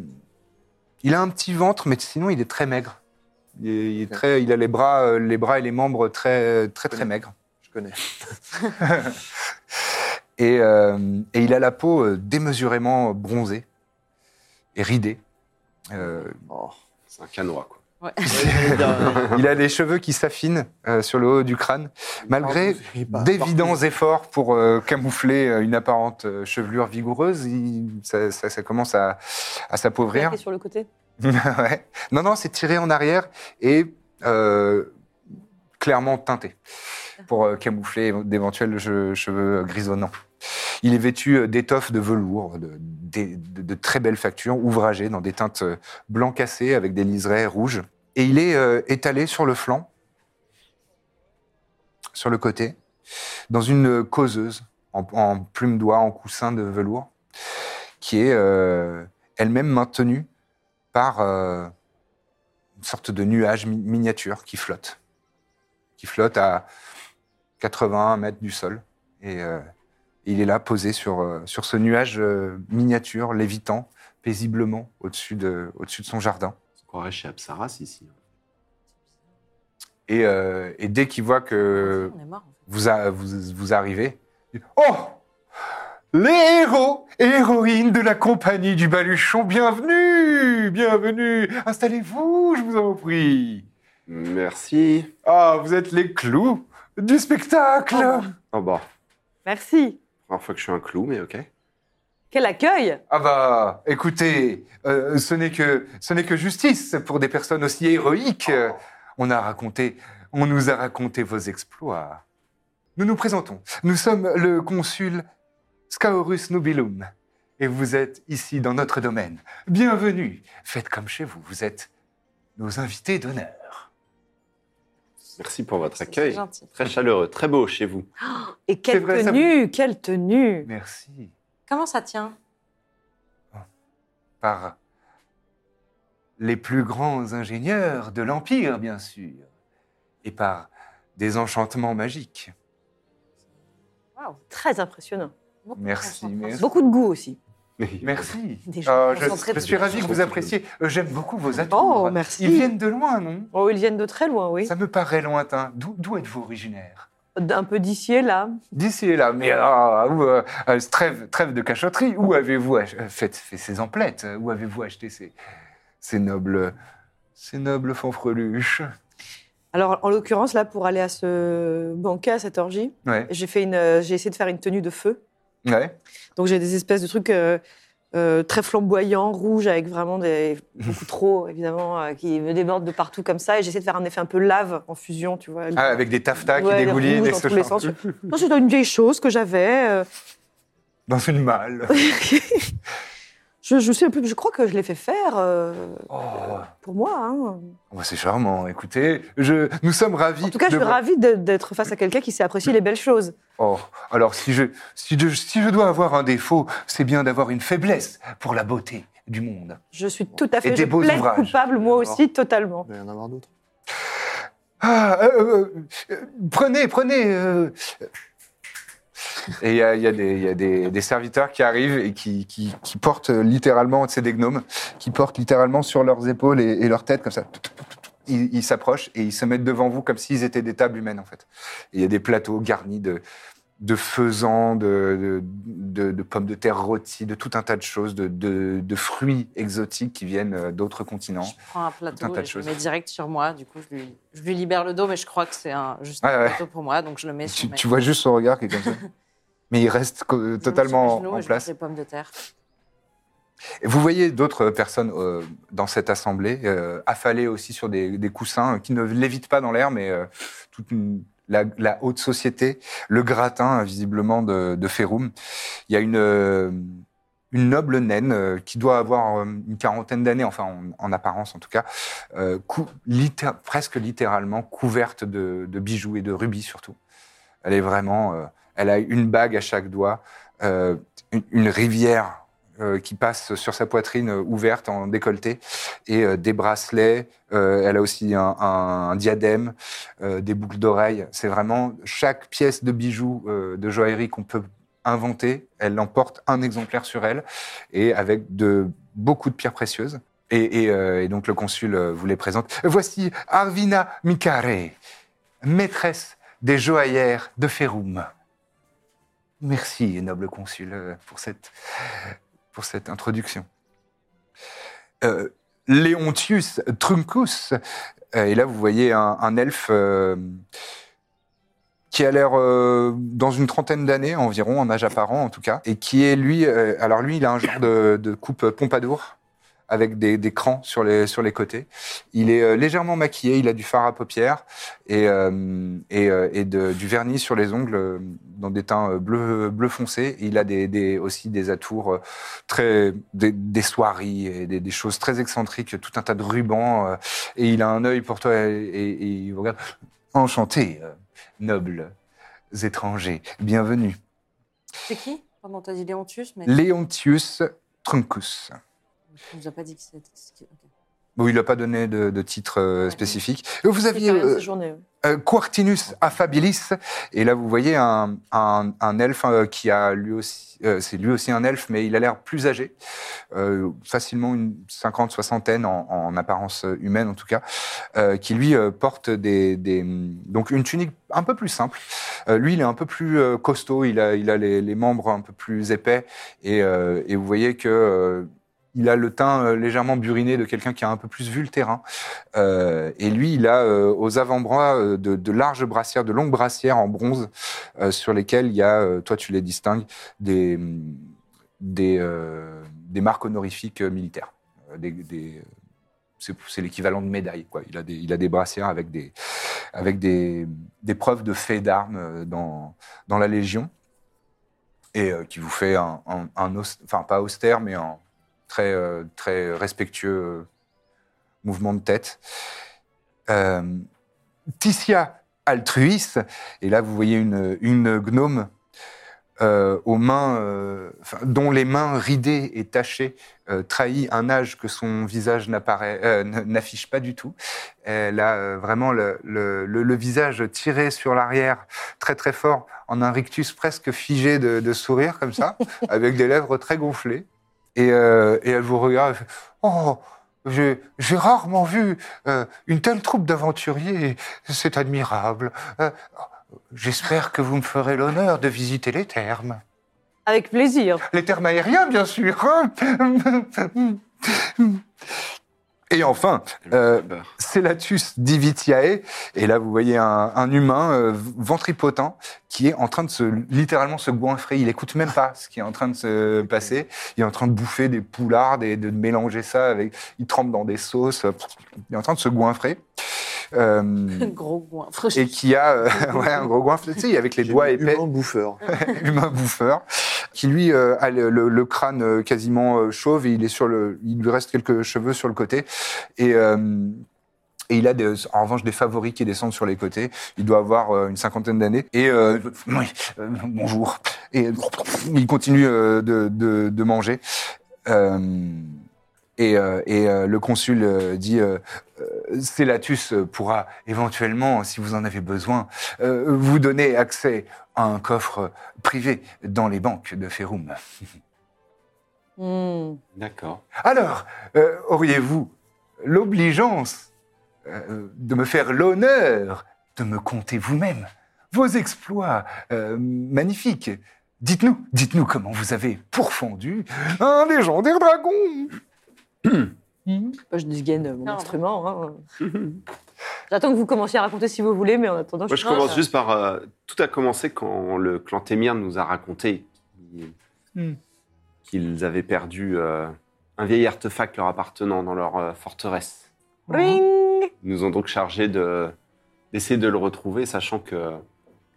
Speaker 1: il a un petit ventre, mais sinon il est très maigre. Il, est- il est très, il a les bras, euh, les bras et les membres très, très, très maigres.
Speaker 4: Je connais.
Speaker 1: Et, euh, et il a la peau euh, démesurément bronzée et ridée. Euh,
Speaker 4: Oh.
Speaker 3: C'est un canois, quoi.
Speaker 4: euh,
Speaker 1: il a des cheveux qui s'affinent euh, sur le haut du crâne, malgré
Speaker 4: Il part-
Speaker 1: d'évidents efforts pour euh, camoufler euh, une apparente euh, chevelure vigoureuse, il- ça, ça- ça commence à, à s'appauvrir.
Speaker 6: Plaqué sur le côté.
Speaker 1: Ouais. Non, non, c'est tiré en arrière et euh, clairement teinté pour euh, camoufler d'éventuels che- cheveux grisonnants. Il est vêtu euh, d'étoffes de velours, de, des- de- de très belles factures, ouvragées dans des teintes euh, blanc cassé avec des liserés rouges. Et il est euh, étalé sur le flanc, sur le côté, dans une euh, causeuse en, en plume d'oie, en coussin de velours, qui est euh, elle-même maintenue par euh, une sorte de nuage mi- miniature qui flotte, qui flotte à 80 mètres du sol. Et euh, il est là, posé sur, euh, sur ce nuage euh, miniature, lévitant paisiblement au-dessus de, au de son jardin.
Speaker 3: On se croirait chez Absaras ici.
Speaker 1: Et, euh, et dès qu'il voit que
Speaker 5: On est mort. en fait.
Speaker 1: vous, a- vous, vous arrivez, il dit, Oh Les héros et héroïnes de la compagnie du Baluchon, bienvenue Bienvenue Installez-vous, je vous en prie
Speaker 3: Merci.
Speaker 1: Ah, vous êtes les clous du spectacle
Speaker 3: Oh bah,
Speaker 2: Merci.
Speaker 3: première fois que je suis un clou, mais ok.
Speaker 2: Quel accueil
Speaker 1: Ah bah, écoutez, euh, ce n'est que ce n'est que justice pour des personnes aussi héroïques. Euh, On a raconté, on nous a raconté vos exploits. Nous nous présentons. Nous sommes le consul Scaurus Nobilum et vous êtes ici dans notre domaine. Bienvenue. Faites comme chez vous. Vous êtes nos invités d'honneur.
Speaker 3: Merci pour votre
Speaker 5: C'est
Speaker 3: accueil.
Speaker 5: gentil.
Speaker 3: Très chaleureux, très beau chez vous.
Speaker 2: Et
Speaker 1: C'est
Speaker 2: quelle
Speaker 1: vrai, ça-
Speaker 2: tenue Quelle tenue
Speaker 1: Merci
Speaker 5: Comment ça tient
Speaker 1: par les plus grands ingénieurs de l'empire, bien sûr, et par des enchantements magiques.
Speaker 6: Très impressionnant.
Speaker 5: Beaucoup de
Speaker 1: Merci,
Speaker 5: concentration.
Speaker 1: merci.
Speaker 6: Beaucoup de goût aussi.
Speaker 1: Merci.
Speaker 6: Des gens
Speaker 1: Euh, je,
Speaker 5: concentrés
Speaker 1: je suis
Speaker 5: dessus.
Speaker 1: ravi que vous appréciez. Euh, J'aime beaucoup vos atouts.
Speaker 2: Oh, merci.
Speaker 1: Ils viennent de loin, non
Speaker 6: Oh, ils viennent de très loin, oui.
Speaker 1: Ça me paraît lointain. D'où d'où êtes-vous originaire
Speaker 6: Un peu d'ici et là.
Speaker 1: D'ici et là. Mais ah, où, euh, euh, trêve, trêve de cachotterie. Où avez-vous ach- euh, fait, fait ces emplettes Où avez-vous acheté ces, ces nobles, ces nobles fanfreluches
Speaker 2: Alors, en l'occurrence, là, pour aller à ce banquet, à cette orgie,
Speaker 1: Ouais.
Speaker 2: j'ai fait une, euh, j'ai essayé de faire une tenue de feu.
Speaker 1: Ouais.
Speaker 2: Donc, j'ai des espèces de trucs euh, euh, très flamboyants, rouges, avec vraiment des beaucoup trop, évidemment, euh, qui me débordent de partout comme ça. Et j'essaie de faire un effet un peu lave en fusion, tu vois.
Speaker 1: Ah, avec des taffetas
Speaker 2: Ouais,
Speaker 1: qui
Speaker 2: les
Speaker 1: dégoulinent
Speaker 2: rouges
Speaker 1: et
Speaker 2: dans
Speaker 1: ce
Speaker 2: tous les
Speaker 1: genre.
Speaker 2: sens. Non, c'était une vieille chose que j'avais. euh,
Speaker 1: Dans une malle.
Speaker 2: je Je, je sais plus, je crois que je l'ai fait faire euh,
Speaker 1: Oh,
Speaker 2: pour moi. hein.
Speaker 1: bah, c'est charmant. Écoutez, je, nous sommes ravis.
Speaker 2: En tout cas, je
Speaker 1: de
Speaker 2: suis
Speaker 1: vo-
Speaker 2: ravie de- d'être face à quelqu'un qui sait apprécier les belles choses.
Speaker 1: Oh, alors si je, si je, si je dois avoir un défaut, c'est bien d'avoir une faiblesse pour la beauté du monde.
Speaker 2: Je suis tout à fait
Speaker 1: Et des
Speaker 2: je
Speaker 1: beaux
Speaker 2: plaide
Speaker 1: ouvrages.
Speaker 2: coupable, moi aussi, totalement.
Speaker 4: Il va y en avoir d'autres.
Speaker 1: Ah, euh, euh, euh, prenez, prenez. euh. Et il y a, il y a des, il y a des- des serviteurs qui arrivent et qui, qui- qui portent littéralement, c'est des gnomes, qui portent littéralement sur leurs épaules et, et leur tête comme ça. Ils ils s'approchent et ils se mettent devant vous comme s'ils étaient des tables humaines en fait. Et il y a des plateaux garnis de, de faisans, de, de- de- de pommes de terre rôties, de tout un tas de choses, de, de- de fruits exotiques qui viennent euh, d'autres continents.
Speaker 5: Je prends un
Speaker 1: Tout un
Speaker 5: plateau
Speaker 1: tas
Speaker 5: et
Speaker 1: de
Speaker 5: je
Speaker 1: choses.
Speaker 5: le mets direct sur moi. Du coup, je lui, je lui libère le dos, mais je crois que c'est un, juste
Speaker 1: Ouais,
Speaker 5: un
Speaker 1: ouais.
Speaker 5: plateau pour moi, donc je le mets sur
Speaker 1: Tu,
Speaker 5: mes-
Speaker 1: tu vois juste son regard qui est comme ça. Mais il reste co-
Speaker 5: je le mets sur mes
Speaker 1: totalement
Speaker 5: genoux et
Speaker 1: en
Speaker 5: je
Speaker 1: place.
Speaker 5: mets des pommes de terre.
Speaker 1: Et Vous voyez d'autres personnes euh, dans cette assemblée, euh, affalées aussi sur des, des coussins, euh, qui ne lévitent pas dans l'air, mais euh, toute une- la, la haute société, le gratin euh, visiblement de, de Ferum. Il y a une, euh, une noble naine euh, qui doit avoir euh, une quarantaine d'années, enfin en, en apparence en tout cas, euh, cou- litté- presque littéralement couverte de, de bijoux et de rubis surtout. Elle est vraiment, euh, elle a une bague à chaque doigt, euh, une- une rivière euh, qui passe sur sa poitrine euh, ouverte en décolleté et euh, des bracelets. euh, elle a aussi un, un- un diadème, euh, des boucles d'oreilles. C'est vraiment chaque pièce de bijoux euh, de joaillerie qu'on peut inventer. Elle l'emporte un exemplaire sur elle et avec de beaucoup de pierres précieuses. Et, et, euh, et donc le consul euh, vous les présente. Voici Arvina Micare, maîtresse des joaillères de Ferum. Merci, noble consul, euh, pour cette pour cette introduction. Euh, Léontius Truncus, euh, et là vous voyez un, un elfe euh, qui a l'air euh, dans une trentaine d'années environ, en âge apparent en tout cas, et qui est lui, euh, alors lui il a un genre de, de coupe pompadour avec des, des crans sur les, sur les côtés. Il est euh, légèrement maquillé, il a du fard à paupières et, euh, et, euh, et de- du vernis sur les ongles euh, dans des teints euh, bleu, bleu foncé. Et il a des, des- aussi des atours euh, très des, des soieries et des, des choses très excentriques, tout un tas de rubans. euh, et il a un œil pour toi et, et- et il vous regarde. Enchanté, euh, nobles étrangers, bienvenue.
Speaker 5: C'est qui Pardon, t'as dit Léontius, mais
Speaker 1: Léontius Truncus.
Speaker 5: tu nous as pas dit que c'était. ce qui- ok.
Speaker 1: Bon, il n'a pas donné de, de titre euh,
Speaker 5: Ouais.
Speaker 1: spécifique. Vous
Speaker 6: C'est
Speaker 1: aviez
Speaker 6: quand même
Speaker 1: euh,
Speaker 6: ces journées.
Speaker 1: euh, Quartinus affabilis, et là vous voyez un, un- un elfe euh, qui a lui aussi, euh, c'est lui aussi un elfe, mais il a l'air plus âgé, euh, facilement une cinquante, soixantaine en, en apparence humaine en tout cas, euh, qui lui euh, porte des, des- donc une tunique un peu plus simple. Euh, lui, il est un peu plus euh, costaud, il a, il a les, les membres un peu plus épais, et, euh, et vous voyez que euh, il a le teint euh, légèrement buriné de quelqu'un qui a un peu plus vu le terrain. Euh, et lui, il a euh, aux avant-bras euh, de, de larges brassières, de longues brassières en bronze, euh, sur lesquelles il y a, euh, toi tu les distingues, des, hum, des, euh, des marques honorifiques euh, militaires. Euh, Des, des- c'est c'est l'équivalent de médailles. Quoi. Il, a des, il a des brassières avec des, avec des, des preuves de faits d'armes euh, dans, dans la Légion, et euh, qui vous fait un, un- un aus- enfin pas austère, mais un très, euh, très respectueux euh, mouvement de tête. Euh, Ticia altruis, et là vous voyez une, une gnome euh, aux mains, euh, enfin, dont les mains ridées et tachées euh, trahit un âge que son visage n'apparaît, euh, n- n'affiche pas du tout. Elle a euh, vraiment le, le- le- le visage tiré sur l'arrière, très très fort, en un rictus presque figé de, de sourire comme ça, avec des lèvres très gonflées. Et, euh, et elle vous regarde. elle fait, Oh, j'ai j'ai rarement vu euh, une telle troupe d'aventuriers. C'est admirable. Euh, J'espère que vous me ferez l'honneur de visiter les thermes.
Speaker 2: Avec plaisir.
Speaker 1: Les thermes aériens, bien sûr. hein. Et enfin, euh,
Speaker 3: Peur.
Speaker 1: Celatus divitiae. Et là, vous voyez un, un humain euh, ventripotent qui est en train de se littéralement se goinfrer. Il écoute même pas ce qui est en train de se passer. Il est en train de bouffer des poulards et de mélanger ça avec. Il trempe dans des sauces. Il est en train de se goinfrer. euh,
Speaker 5: Gros coin.
Speaker 1: et qui a euh, ouais, un gros goinfre, tu sais, avec les
Speaker 4: J'ai
Speaker 1: doigts
Speaker 4: mis
Speaker 1: épais,
Speaker 4: Humain bouffeur.
Speaker 1: humain bouffeur, qui lui euh, a le, le- le crâne euh, quasiment euh, chauve et il, est sur le, il lui reste quelques cheveux sur le côté. Et, euh, et il a des- en revanche des favoris qui descendent sur les côtés. Il doit avoir euh, une cinquantaine d'années. Et euh, oui, euh, bonjour. Et il continue euh, de, de- de manger. Euh, et euh, et, euh, le consul euh, dit euh, euh, Stellatus pourra éventuellement, si vous en avez besoin, euh, vous donner accès à un coffre privé dans les banques de Ferrum.
Speaker 2: Hmm.
Speaker 3: D'accord.
Speaker 1: Alors, euh, auriez-vous l'obligeance euh, de me faire l'honneur de me compter vous-même vos exploits euh, magnifiques Dites-nous, dites-nous comment vous avez pourfendu un légendaire dragon.
Speaker 2: Bah, je dégaine euh, mon
Speaker 5: Non.
Speaker 2: instrument. hein. J'attends que vous commenciez à raconter si vous voulez, mais en attendant,
Speaker 3: Moi, je
Speaker 5: Non,
Speaker 3: commence
Speaker 5: ça-
Speaker 3: juste par. euh, tout a commencé quand le clan Témir nous a raconté qu'il-
Speaker 1: Hmm.
Speaker 3: qu'ils avaient perdu euh, un vieil artefact leur appartenant dans leur euh, forteresse.
Speaker 2: Ring
Speaker 3: Ils nous ont donc chargé de- d'essayer de, le retrouver, sachant que euh,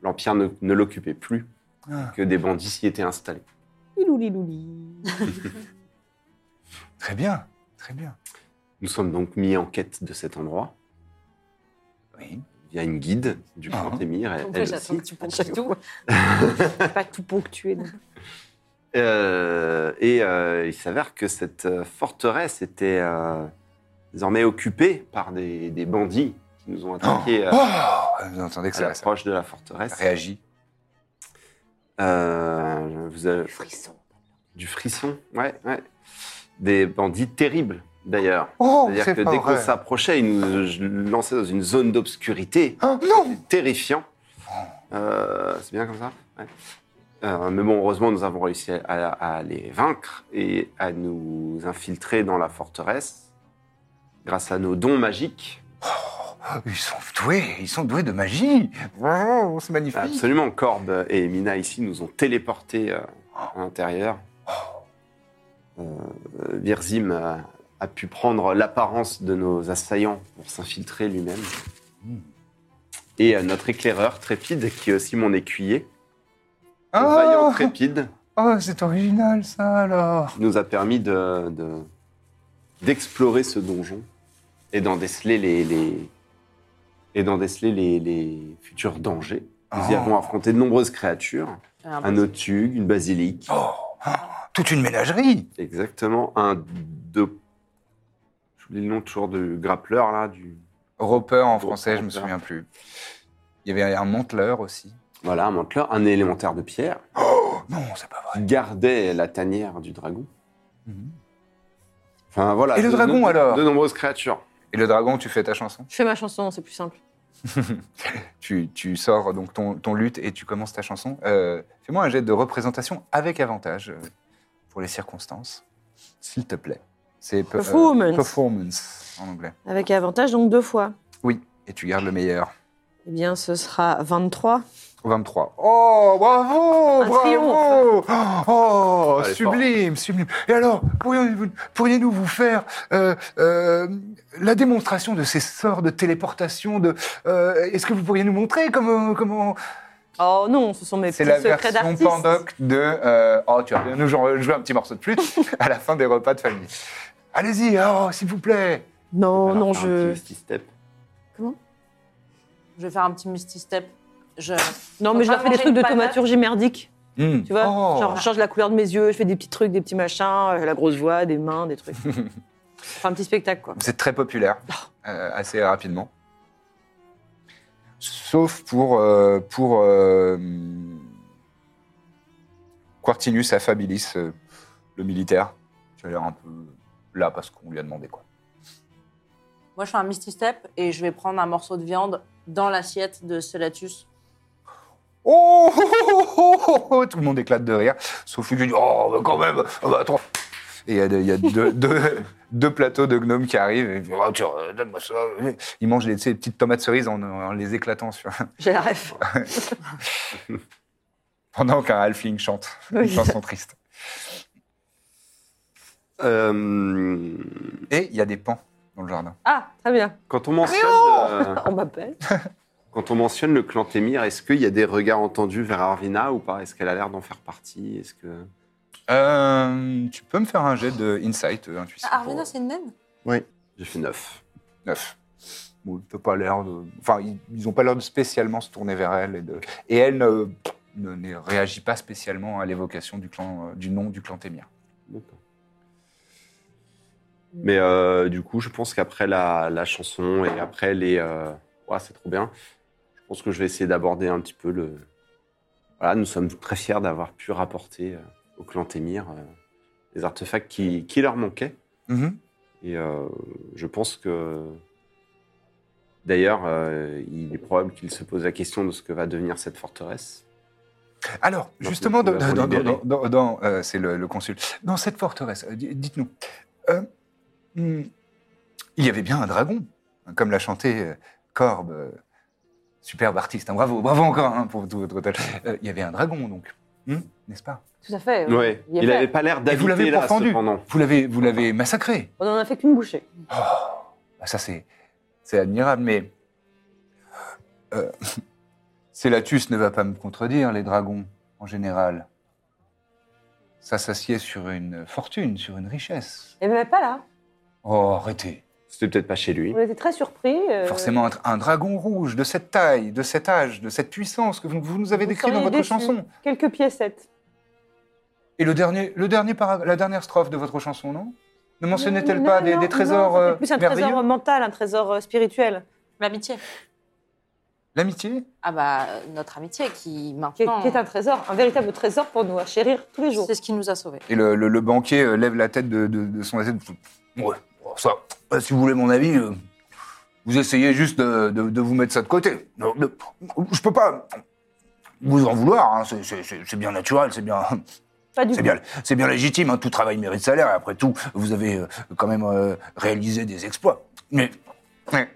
Speaker 3: l'Empire ne, ne l'occupait plus,
Speaker 1: Ah.
Speaker 3: que des bandits s'y étaient installés.
Speaker 1: Très bien, très bien.
Speaker 3: Nous sommes donc mis en quête de cet endroit
Speaker 1: Oui.
Speaker 3: via une guide du clan
Speaker 1: Ah.
Speaker 3: Témir. elle-
Speaker 5: Pourquoi
Speaker 3: elle
Speaker 5: j'attends
Speaker 3: aussi.
Speaker 5: que tu penses tout
Speaker 6: Pas tout ponctué. non.
Speaker 3: Euh, et euh, il s'avère que cette euh, forteresse était euh, désormais occupée par des, des bandits qui nous ont attaqués euh,
Speaker 1: Oh, vous entendez que
Speaker 3: à
Speaker 1: ça, ça
Speaker 3: l'approche de la forteresse.
Speaker 1: réagit.
Speaker 3: Euh, vous avez
Speaker 5: Frisson.
Speaker 3: du frisson, ouais, ouais. Des bandits terribles, d'ailleurs.
Speaker 1: Oh,
Speaker 3: C'est-à-dire que
Speaker 1: pas
Speaker 3: dès
Speaker 1: vrai.
Speaker 3: qu'on s'approchait, ils nous je- lançaient dans une zone d'obscurité.
Speaker 1: Ah, non.
Speaker 3: terrifiant. Euh, c'est bien comme ça ouais. Euh, Mais bon, heureusement, nous avons réussi à, à les vaincre et à nous infiltrer dans la forteresse grâce à nos dons magiques.
Speaker 1: Ils sont doués, ils sont doués de magie. Wow, c'est magnifique.
Speaker 3: Absolument, Corbe et Mina ici nous ont téléportés euh, à l'intérieur. Euh, Virzim euh, a pu prendre l'apparence de nos assaillants pour s'infiltrer lui-même. Et euh, notre éclaireur, Trépide, qui est aussi mon écuyer, mon vaillant
Speaker 1: Oh,
Speaker 3: Trépide,
Speaker 1: oh, c'est original ça alors.
Speaker 3: nous a permis de, de- d'explorer ce donjon et d'en déceler les, les- et d'en déceler les, les futurs dangers. Nous y
Speaker 1: Oh.
Speaker 3: avons affronté de nombreuses créatures,
Speaker 5: Ah,
Speaker 6: Ah,
Speaker 3: un otug, une basilique,
Speaker 1: Oh, oh, toute une ménagerie.
Speaker 3: exactement un de j'oublie le nom toujours du grappleur là, du
Speaker 1: Roper en
Speaker 3: Roper,
Speaker 1: français, je me
Speaker 3: Roper.
Speaker 1: souviens plus. Il y avait un monteleur aussi.
Speaker 3: voilà un manteleur, un élémentaire de pierre
Speaker 1: Oh, non, c'est pas vrai.
Speaker 3: qui gardait la tanière du dragon.
Speaker 1: Mhm.
Speaker 3: Enfin voilà.
Speaker 1: Et le
Speaker 3: de-
Speaker 1: dragon,
Speaker 3: de-
Speaker 1: alors
Speaker 3: De nombreuses créatures.
Speaker 1: Et le dragon, tu fais ta chanson.
Speaker 6: Je fais ma chanson, c'est plus simple.
Speaker 1: Tu, tu sors donc ton, ton luth et tu commences ta chanson. Euh, Fais-moi un jet de représentation avec avantage euh, pour les circonstances, s'il te plaît. C'est pe- euh,
Speaker 6: Performance.
Speaker 1: performance en anglais.
Speaker 6: Avec avantage, donc deux fois.
Speaker 1: Oui, et tu gardes le meilleur.
Speaker 6: Eh bien, ce sera 23.
Speaker 1: 23. Oh, bravo,
Speaker 6: Un
Speaker 1: bravo. Oh,
Speaker 3: Allez,
Speaker 1: sublime, sublime. Et alors, pourriez-vous pourriez nous vous faire euh, euh, la démonstration de ces sorts de téléportation de euh, Est-ce que vous pourriez nous montrer comment comment
Speaker 6: Oh non, ce sont mes
Speaker 1: C'est
Speaker 6: petits
Speaker 1: la
Speaker 6: secrets
Speaker 1: version
Speaker 6: d'artiste.
Speaker 1: Pandoc de euh, Oh, tu vas bien nous jouer jouer un petit morceau de flûte à la fin des repas de famille. Allez-y, oh, s'il vous plaît.
Speaker 6: Non,
Speaker 3: Alors,
Speaker 6: Oh, non,
Speaker 3: un
Speaker 6: je.
Speaker 3: petit misty step.
Speaker 5: Je vais faire un petit misty step. Je...
Speaker 6: Non, mais je
Speaker 5: Faut
Speaker 6: leur fais des
Speaker 5: pas manger
Speaker 6: trucs
Speaker 5: une
Speaker 6: de
Speaker 5: patate.
Speaker 6: thaumaturgie merdique.
Speaker 1: Hmm.
Speaker 6: Tu vois
Speaker 1: Oh.
Speaker 6: Genre, je change la couleur de mes yeux, je fais des petits trucs, des petits machins, euh, la grosse voix, des mains, des trucs. enfin, un petit spectacle, quoi.
Speaker 1: Vous êtes très populaire, euh, assez rapidement. Sauf pour, euh, pour euh, Quartinus Affabilis, euh, le militaire, qui a l'air un peu là parce qu'on lui a demandé quoi.
Speaker 5: Moi, je fais un misty step et je vais prendre un morceau de viande dans l'assiette de Celatus.
Speaker 1: Oh, oh, oh, oh, oh, oh, Tout le monde éclate de rire, sauf lui qui dit Oh, bah, quand même ah, bah, attends. Et il y a, des- il y a deux, deux- deux plateaux de gnomes qui arrivent. Et, il dit, Oh, tiens, euh, donne-moi ça. Ils mangent les, tu sais, les petites tomates cerises en, en les éclatant sur,
Speaker 6: J'ai la ref.
Speaker 1: pendant qu'un halfling chante une chanson triste.
Speaker 3: Euh,
Speaker 1: Et il y a des pans dans dans le jardin.
Speaker 2: Ah, très bien.
Speaker 3: Quand on mentionne, euh,
Speaker 2: On m'appelle.
Speaker 3: quand on mentionne le clan Témir, est-ce qu'il y a des regards entendus vers Arvina ou pas Est-ce qu'elle a l'air d'en faire partie Est-ce que
Speaker 1: Euh, tu peux me faire un jet de insight, euh, intuition.
Speaker 5: Ah, Arvina, c'est une naine
Speaker 3: j'ai fait neuf
Speaker 1: Neuf. Bon, t'as pas l'air de... Enfin, ils- ils ont pas l'air de spécialement se tourner vers elle. Et, de- et elle ne, ne- ne réagit pas spécialement à l'évocation du, clan, euh, du nom du clan Témir.
Speaker 3: D'accord. Mais euh, du coup, je pense qu'après la, la chanson et après les. euh, Ouah, c'est trop bien. Je pense que je vais essayer d'aborder un petit peu le. Voilà, nous sommes très fiers d'avoir pu rapporter euh, au clan Témir euh, les artefacts qui, qui leur manquaient. Et euh, je pense que. D'ailleurs, euh, il est probable qu'il se pose la question de ce que va devenir cette forteresse.
Speaker 1: Alors,
Speaker 3: Donc,
Speaker 1: justement,
Speaker 3: nous
Speaker 1: dans,
Speaker 3: pouvons
Speaker 1: dans-
Speaker 3: libérer.
Speaker 1: dans- dans- dans- euh, c'est le, le consul. Dans cette forteresse, euh, di- dites-nous, euh, hmm, il y avait bien un dragon, hein, comme l'a chanté euh, Corbe, euh, superbe artiste. hein, bravo, bravo encore hein, pour tout votre hôtel. Euh, il y avait un dragon, donc, hmm, n'est-ce pas
Speaker 6: Tout à fait.
Speaker 3: Oui,
Speaker 6: ouais. Il y
Speaker 3: il
Speaker 6: avait-
Speaker 3: n'avait pas l'air
Speaker 1: Et vous
Speaker 3: d'habiter
Speaker 1: l'avez
Speaker 3: là,
Speaker 1: pourfendu.
Speaker 3: cependant.
Speaker 1: Vous l'avez, vous l'avez massacré.
Speaker 6: On en a fait qu'une bouchée.
Speaker 1: Ah, Ça, c'est, c'est admirable, mais euh, Célatus ne va pas me contredire, les dragons, en général. Ça s'assied sur une fortune, sur une richesse.
Speaker 6: Et même pas là.
Speaker 1: Oh, arrêtez.
Speaker 3: C'était peut-être pas chez lui.
Speaker 6: On était très surpris. euh,
Speaker 1: Forcément, être un dragon rouge de cette taille, de cet âge, de cette puissance que vous, vous nous avez
Speaker 6: Vous
Speaker 1: décrit dans
Speaker 6: seriez
Speaker 1: votre
Speaker 6: déçus.
Speaker 1: chanson.
Speaker 6: Quelques piécettes.
Speaker 1: Et le dernier, le dernier para- la dernière strophe de votre chanson, non Ne mentionnait-elle
Speaker 6: Non,
Speaker 1: pas
Speaker 6: Euh, non,
Speaker 1: des,
Speaker 6: non,
Speaker 1: des
Speaker 6: non,
Speaker 1: trésors
Speaker 6: c'était
Speaker 1: euh,
Speaker 6: plus un
Speaker 1: merveilleux
Speaker 6: trésor mental, un trésor euh, spirituel.
Speaker 5: L'amitié.
Speaker 1: L'amitié
Speaker 5: Ah bah, euh, notre amitié qui,
Speaker 6: Qui est,
Speaker 5: maintenant,
Speaker 6: qui est un trésor, un véritable trésor pour nous à chérir tous les jours.
Speaker 5: c'est ce qui nous a sauvés.
Speaker 1: Et le, le- le banquier euh, lève la tête de, de- de son assiette. Ouais, bon, ça, euh, si vous voulez mon avis, euh, vous essayez juste de, de- de vous mettre ça de côté. Non, de- je peux pas vous en vouloir, hein, c'est- c'est c'est- c'est bien naturel, c'est bien,
Speaker 6: Pas du
Speaker 1: c'est
Speaker 6: tout.
Speaker 1: bien, c'est bien légitime, hein, tout travail mérite salaire, et après tout, vous avez euh, quand même euh, réalisé des exploits. Mais. mais-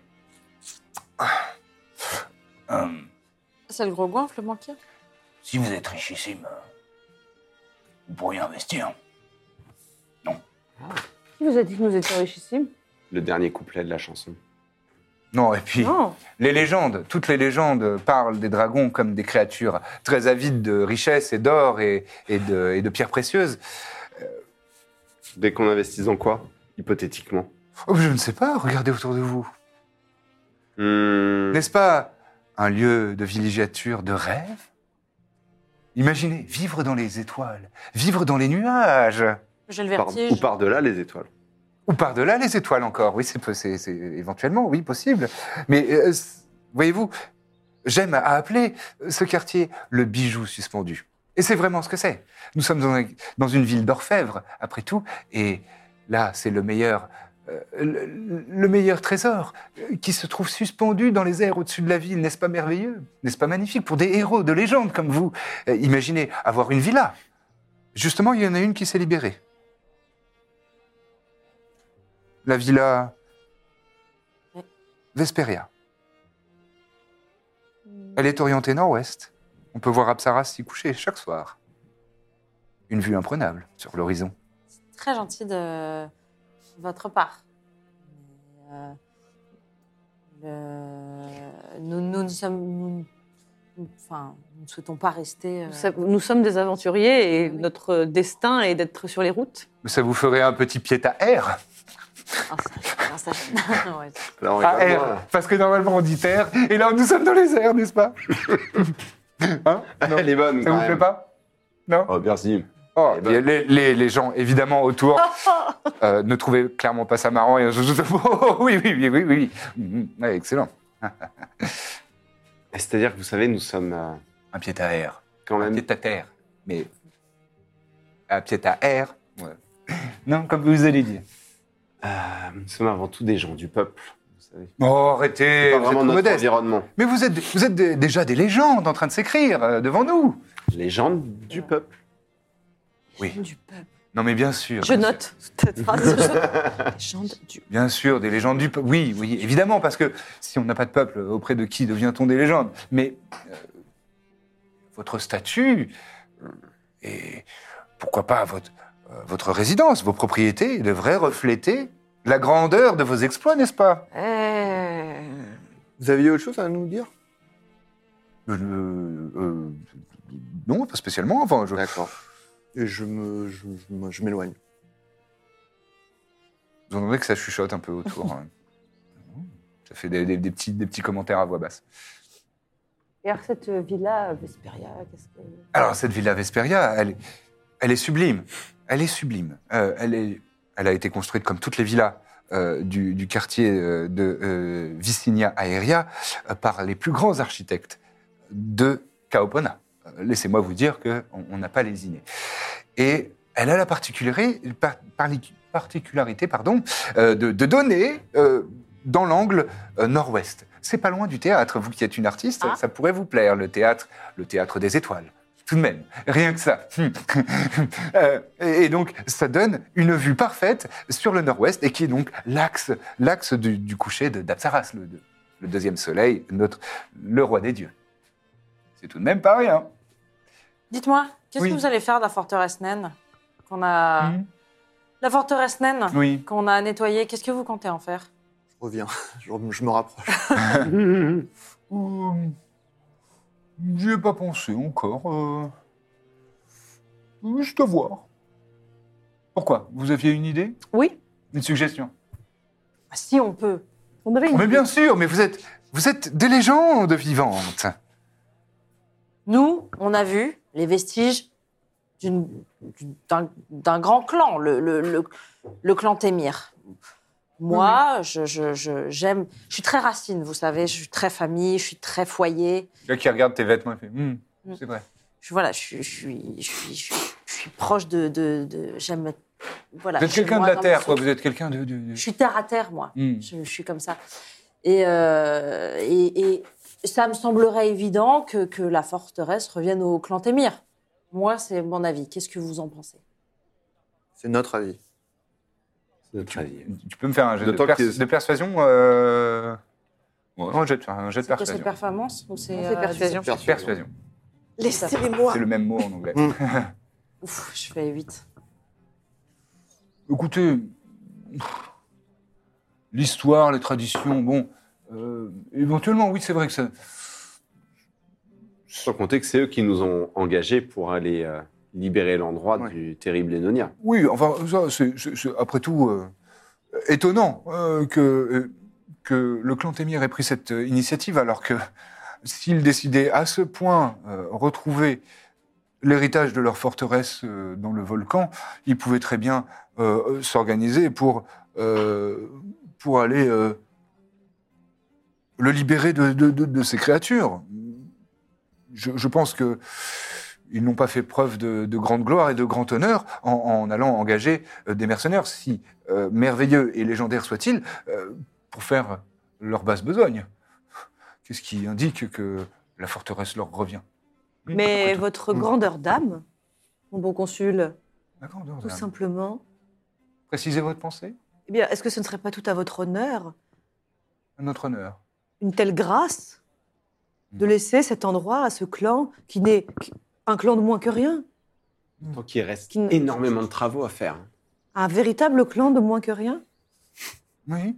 Speaker 1: Euh,
Speaker 5: C'est le gros goinfre, le banquier
Speaker 1: si vous êtes richissime, euh, vous pourriez investir.
Speaker 6: Qui vous a dit que nous étions richissimes
Speaker 3: Le dernier couplet de la chanson.
Speaker 1: Non, et puis.
Speaker 6: Non.
Speaker 1: Les légendes, toutes les légendes parlent des dragons comme des créatures très avides de richesses et d'or et, et de, et de pierres précieuses.
Speaker 3: Dès qu'on investit dans quoi Hypothétiquement.
Speaker 1: Oh, je ne sais pas, regardez autour de vous.
Speaker 3: Hmm,
Speaker 1: N'est-ce pas un lieu de villégiature, de rêve Imaginez, vivre dans les étoiles, vivre dans les nuages,
Speaker 5: J'ai le
Speaker 3: par-
Speaker 5: vertige.
Speaker 3: ou par-delà les étoiles.
Speaker 1: ou par-delà les étoiles encore. Oui, c'est po- c'est- c'est éventuellement, oui, possible. Mais euh, c- voyez-vous, j'aime à appeler euh, ce quartier le bijou suspendu. Et c'est vraiment ce que c'est. Nous sommes dans, un- dans une ville d'orfèvres, après tout, et là, c'est le meilleur, euh, le, le meilleur trésor euh, qui se trouve suspendu dans les airs au-dessus de la ville. N'est-ce pas merveilleux N'est-ce pas magnifique Pour des héros de légende comme vous, Euh, imaginez avoir une villa. Justement, il y en a une qui s'est libérée. La villa
Speaker 5: Ouais.
Speaker 1: Vesperia. Elle est orientée nord-ouest. On peut voir Apsaras s'y coucher chaque soir. Une vue imprenable sur l'horizon.
Speaker 5: Très gentil de votre part. Euh, le- Nous, nous ne sommes... nous- nous- Enfin, nous ne souhaitons pas rester... euh,
Speaker 6: Nous sa- Nous sommes des aventuriers et
Speaker 5: Oui.
Speaker 6: notre destin est d'être sur les routes.
Speaker 1: Ça vous ferait un petit pied à air.
Speaker 5: un sage- un sage- Ouais,
Speaker 1: À
Speaker 3: Là, on regarde
Speaker 1: air.
Speaker 3: bah, moi, là.
Speaker 1: Parce que normalement on dit terre, et là nous sommes dans les airs, n'est-ce pas Hein Non.
Speaker 3: Elle est bonne.
Speaker 1: Ça vous
Speaker 3: quand
Speaker 1: plaît
Speaker 3: même.
Speaker 1: pas Non
Speaker 3: Oh, merci.
Speaker 1: Oh,
Speaker 3: Eh ben.
Speaker 1: les, les- les gens, évidemment, autour euh, ne trouvaient clairement pas ça marrant. Et je, je- Oh, oui, oui, oui, oui, oui. Mhm, ouais, excellent.
Speaker 3: C'est-à-dire que vous savez, nous sommes euh,
Speaker 1: Un pied à air.
Speaker 3: quand
Speaker 1: Un
Speaker 3: même.
Speaker 1: pied à terre. Mais un pied à air. ouais. Non, comme vous allez dire.
Speaker 3: euh, nous sommes avant tout des gens du peuple. Vous savez.
Speaker 1: Oh,
Speaker 3: C'est
Speaker 1: arrêtez, vous
Speaker 3: pas
Speaker 1: êtes
Speaker 3: vraiment
Speaker 1: trop
Speaker 3: notre
Speaker 1: modeste.
Speaker 3: environnement.
Speaker 1: Mais vous êtes, vous êtes des- déjà des légendes en train de s'écrire euh, devant nous.
Speaker 3: Les gens du peuple.
Speaker 1: Oui. Non, mais bien sûr.
Speaker 6: Je
Speaker 1: bien sûr.
Speaker 6: note cette phrase. Légende du-
Speaker 1: Bien sûr, des légendes du peuple. Oui, oui, évidemment, parce que si on n'a pas de peuple, euh, auprès de qui devient-on des légendes Mais euh, votre statut euh, et pourquoi pas votre, euh, votre résidence, vos propriétés devraient refléter la grandeur de vos exploits, n'est-ce pas
Speaker 6: Euh,
Speaker 4: Vous aviez autre chose à nous dire
Speaker 1: Euh, euh, Non, pas spécialement. Enfin, je-
Speaker 4: D'accord. Et je me, je, je me- je m'éloigne.
Speaker 1: Vous entendez que ça chuchote un peu autour. hein. Ça fait des, des- des petits, des petits commentaires à voix basse.
Speaker 5: D'ailleurs, cette villa, Vesperia, qu'est-ce que.
Speaker 1: Alors, cette villa Vesperia, elle, est- elle est sublime. Elle est sublime. Euh, elle, est- elle a été construite comme toutes les villas euh, du, du quartier euh, de euh, Vicinia Aeria euh, par les plus grands architectes de Kaopona. Euh, Laissez-moi vous dire qu'on on n'a pas lésiné. Et elle a la particularité, par- par- particularité, pardon, euh, de, de donner euh, dans l'angle euh, nord-ouest. C'est pas loin du théâtre. Vous qui êtes une artiste, ça pourrait vous plaire, le théâtre, le théâtre des étoiles. Tout de même, rien que ça. Hmm. Euh, et et donc, ça donne une vue parfaite sur le nord-ouest et qui est donc l'axe, l'axe du, du coucher de- d'Apsaras, le, de- le deuxième soleil, notre, le roi des dieux. C'est tout de même pas rien.
Speaker 5: Dites-moi, qu'est-ce
Speaker 1: Oui.
Speaker 5: que vous allez faire de la forteresse naine qu'on a.
Speaker 1: Mhm.
Speaker 5: La forteresse naine
Speaker 1: Oui.
Speaker 5: qu'on a nettoyée, qu'est-ce que vous comptez en faire
Speaker 4: Je reviens. Je, re- je me rapproche.
Speaker 1: Euh, J'y ai pas pensé encore. euh. Juste voir. Pourquoi Vous aviez une idée
Speaker 2: Oui.
Speaker 1: Une suggestion
Speaker 5: Ah, Si on peut.
Speaker 2: On avait une
Speaker 1: Mais bien sûr, mais vous êtes, vous êtes des légendes vivantes.
Speaker 5: Nous, on a vu les vestiges d'une- d'une- d'un d'un grand clan, le, le- le- le clan Témir. Moi, je, je, je- j'aime. Je suis très racine, vous savez. Je suis très famille, je suis très foyer.
Speaker 1: Là, qui regarde tes vêtements, il fait
Speaker 5: Hmm.
Speaker 1: C'est vrai.
Speaker 5: Je, voilà, je, suis- je suis, je, suis, je, suis, je suis proche de. de, de- j'aime. Voilà.
Speaker 1: Vous êtes
Speaker 5: Bah, chez
Speaker 1: quelqu'un de
Speaker 5: moi,
Speaker 1: la
Speaker 5: dans
Speaker 1: terre,
Speaker 5: mon
Speaker 1: quoi.
Speaker 5: sou-
Speaker 1: Vous êtes quelqu'un de. de- de-
Speaker 5: Je suis terre à terre, moi.
Speaker 1: Hmm.
Speaker 5: Je, je suis comme ça. Et, euh, et, et ça me semblerait évident que, que la forteresse revienne au clan Témir. Moi, c'est mon avis. Qu'est-ce que vous en pensez
Speaker 4: C'est notre avis.
Speaker 3: C'est notre avis.
Speaker 1: Tu peux me faire un jet de,
Speaker 3: D'autant
Speaker 1: pers-
Speaker 3: qu'il-
Speaker 1: de persuasion euh... ouais, un jet de, un jet de
Speaker 5: C'est quoi, c'est
Speaker 1: persuasion.
Speaker 5: performance ou c'est
Speaker 6: C'est persuasion.
Speaker 1: Persuasion.
Speaker 6: Laissez-les-moi.
Speaker 1: C'est le même mot en anglais.
Speaker 5: Ouf, je fais 8.
Speaker 1: Écoutez, l'histoire, les traditions, bon, euh, éventuellement, oui, c'est vrai que ça.
Speaker 3: Sans compter que c'est eux qui nous ont engagés pour aller euh, libérer l'endroit
Speaker 4: Ouais.
Speaker 3: du terrible Enonia.
Speaker 1: Oui, enfin, ça, c'est c'est- c'est, après tout euh, étonnant euh, que, euh, que le clan Témir ait pris cette euh, initiative, alors que s'ils décidaient à ce point euh, retrouver l'héritage de leur forteresse euh, dans le volcan, ils pouvaient très bien euh, s'organiser pour, euh, pour aller euh, le libérer de, de, de- de ces créatures. Je, je pense que ils n'ont pas fait preuve de, de grande gloire et de grand honneur en, en allant engager euh, des mercenaires, si euh, merveilleux et légendaires soient-ils, euh, pour faire leur basse besogne. Qu'est-ce qui indique que la forteresse leur revient
Speaker 2: Mais votre grandeur d'âme, mon bon consul,
Speaker 1: D'accord,
Speaker 2: tout
Speaker 1: d'accord.
Speaker 2: simplement,
Speaker 1: Précisez votre pensée,
Speaker 2: eh bien, est-ce que ce ne serait pas tout à votre honneur,
Speaker 1: à notre honneur.
Speaker 2: une telle grâce, de
Speaker 1: Hmm.
Speaker 2: laisser cet endroit à ce clan qui n'est qui- un clan de moins que rien,
Speaker 3: Donc il reste
Speaker 2: Qui ne-
Speaker 3: énormément de travaux à faire.
Speaker 2: un véritable clan de moins que rien
Speaker 1: Oui.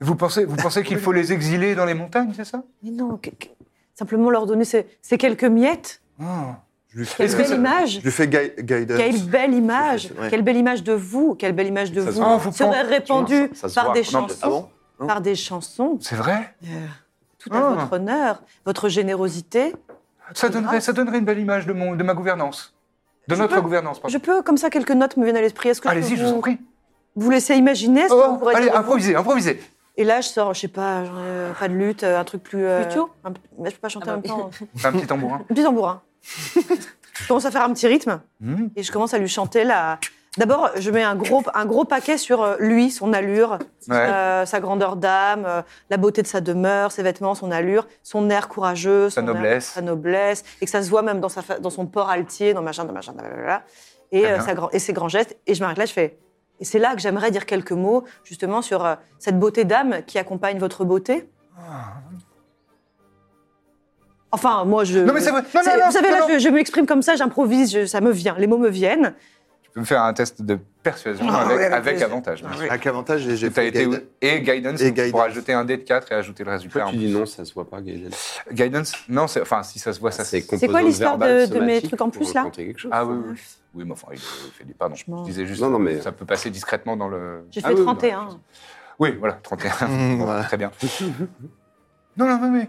Speaker 1: Vous pensez, vous pensez qu'il faut les exiler dans les montagnes, c'est ça
Speaker 2: Mais non, que- que- simplement leur donner ces, ces quelques miettes.
Speaker 1: Ah.
Speaker 4: Je lui fais,
Speaker 2: Quelle belle
Speaker 4: euh,
Speaker 2: image
Speaker 4: je lui fais gui- guidance.
Speaker 2: Quelle belle image
Speaker 4: Ouais.
Speaker 2: Quelle belle image de vous Quelle belle image de
Speaker 3: Ça se
Speaker 2: vous
Speaker 1: voit. Ah, vous
Speaker 2: serait répandue
Speaker 3: ça- ça se
Speaker 2: par
Speaker 3: voit.
Speaker 2: des
Speaker 3: Non,
Speaker 2: chansons.
Speaker 4: Ah bon non.
Speaker 2: Par des chansons.
Speaker 1: C'est vrai
Speaker 2: Euh, tout à
Speaker 1: Ah.
Speaker 2: votre honneur, votre générosité.
Speaker 1: ça donnerait, ça donnerait une belle image de, mon, de ma gouvernance. De notre
Speaker 2: peux-
Speaker 1: gouvernance, pardon.
Speaker 2: Je peux, comme ça, quelques notes me viennent à l'esprit. Est-ce que je
Speaker 1: Allez-y,
Speaker 2: peux
Speaker 1: je vous en
Speaker 2: vous,
Speaker 1: prie.
Speaker 2: vous laisser imaginer ce que vous
Speaker 1: Oh,
Speaker 2: pourrez
Speaker 1: allez,
Speaker 2: dire de vous
Speaker 1: improvisez, improvisez.
Speaker 2: Et là, je sors, je sais pas, genre, euh, pas de lutte, euh, un truc plus. euh,
Speaker 5: Plutôt
Speaker 2: un- mais je peux pas chanter
Speaker 5: Ah
Speaker 2: en même
Speaker 5: bah
Speaker 2: temps.
Speaker 1: Fais un petit tambourin.
Speaker 2: Un petit tambourin. je commence à faire un petit rythme.
Speaker 1: Hmm.
Speaker 2: Et je commence à lui chanter la. D'abord, je mets un gros, un gros paquet sur euh, lui, son allure,
Speaker 1: Ouais.
Speaker 2: euh, sa grandeur d'âme, euh, la beauté de sa demeure, ses vêtements, son allure, son air courageux,
Speaker 1: Sa
Speaker 2: son air-
Speaker 1: noblesse.
Speaker 2: sa noblesse, et que ça se voit même dans, sa fa- dans son port altier, dans machin, dans machin, blablabla. et,
Speaker 1: Très
Speaker 2: euh,
Speaker 1: bien.
Speaker 2: sa grand- et ses grands gestes. Et je m'arrête là, je fais. Et c'est là que j'aimerais dire quelques mots justement sur euh, cette beauté d'âme qui accompagne votre beauté. Enfin, moi je.
Speaker 1: Non, mais c'est vrai. Non, non,
Speaker 2: C'est-
Speaker 1: non,
Speaker 2: vous savez,
Speaker 1: non,
Speaker 2: là,
Speaker 1: non.
Speaker 2: je, je m'exprime comme ça, j'improvise, je- ça me vient, les mots me viennent.
Speaker 1: peux me faire un test de persuasion Ah, avec, Ah, avec avantage. bien sûr.
Speaker 4: Avec avantage, j'ai- j'ai
Speaker 1: T'as
Speaker 4: fait
Speaker 1: été-
Speaker 4: guide.
Speaker 1: Et guidance,
Speaker 4: Et
Speaker 1: donc tu pourras
Speaker 4: guidance.
Speaker 1: jeter un dé de 4 et ajouter le résultat.
Speaker 3: Pourquoi tu dis non, ça se voit pas, Gaël
Speaker 1: Guidance, non, c'est- enfin, si ça se voit, ça c'est.
Speaker 3: composante
Speaker 2: quoi l'histoire de-
Speaker 3: verbale,
Speaker 2: de mes
Speaker 3: somatique,
Speaker 2: trucs en
Speaker 3: pour
Speaker 2: plus, là
Speaker 3: raconter quelque chose.
Speaker 1: Ah oui, oui. Oui, mais enfin, il euh, fait des. Pardon, je,
Speaker 2: m'en-
Speaker 1: disais juste.
Speaker 3: Non, non, mais-
Speaker 1: Ça peut passer discrètement dans le.
Speaker 2: J'ai
Speaker 3: Ah
Speaker 2: fait
Speaker 3: oui, oui,
Speaker 1: bah,
Speaker 2: 31.
Speaker 1: Oui, voilà, 31.
Speaker 4: Mmh,
Speaker 1: Bon, bah,
Speaker 4: voilà.
Speaker 1: Très bien. non, non, mais. mais-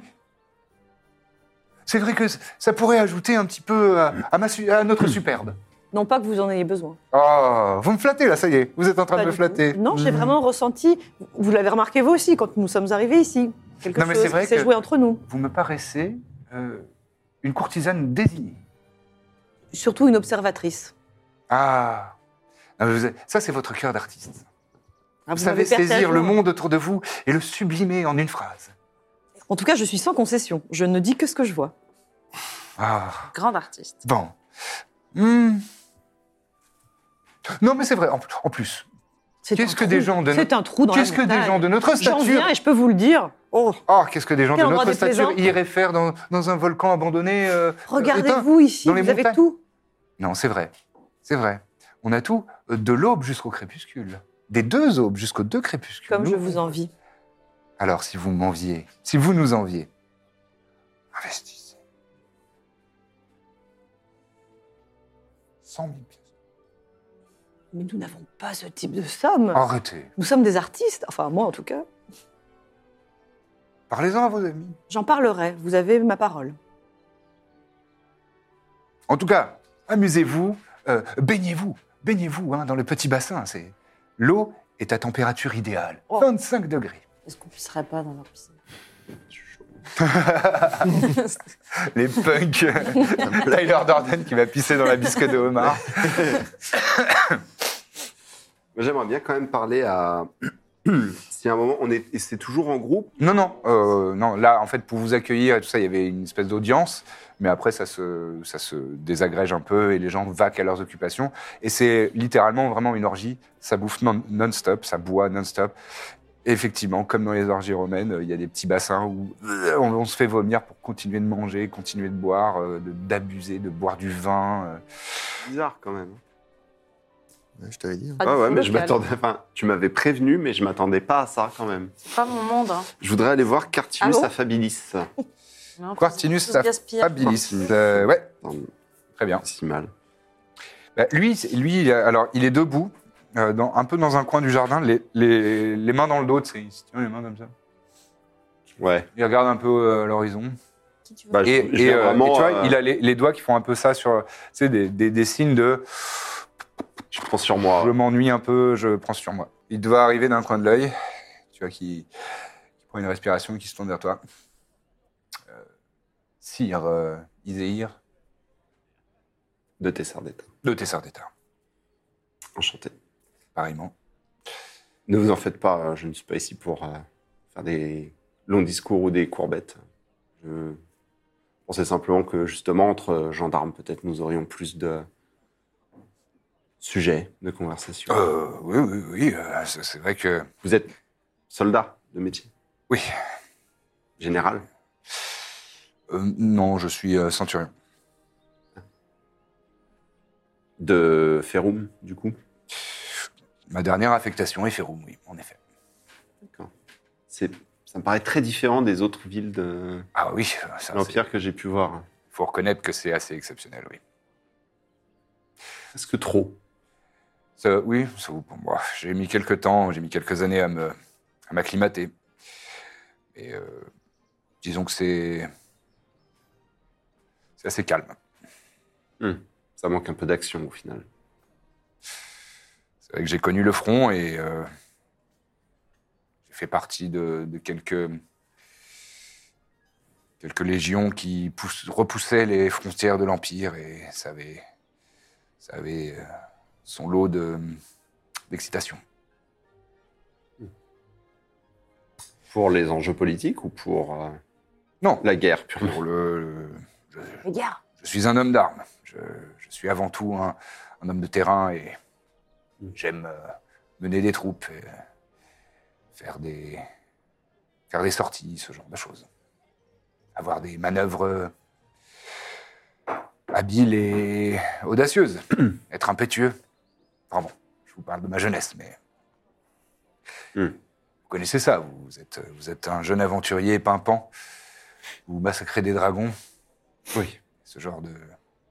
Speaker 1: C'est vrai que c- ça pourrait ajouter un petit peu à, à ma su- à notre superbe.
Speaker 2: Non pas que vous en ayez besoin.
Speaker 1: Oh, vous me flattez là, ça y est, vous êtes en train
Speaker 2: Pas
Speaker 1: de me
Speaker 2: du
Speaker 1: flatter. Mhm.
Speaker 2: tout. Non, j'ai vraiment ressenti, vous l'avez remarqué vous aussi quand nous sommes arrivés ici, quelque
Speaker 1: Non, mais c'est
Speaker 2: chose
Speaker 1: vrai
Speaker 2: qui s'est
Speaker 1: que-
Speaker 2: joué entre nous.
Speaker 1: Vous me paraissez euh, une courtisane désignée.
Speaker 2: Surtout une observatrice.
Speaker 1: Ah Non, mais vous êtes- Ça, c'est votre cœur d'artiste.
Speaker 2: Ah,
Speaker 1: Vous,
Speaker 2: vous
Speaker 1: savez
Speaker 2: m'avez percé à
Speaker 1: saisir le
Speaker 2: jour.
Speaker 1: monde autour de vous et le sublimer en une phrase.
Speaker 2: En tout cas, je suis sans concession. Je ne dis que ce que je vois.
Speaker 1: Ah
Speaker 5: Grande artiste.
Speaker 1: Bon. Hmm. Non, mais c'est vrai. En, en plus,
Speaker 2: C'est
Speaker 1: Qu'est-ce
Speaker 2: un
Speaker 1: que
Speaker 2: trou.
Speaker 1: des gens de
Speaker 2: C'est
Speaker 1: no-
Speaker 2: un trou dans la
Speaker 1: qu'est-ce que des
Speaker 2: montagne.
Speaker 1: gens de notre
Speaker 2: J'en
Speaker 1: stature
Speaker 2: viens et je peux vous le dire. Oh,
Speaker 1: Ah, qu'est-ce que des gens de
Speaker 2: Quel endroit
Speaker 1: notre stature
Speaker 2: déplaisant.
Speaker 1: iraient faire dans, dans un volcan abandonné euh, éteint
Speaker 2: regardez-vous ici,
Speaker 1: dans les
Speaker 2: vous avez
Speaker 1: montagnes.
Speaker 2: tout.
Speaker 1: Non, c'est vrai. C'est vrai. On a tout euh, de l'aube jusqu'au crépuscule. Des deux aubes jusqu'aux deux crépuscules.
Speaker 2: Comme je
Speaker 1: Nous-
Speaker 2: vous envie.
Speaker 1: Alors, si vous m'enviez, si vous nous enviez, investissez. 100 000 pièces.
Speaker 2: Mais nous n'avons pas ce type de somme.
Speaker 1: Ah, Arrêtez.
Speaker 2: Nous sommes des artistes, enfin moi en tout cas.
Speaker 1: Parlez-en à vos amis.
Speaker 2: J'en parlerai, vous avez ma parole.
Speaker 1: En tout cas, amusez-vous, euh, baignez-vous, baignez-vous hein, dans le petit bassin. C'est l'eau est à température idéale, 25 degrés.
Speaker 5: Est-ce qu'on pisserait pas dans leur piscine
Speaker 1: Les punks, Tyler Dorden qui va pisser dans la bisque de homard.
Speaker 3: Moi, J'aimerais bien quand même parler à. si à un moment, on est. et c'est toujours en groupe.
Speaker 1: Non, non, euh, non. Là, en fait, pour vous accueillir et tout ça, il y avait une espèce d'audience, mais après ça se, ça se désagrège un peu et les gens vaquent à leurs occupations. Et c'est littéralement vraiment une orgie. Ça bouffe non- non-stop, ça boit non-stop. Et Effectivement, comme dans les orgies romaines, euh, il y a des petits bassins où euh, on, on se fait vomir pour continuer de manger, continuer de boire, euh, de- d'abuser, de, boire du vin. euh.
Speaker 3: Bizarre quand même.
Speaker 4: Ouais, Je t'avais dit. hein.
Speaker 3: Ah ouais, mais je
Speaker 5: Locale.
Speaker 3: m'attendais. Enfin, tu m'avais prévenu, mais je m'attendais pas à ça quand même.
Speaker 5: C'est pas mon monde. Hein.
Speaker 3: Je voudrais aller voir
Speaker 2: Ah
Speaker 3: Cartilus
Speaker 5: Allô
Speaker 3: affabilis.
Speaker 5: Non,
Speaker 1: Quartinus
Speaker 5: tout se gaspille.
Speaker 1: Habilis. Euh, ouais,
Speaker 3: Attends,
Speaker 1: très bien.
Speaker 3: pas si mal.
Speaker 1: Bah, lui, c'est- lui, il a- alors, il est debout, euh, dans, un peu dans un coin du jardin, les, les- les mains dans le dos, tu sais, il se tient les mains comme ça.
Speaker 3: Ouais.
Speaker 1: Il regarde un peu euh, l'horizon.
Speaker 5: Qui tu veux
Speaker 3: Bah, je-
Speaker 1: Et,
Speaker 3: je
Speaker 1: et,
Speaker 3: viens
Speaker 1: euh,
Speaker 3: vraiment,
Speaker 1: et tu vois,
Speaker 3: euh,
Speaker 1: il a les, les doigts qui font un peu ça sur, tu sais, des, des- des signes de
Speaker 3: Je prends sur moi.
Speaker 1: je m'ennuie un peu, je prends sur moi. Il doit arriver d'un coin de l'œil, tu vois, qui, qui prend une respiration, qui se tourne vers toi. Euh, Sire euh, Iséir
Speaker 3: De tes sardines.
Speaker 1: de Tessar d'État,
Speaker 3: Enchanté.
Speaker 1: pareillement.
Speaker 3: Ne vous en faites pas, euh, je ne suis pas ici pour euh, faire des longs discours ou des courbettes. Je pensais simplement que justement, entre euh, gendarmes, peut-être nous aurions plus de sujets de conversation.
Speaker 1: Euh, oui, oui, oui, euh, c'est c'est vrai que
Speaker 3: Vous êtes soldat de métier
Speaker 1: Oui.
Speaker 3: Général
Speaker 1: Euh, non, je suis euh, centurion.
Speaker 3: De Ferrum, du coup
Speaker 1: Ma dernière affectation est Ferrum, oui, en effet.
Speaker 3: C'est- Ça me paraît très différent des autres villes de
Speaker 1: Ah oui, ça, c'est-
Speaker 3: l'Empire que j'ai pu voir.
Speaker 1: faut reconnaître que c'est assez exceptionnel, oui.
Speaker 3: Est-ce que trop
Speaker 1: Ça, oui, ça, pour moi, j'ai mis quelques temps, j'ai mis quelques années à me, à m'acclimater. Et euh, disons que c'est, c'est assez calme.
Speaker 3: Ça manque un peu d'action au final.
Speaker 1: C'est vrai que j'ai connu le front et euh, j'ai fait partie de, de quelques quelques légions qui pouss- repoussaient les frontières de l'empire et ça avait ça avait euh, son lot de d'excitation.
Speaker 3: Pour les enjeux politiques ou pour euh,
Speaker 1: Non.
Speaker 3: la guerre purement
Speaker 1: Pour le, je,
Speaker 5: Regarde.
Speaker 1: je suis un homme d'armes. Je, je suis avant tout un, un homme de terrain et j'aime euh, mener des troupes, et, euh, faire des faire des sorties, ce genre de choses. Avoir des manœuvres euh, habiles et audacieuses, être impétueux. Pardon, je vous parle de ma jeunesse, mais.
Speaker 3: Hmm.
Speaker 1: Vous connaissez ça, vous êtes, vous êtes un jeune aventurier pimpant. Vous massacrez des dragons.
Speaker 3: Oui.
Speaker 1: Ce genre de-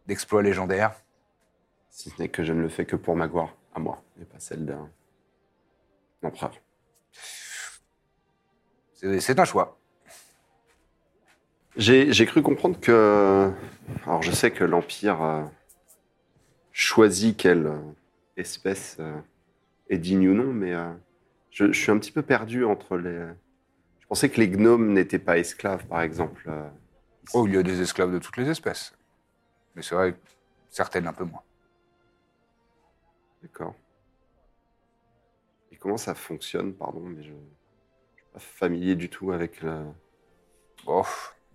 Speaker 1: d'exploit légendaire.
Speaker 3: Si ce n'est que je ne le fais que pour ma gloire, à moi, et pas celle d'un empereur.
Speaker 1: C'est c'est un choix.
Speaker 3: J'ai j'ai cru comprendre que. Alors, je sais que l'Empire euh, choisit quelle euh, espèce euh, est digne ou non, mais euh, je, je suis un petit peu perdu entre les. Je pensais que les gnomes n'étaient pas esclaves, par exemple. euh,
Speaker 1: Oh, il y a des esclaves de toutes les espèces. Mais c'est vrai que certaines un peu moins.
Speaker 3: D'accord. Et comment ça fonctionne, pardon, mais je ne suis pas familier du tout avec la.
Speaker 1: Bon,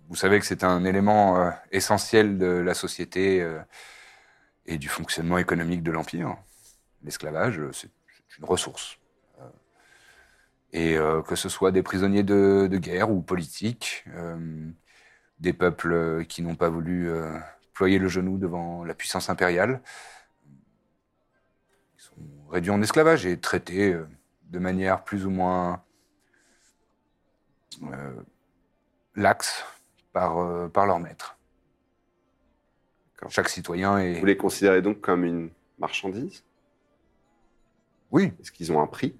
Speaker 1: vous savez que c'est un élément euh, essentiel de la société euh, et du fonctionnement économique de l'Empire. L'esclavage, euh, c'est c'est une ressource. Euh, Et euh, que ce soit des prisonniers de, de guerre ou politiques, euh, des peuples euh, qui n'ont pas voulu euh, ployer le genou devant la puissance impériale, ils sont réduits en esclavage et traités euh, de manière plus ou moins euh, l'axe par, euh, par leur maître.
Speaker 3: D'accord.
Speaker 1: Chaque citoyen est.
Speaker 3: Vous les considérez donc comme une marchandise
Speaker 1: Oui,
Speaker 3: Est-ce qu'ils ont un prix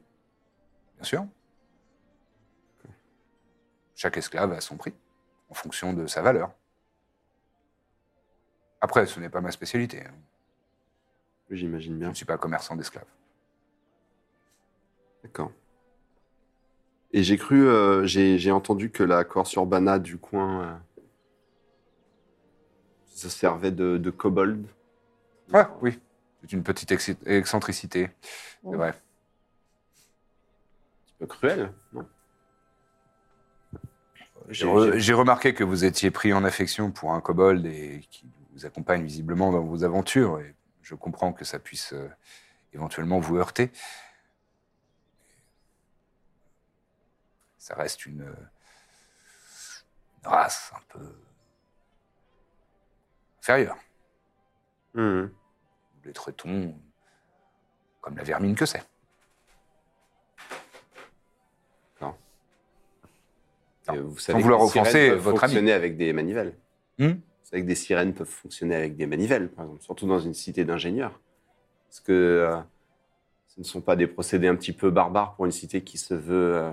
Speaker 1: bien sûr. Chaque esclave a son prix, en fonction de sa valeur. Après, ce n'est pas ma spécialité. hein.
Speaker 3: Oui, J'imagine
Speaker 1: Je
Speaker 3: bien.
Speaker 1: ne suis pas commerçant d'esclaves.
Speaker 3: D'accord. Et j'ai cru, euh, j'ai j'ai entendu que la Corse Urbana du coin euh, se servait de, de kobold.
Speaker 1: Ouais, oui. C'est une petite exi- excentricité. C'est vrai.
Speaker 3: Un petit peu cruel, non
Speaker 1: J'ai
Speaker 3: J'ai-
Speaker 1: re-
Speaker 3: j'ai-
Speaker 1: j'ai remarqué que vous étiez pris en affection pour un kobold et qui vous accompagne visiblement dans vos aventures. Et je comprends que ça puisse euh, éventuellement vous heurter. Ça reste une, euh, une race un peu inférieure.
Speaker 3: Mhm.
Speaker 1: Nous les traitons comme la vermine que c'est. Non.
Speaker 3: Et euh, Vous
Speaker 1: Sans vouloir
Speaker 3: que les sirènes
Speaker 1: offenser
Speaker 3: peuvent
Speaker 1: votre ami.
Speaker 3: fonctionner avec des manivelles.
Speaker 1: Hmm
Speaker 3: Vous savez que des sirènes peuvent fonctionner avec des manivelles, par exemple, surtout dans une cité d'ingénieurs. Parce que euh, ce ne sont pas des procédés un petit peu barbares pour une cité qui se veut euh,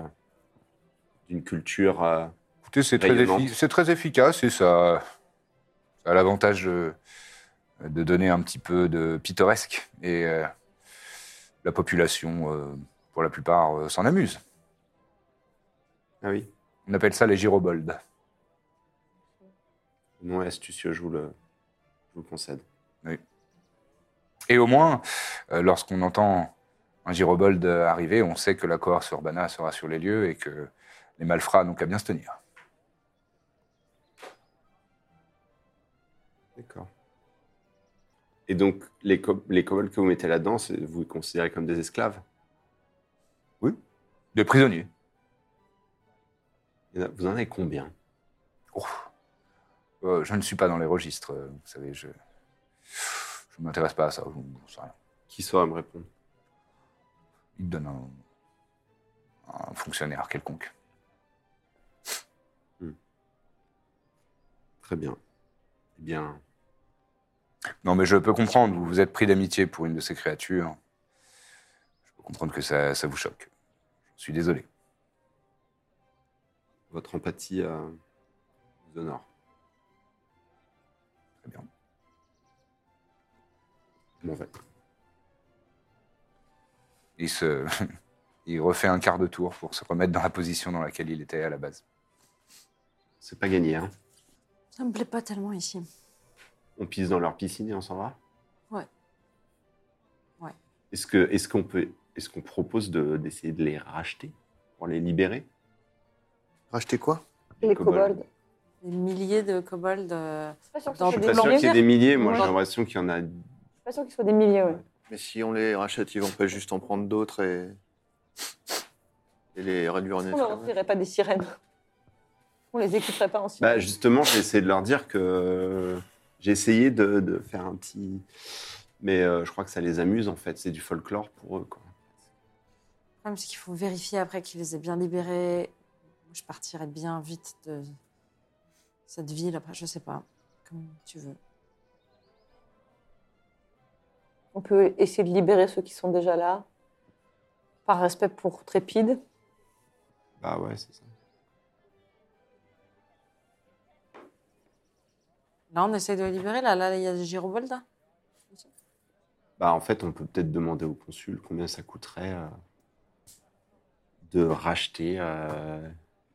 Speaker 3: d'une culture. euh,
Speaker 1: Écoutez, c'est très,
Speaker 3: Rayonnante.
Speaker 1: effi- c'est très efficace et ça, ça a l'avantage de, de donner un petit peu de pittoresque. Et euh, la population, euh, pour la plupart, euh, s'en amuse.
Speaker 3: Ah oui,
Speaker 1: On appelle ça les gyrobolds.
Speaker 3: non astucieux, je vous le, je vous le concède.
Speaker 1: Et au moins, euh, lorsqu'on entend un gyrobold euh, arriver, on sait que la cohorte urbana sera sur les lieux et que les malfrats n'ont qu'à bien se tenir.
Speaker 3: D'accord. Et donc, les, co- les kobolds que vous mettez là-dedans, c'est- vous les considérez comme des esclaves
Speaker 1: Des prisonniers.
Speaker 3: Il y en a- Vous en avez combien
Speaker 1: Ouf. Euh, je ne suis pas dans les registres, euh, vous savez, je ne m'intéresse pas à ça, je ne sais rien.
Speaker 3: Qui saura me répondre
Speaker 1: Il donne un, un fonctionnaire quelconque.
Speaker 3: Très bien. Eh bien,
Speaker 1: Non, mais je peux comprendre, vous vous êtes pris d'amitié pour une de ces créatures. Je peux comprendre que ça, ça vous choque. Je suis désolé.
Speaker 3: votre empathie euh, vous honore.
Speaker 1: Très bien.
Speaker 3: Je m'en vais.
Speaker 1: Il, se... il refait un quart de tour pour se remettre dans la position dans laquelle il était à la base.
Speaker 3: C'est pas gagné, hein.
Speaker 5: Ça me plaît pas tellement ici.
Speaker 3: On pisse dans leur piscine et on s'en va
Speaker 5: Ouais. Ouais.
Speaker 3: Est-ce que est-ce qu'on peut est-ce qu'on propose de- d'essayer de les racheter pour les libérer
Speaker 4: Racheter quoi
Speaker 6: Les
Speaker 3: kobolds.
Speaker 6: kobolds.
Speaker 5: Des milliers de kobolds. euh,
Speaker 6: Je suis pas sûre que
Speaker 5: Dans
Speaker 6: ce soit
Speaker 3: Je suis
Speaker 6: des
Speaker 3: pas sûr qu'il y ait
Speaker 6: milliers.
Speaker 3: des milliers. Moi,
Speaker 6: Ouais.
Speaker 3: j'ai l'impression qu'il y en a.
Speaker 6: Je suis pas sûre qu'ils soient des milliers, ouais.
Speaker 4: Mais si on les rachète, ils vont pas juste en prendre d'autres et... et les réduire en
Speaker 6: On leur
Speaker 4: esclavage.
Speaker 6: offrirait pas des sirènes. On les écouterait pas en sirène.
Speaker 3: Bah, justement, j'ai essayé de leur dire que j'ai essayé de, de faire un petit Mais euh, je crois que ça les amuse, en fait. C'est du folklore pour eux, quoi.
Speaker 5: Le problème, c'est qu'il faut vérifier après qu'il les ait bien libérés. Je partirai bien vite de cette ville. Après, je sais pas. Comme tu veux.
Speaker 2: On peut essayer de libérer ceux qui sont déjà là, par respect pour Trépide.
Speaker 3: Bah ouais, c'est ça.
Speaker 5: Là, on essaie de les libérer. Là, là, il y a Girobolda.
Speaker 3: Bah en fait, on peut peut-être demander au consul combien ça coûterait euh, de racheter euh,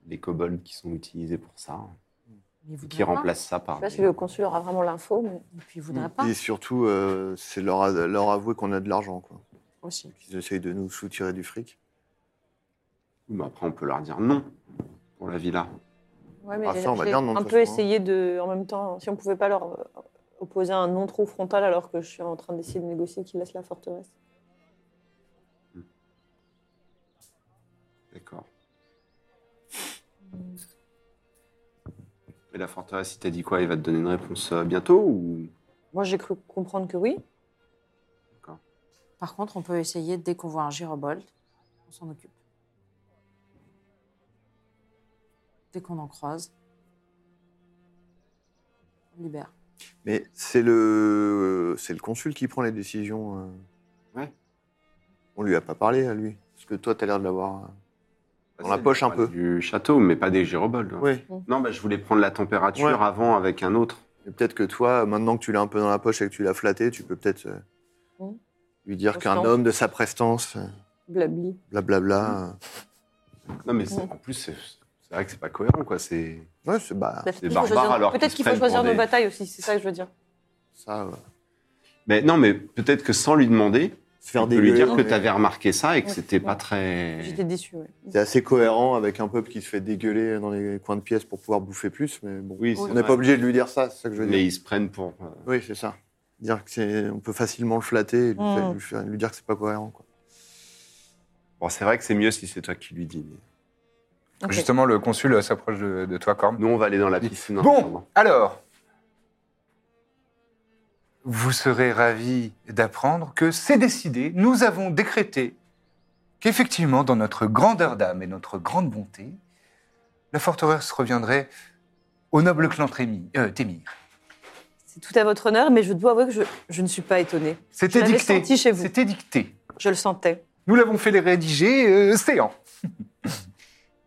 Speaker 3: les kobolds qui sont utilisés pour ça, hein,
Speaker 5: Mais il
Speaker 3: et
Speaker 5: voudrait
Speaker 3: qui
Speaker 5: pas.
Speaker 3: remplacent ça
Speaker 2: Je
Speaker 3: par...
Speaker 2: sais pas si
Speaker 3: des-
Speaker 2: le consul aura vraiment l'info, mais
Speaker 5: Et puis, il voudrait pas
Speaker 4: Mm. Et surtout, euh, c'est leur, a- leur avouer qu'on a de l'argent, quoi.
Speaker 5: aussi.
Speaker 4: Qu'ils essayent de nous soutirer du fric.
Speaker 3: Oui, mais après, on peut leur dire non pour la villa.
Speaker 2: Ouais, mais
Speaker 4: Ah,
Speaker 2: j'ai-
Speaker 4: ça, on va
Speaker 2: j'ai
Speaker 4: dire non, de
Speaker 2: un
Speaker 4: toute
Speaker 2: peu
Speaker 4: façon, hein.
Speaker 2: essayé de, en même temps, si on pouvait pas leur euh, opposer un non trop frontal alors que je suis en train d'essayer de négocier qu'ils laissent la forteresse.
Speaker 3: D'accord. Et la forteresse, il t'a dit quoi Il va te donner une réponse euh, bientôt ou...
Speaker 2: Moi, j'ai cru comprendre que oui.
Speaker 5: Par contre, on peut essayer, dès qu'on voit un gyrobolt, on s'en occupe. Dès qu'on en croise, on libère.
Speaker 4: Mais c'est le, c'est le consul qui prend les décisions. euh.
Speaker 3: Ouais.
Speaker 4: On lui a pas parlé à lui. Parce que toi, t'as l'air de l'avoir. euh. Dans la poche, un peu.
Speaker 3: Du château, mais pas des gyrobolds.
Speaker 4: Ouais.
Speaker 3: Non, bah, je voulais prendre la température
Speaker 4: Ouais.
Speaker 3: avant avec un autre.
Speaker 4: Et peut-être que toi, maintenant que tu l'as un peu dans la poche et que tu l'as flatté, tu peux peut-être euh,
Speaker 2: Mm.
Speaker 4: lui dire qu'un
Speaker 2: Constance.
Speaker 4: homme de sa prestance, euh,
Speaker 2: Blabli.
Speaker 3: Ah,
Speaker 4: blablabla. euh.
Speaker 3: Non, mais c'est- en plus, c'est c'est vrai que c'est pas cohérent, quoi. C'est
Speaker 4: euh. Ouais, c'est bah,
Speaker 2: Peut-être
Speaker 3: Des
Speaker 2: qu'il faut
Speaker 3: barbares,
Speaker 2: choisir,
Speaker 3: alors,
Speaker 2: peut-être
Speaker 3: qui se
Speaker 2: qu'il faut
Speaker 3: prennent
Speaker 2: choisir
Speaker 3: pour
Speaker 2: nos
Speaker 3: des-
Speaker 2: batailles aussi, c'est ça que je veux dire.
Speaker 4: ça. euh,
Speaker 3: Mais non, mais peut-être que sans lui demander,
Speaker 4: se
Speaker 3: on
Speaker 4: faire
Speaker 3: peut lui
Speaker 4: dégueuler,
Speaker 3: dire que
Speaker 4: mais
Speaker 3: tu avais remarqué ça et que
Speaker 2: Ouais.
Speaker 3: c'était pas très.
Speaker 2: J'étais déçue. ouais.
Speaker 4: C'est assez cohérent avec un peuple qui se fait dégueuler dans les coins de pièces pour pouvoir bouffer plus, mais bon.
Speaker 3: Oui, c'est
Speaker 4: on n'est
Speaker 3: vrai.
Speaker 4: pas obligé de lui dire ça, c'est ça que je veux dire.
Speaker 3: Mais ils se prennent pour. euh,
Speaker 4: Oui, c'est ça. Dire que c'est, on peut facilement le flatter, et lui,
Speaker 5: Hmm.
Speaker 4: faire- lui faire- lui dire que c'est pas cohérent. Quoi.
Speaker 3: Bon, c'est vrai que c'est mieux si c'est toi qui lui dis. mais-
Speaker 1: Justement, le consul euh, s'approche de, de toi, Corne.
Speaker 3: Nous, on va aller dans la piscine. hein,
Speaker 1: Bon,
Speaker 3: sûrement.
Speaker 1: alors, vous serez ravis d'apprendre que c'est décidé, nous avons décrété qu'effectivement, dans notre grandeur d'âme et notre grande bonté, la forteresse reviendrait au noble clan Trémi- euh, Témir.
Speaker 2: C'est tout à votre honneur, mais je dois avouer que je, je ne suis pas étonnée.
Speaker 1: C'était
Speaker 2: Je l'avais
Speaker 1: dicté.
Speaker 2: senti chez vous.
Speaker 1: C'était dicté.
Speaker 2: Je le sentais.
Speaker 1: Nous l'avons fait les rédiger, euh, séant.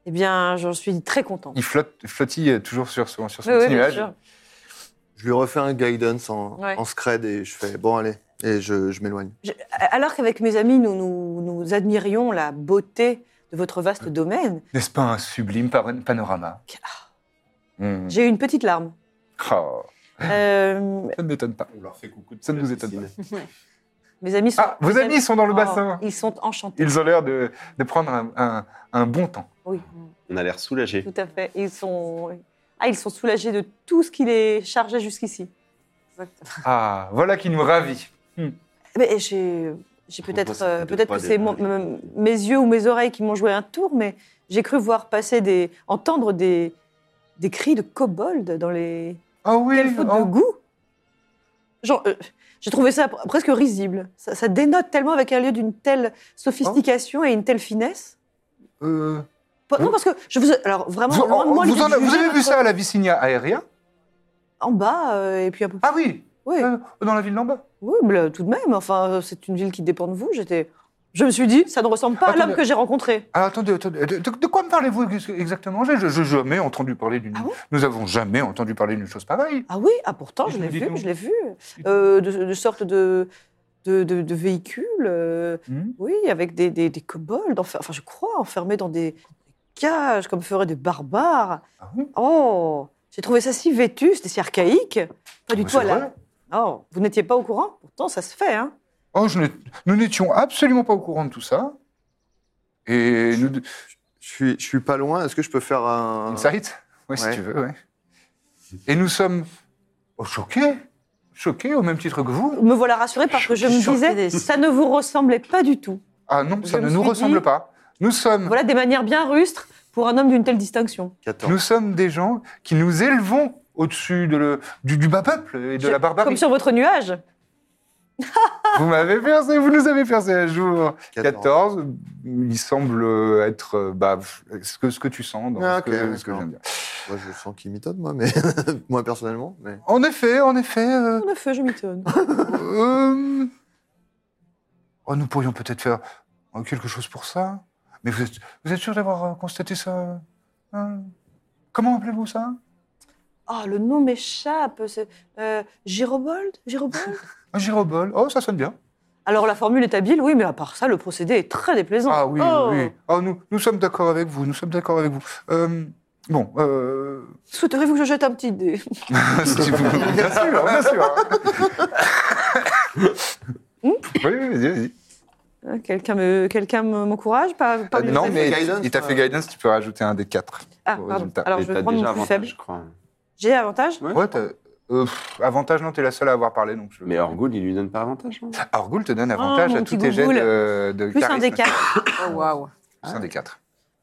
Speaker 2: Eh bien, j'en suis très contente.
Speaker 1: Il flotte, flottille euh, toujours sur, son- sur son
Speaker 2: Oui, oui,
Speaker 1: petit
Speaker 2: bien
Speaker 1: nuage.
Speaker 2: sûr.
Speaker 4: Je lui refais un guidance en,
Speaker 2: Ouais.
Speaker 4: en scred et je fais bon, allez, et je, je m'éloigne.
Speaker 2: Alors qu'avec mes amis, nous, nous, nous admirions la beauté de votre vaste
Speaker 1: Mm.
Speaker 2: domaine,
Speaker 1: N'est-ce pas un sublime pan- panorama
Speaker 2: Ah.
Speaker 1: Hmm.
Speaker 2: j'ai eu une petite larme.
Speaker 1: Oh,
Speaker 2: Euh,
Speaker 1: ça ne m'étonne pas.
Speaker 3: On leur fait coucou. de
Speaker 1: Ça ne
Speaker 3: la
Speaker 1: nous étonne
Speaker 3: piscine.
Speaker 2: mes amis sont.
Speaker 1: Ah, vos
Speaker 2: mes
Speaker 1: amis sont dans le
Speaker 2: Oh,
Speaker 1: bassin.
Speaker 2: Ils sont enchantés.
Speaker 1: Ils ont l'air de, de prendre un, un- un bon temps.
Speaker 3: On a l'air soulagés.
Speaker 2: Tout à fait. Ils sont. Ah, ils sont soulagés de tout ce qui les chargeait jusqu'ici.
Speaker 1: Ah, voilà qui nous ravit.
Speaker 2: Mais j'ai, j'ai peut-être,
Speaker 3: ça fait
Speaker 2: euh,
Speaker 3: deux,
Speaker 2: peut-être
Speaker 3: trois
Speaker 2: que c'est mon-
Speaker 3: détails.
Speaker 2: m- mes yeux ou mes oreilles qui m'ont joué un tour, mais j'ai cru voir passer des, entendre des, des cris de kobold dans les.
Speaker 1: Ah oui,
Speaker 2: Quelle faute de
Speaker 1: oh.
Speaker 2: goût Genre, euh, j'ai trouvé ça pr- presque risible. Ça, ça dénote tellement avec un lieu d'une telle sophistication et une telle finesse.
Speaker 1: Euh,
Speaker 2: Pas- Non, parce que je vous. Alors, vraiment,
Speaker 1: vous,
Speaker 2: loin de moi,
Speaker 1: vous
Speaker 2: l'idée
Speaker 1: en-
Speaker 2: de
Speaker 1: vous
Speaker 2: juger
Speaker 1: avez vu
Speaker 2: votre-
Speaker 1: ça à la Vicinia Aérea
Speaker 2: En bas, euh, et puis un peu.
Speaker 1: Ah oui,
Speaker 2: Oui,
Speaker 1: euh, dans la ville d'en bas.
Speaker 2: oui, mais là, tout de même, enfin, euh, c'est une ville qui dépend de vous. J'étais. Je me suis dit, ça ne ressemble pas à
Speaker 1: Attendez.
Speaker 2: l'homme que j'ai rencontré.
Speaker 1: Alors attendez, attendez, de, de quoi me parlez-vous ex- exactement Je n'ai jamais entendu parler d'une.
Speaker 2: Ah bon
Speaker 1: nous avons jamais entendu parler d'une chose pareille.
Speaker 2: Ah oui, ah pourtant, je
Speaker 1: Dites-nous,
Speaker 2: l'ai vu,
Speaker 1: dites-nous.
Speaker 2: je l'ai vu. Euh, de, de sorte de, de, de, de véhicules, euh,
Speaker 1: Hmm.
Speaker 2: oui, avec des, des, des kobolds, enfer- enfin, je crois, enfermés dans des cages, comme feraient des barbares.
Speaker 1: Ah oui
Speaker 2: Oh, j'ai trouvé ça si vétuste et si archaïque. Pas du
Speaker 1: Ah, Mais
Speaker 2: tout à
Speaker 1: c'est
Speaker 2: la...
Speaker 1: vrai.
Speaker 2: Oh, vous n'étiez pas au courant Pourtant, ça se fait, hein
Speaker 1: Oh, je n'ai- nous n'étions absolument pas au courant de tout ça. Et nous.
Speaker 4: Je suis, je suis pas loin, est-ce que je peux faire un.
Speaker 1: Insight Oui, si
Speaker 4: Euh. Ouais.
Speaker 1: tu veux, ouais. Et nous sommes oh, choqués, choqués au même titre que vous.
Speaker 2: Me voilà rassurée parce que je me
Speaker 1: Choquée.
Speaker 2: disais, ça ne vous ressemblait pas du tout.
Speaker 1: Ah non, ça
Speaker 2: Je
Speaker 1: ne
Speaker 2: me
Speaker 1: nous
Speaker 2: suis
Speaker 1: ressemble
Speaker 2: dit-
Speaker 1: pas. Nous sommes,
Speaker 2: Voilà des manières bien rustres pour un homme d'une telle distinction.
Speaker 4: 14.
Speaker 1: nous sommes des gens qui nous élevons au-dessus de le- du, du bas peuple et de
Speaker 2: Je-
Speaker 1: la
Speaker 2: Comme
Speaker 1: barbarie.
Speaker 2: sur votre nuage.
Speaker 1: vous m'avez percé, vous nous avez percé un jour.
Speaker 4: 14.
Speaker 1: 14, il semble être euh, bah, ce, que, ce que tu sens dans
Speaker 4: Ah,
Speaker 1: ce,
Speaker 4: ok,
Speaker 1: que, ce que je viens de dire.
Speaker 4: Moi, je sens qu'il m'étonne, moi, mais moi personnellement. Mais...
Speaker 1: En effet, en effet. euh,
Speaker 2: En effet, je m'étonne.
Speaker 1: euh, oh, nous pourrions peut-être faire euh, quelque chose pour ça. Mais vous êtes, vous êtes sûr d'avoir euh, constaté ça hein Comment appelez-vous ça
Speaker 2: Oh, le nom m'échappe. c'est- Euh, Girobold Girobold
Speaker 1: Un gyrobol. Oh, ça sonne bien.
Speaker 2: Alors, la formule est habile, oui, mais à part ça, le procédé est très déplaisant.
Speaker 1: Ah oui,
Speaker 2: Oh.
Speaker 1: oui. Oh, nous, nous sommes d'accord avec vous, nous sommes d'accord avec vous. Euh, bon, euh,
Speaker 2: Souhaiterez-vous que je jette un petit dé
Speaker 1: si vous- bien sûr, bien sûr.
Speaker 2: Hmm
Speaker 1: oui, oui, vas-y, vas-y.
Speaker 2: Hein, Quelqu'un me- quelqu'un me- m'encourage pas, pas
Speaker 4: Euh,
Speaker 2: me-
Speaker 1: non,
Speaker 4: fait
Speaker 1: mais
Speaker 4: guidance,
Speaker 1: il t'a fait
Speaker 4: euh.
Speaker 1: guidance, tu peux rajouter un des 4.
Speaker 2: Ah,
Speaker 1: au
Speaker 2: pardon.
Speaker 1: résultat.
Speaker 2: Alors,
Speaker 3: Et
Speaker 2: je
Speaker 3: t'as
Speaker 2: vais prendre
Speaker 3: déjà
Speaker 2: mon plus
Speaker 3: avantage,
Speaker 2: faible.
Speaker 3: je crois.
Speaker 2: J'ai avantage
Speaker 3: Ouais.
Speaker 1: Ouais, t'as- euh, pff, avantage, non, t'es la seule à avoir parlé, donc je...
Speaker 3: Mais Orgul, il lui donne pas avantage. hein
Speaker 1: Argoul te donne avantage
Speaker 2: Oh, mon
Speaker 1: à
Speaker 2: petit
Speaker 1: tous tes jets
Speaker 2: Gougoule.
Speaker 1: de, de
Speaker 2: Plus un
Speaker 1: charisme.
Speaker 2: des quatre.
Speaker 5: Oh, waouh.
Speaker 1: Plus un des 4.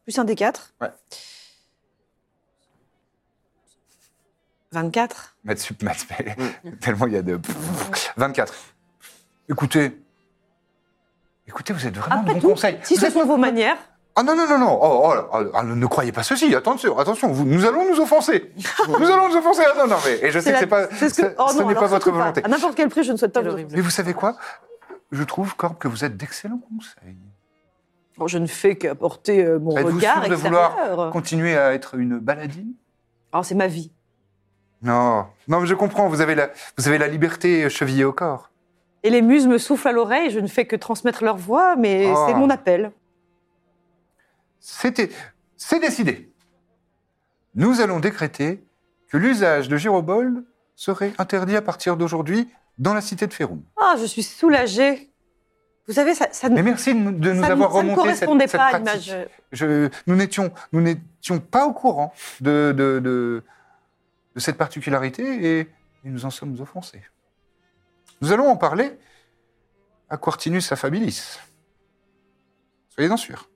Speaker 2: Plus un des quatre.
Speaker 1: Ouais.
Speaker 2: 24.
Speaker 1: Maths sup, maths spé.
Speaker 2: Mm.
Speaker 1: Tellement il y a de... 24. Écoutez... Écoutez, vous êtes vraiment de
Speaker 2: Après
Speaker 1: bons
Speaker 2: tout,
Speaker 1: conseils.
Speaker 2: Si
Speaker 1: Vous
Speaker 2: ce
Speaker 1: êtes-
Speaker 2: sont vos manières,
Speaker 1: Ah non, non, non, non, oh, oh, oh, ah, ne, ne croyez pas ceci, attention, attention, vous- nous allons nous offenser. nous allons nous offenser, ah, non, non, mais et je sais
Speaker 2: c'est
Speaker 1: que
Speaker 2: la-
Speaker 1: c'est pas,
Speaker 2: c'est ce que-
Speaker 1: ce-
Speaker 2: oh
Speaker 1: ce
Speaker 2: non,
Speaker 1: n'est pas
Speaker 2: alors
Speaker 1: votre
Speaker 2: surtout
Speaker 1: volonté.
Speaker 2: À n'importe quel prix, je ne souhaite pas.
Speaker 5: Quel
Speaker 2: vous-
Speaker 5: horrible.
Speaker 1: Mais vous savez quoi Je trouve, Corbe, que vous êtes d'excellents conseils.
Speaker 2: Oh, je ne fais qu'apporter euh, mon
Speaker 1: Êtes-vous
Speaker 2: regard
Speaker 1: sûr de vouloir
Speaker 2: extérieur.
Speaker 1: Continuez à être une baladine
Speaker 2: Alors, Oh, c'est ma vie.
Speaker 1: Non, non, mais je comprends, vous avez la, vous avez la liberté euh, chevillée au corps.
Speaker 2: Et les muses me soufflent à l'oreille, je ne fais que transmettre leur voix, mais
Speaker 1: Oh.
Speaker 2: c'est mon appel.
Speaker 1: C'était, c'est décidé. Nous allons décréter que l'usage de Girobol serait interdit à partir d'aujourd'hui dans la cité de Féroum.
Speaker 2: Ah, je suis soulagée. Vous savez, ça, ça ne-
Speaker 1: Mais merci de nous, de nous
Speaker 2: ça ne-
Speaker 1: avoir
Speaker 2: ça ne
Speaker 1: remonté cette,
Speaker 2: correspondait
Speaker 1: cette
Speaker 2: pas à
Speaker 1: pratique.
Speaker 2: l'image.
Speaker 1: Je- nous n'étions nous n'étions pas au courant de de, de- de cette particularité et, et nous en sommes offensés. Nous allons en parler à Quartinus Affabilis. Soyez-en sûrs.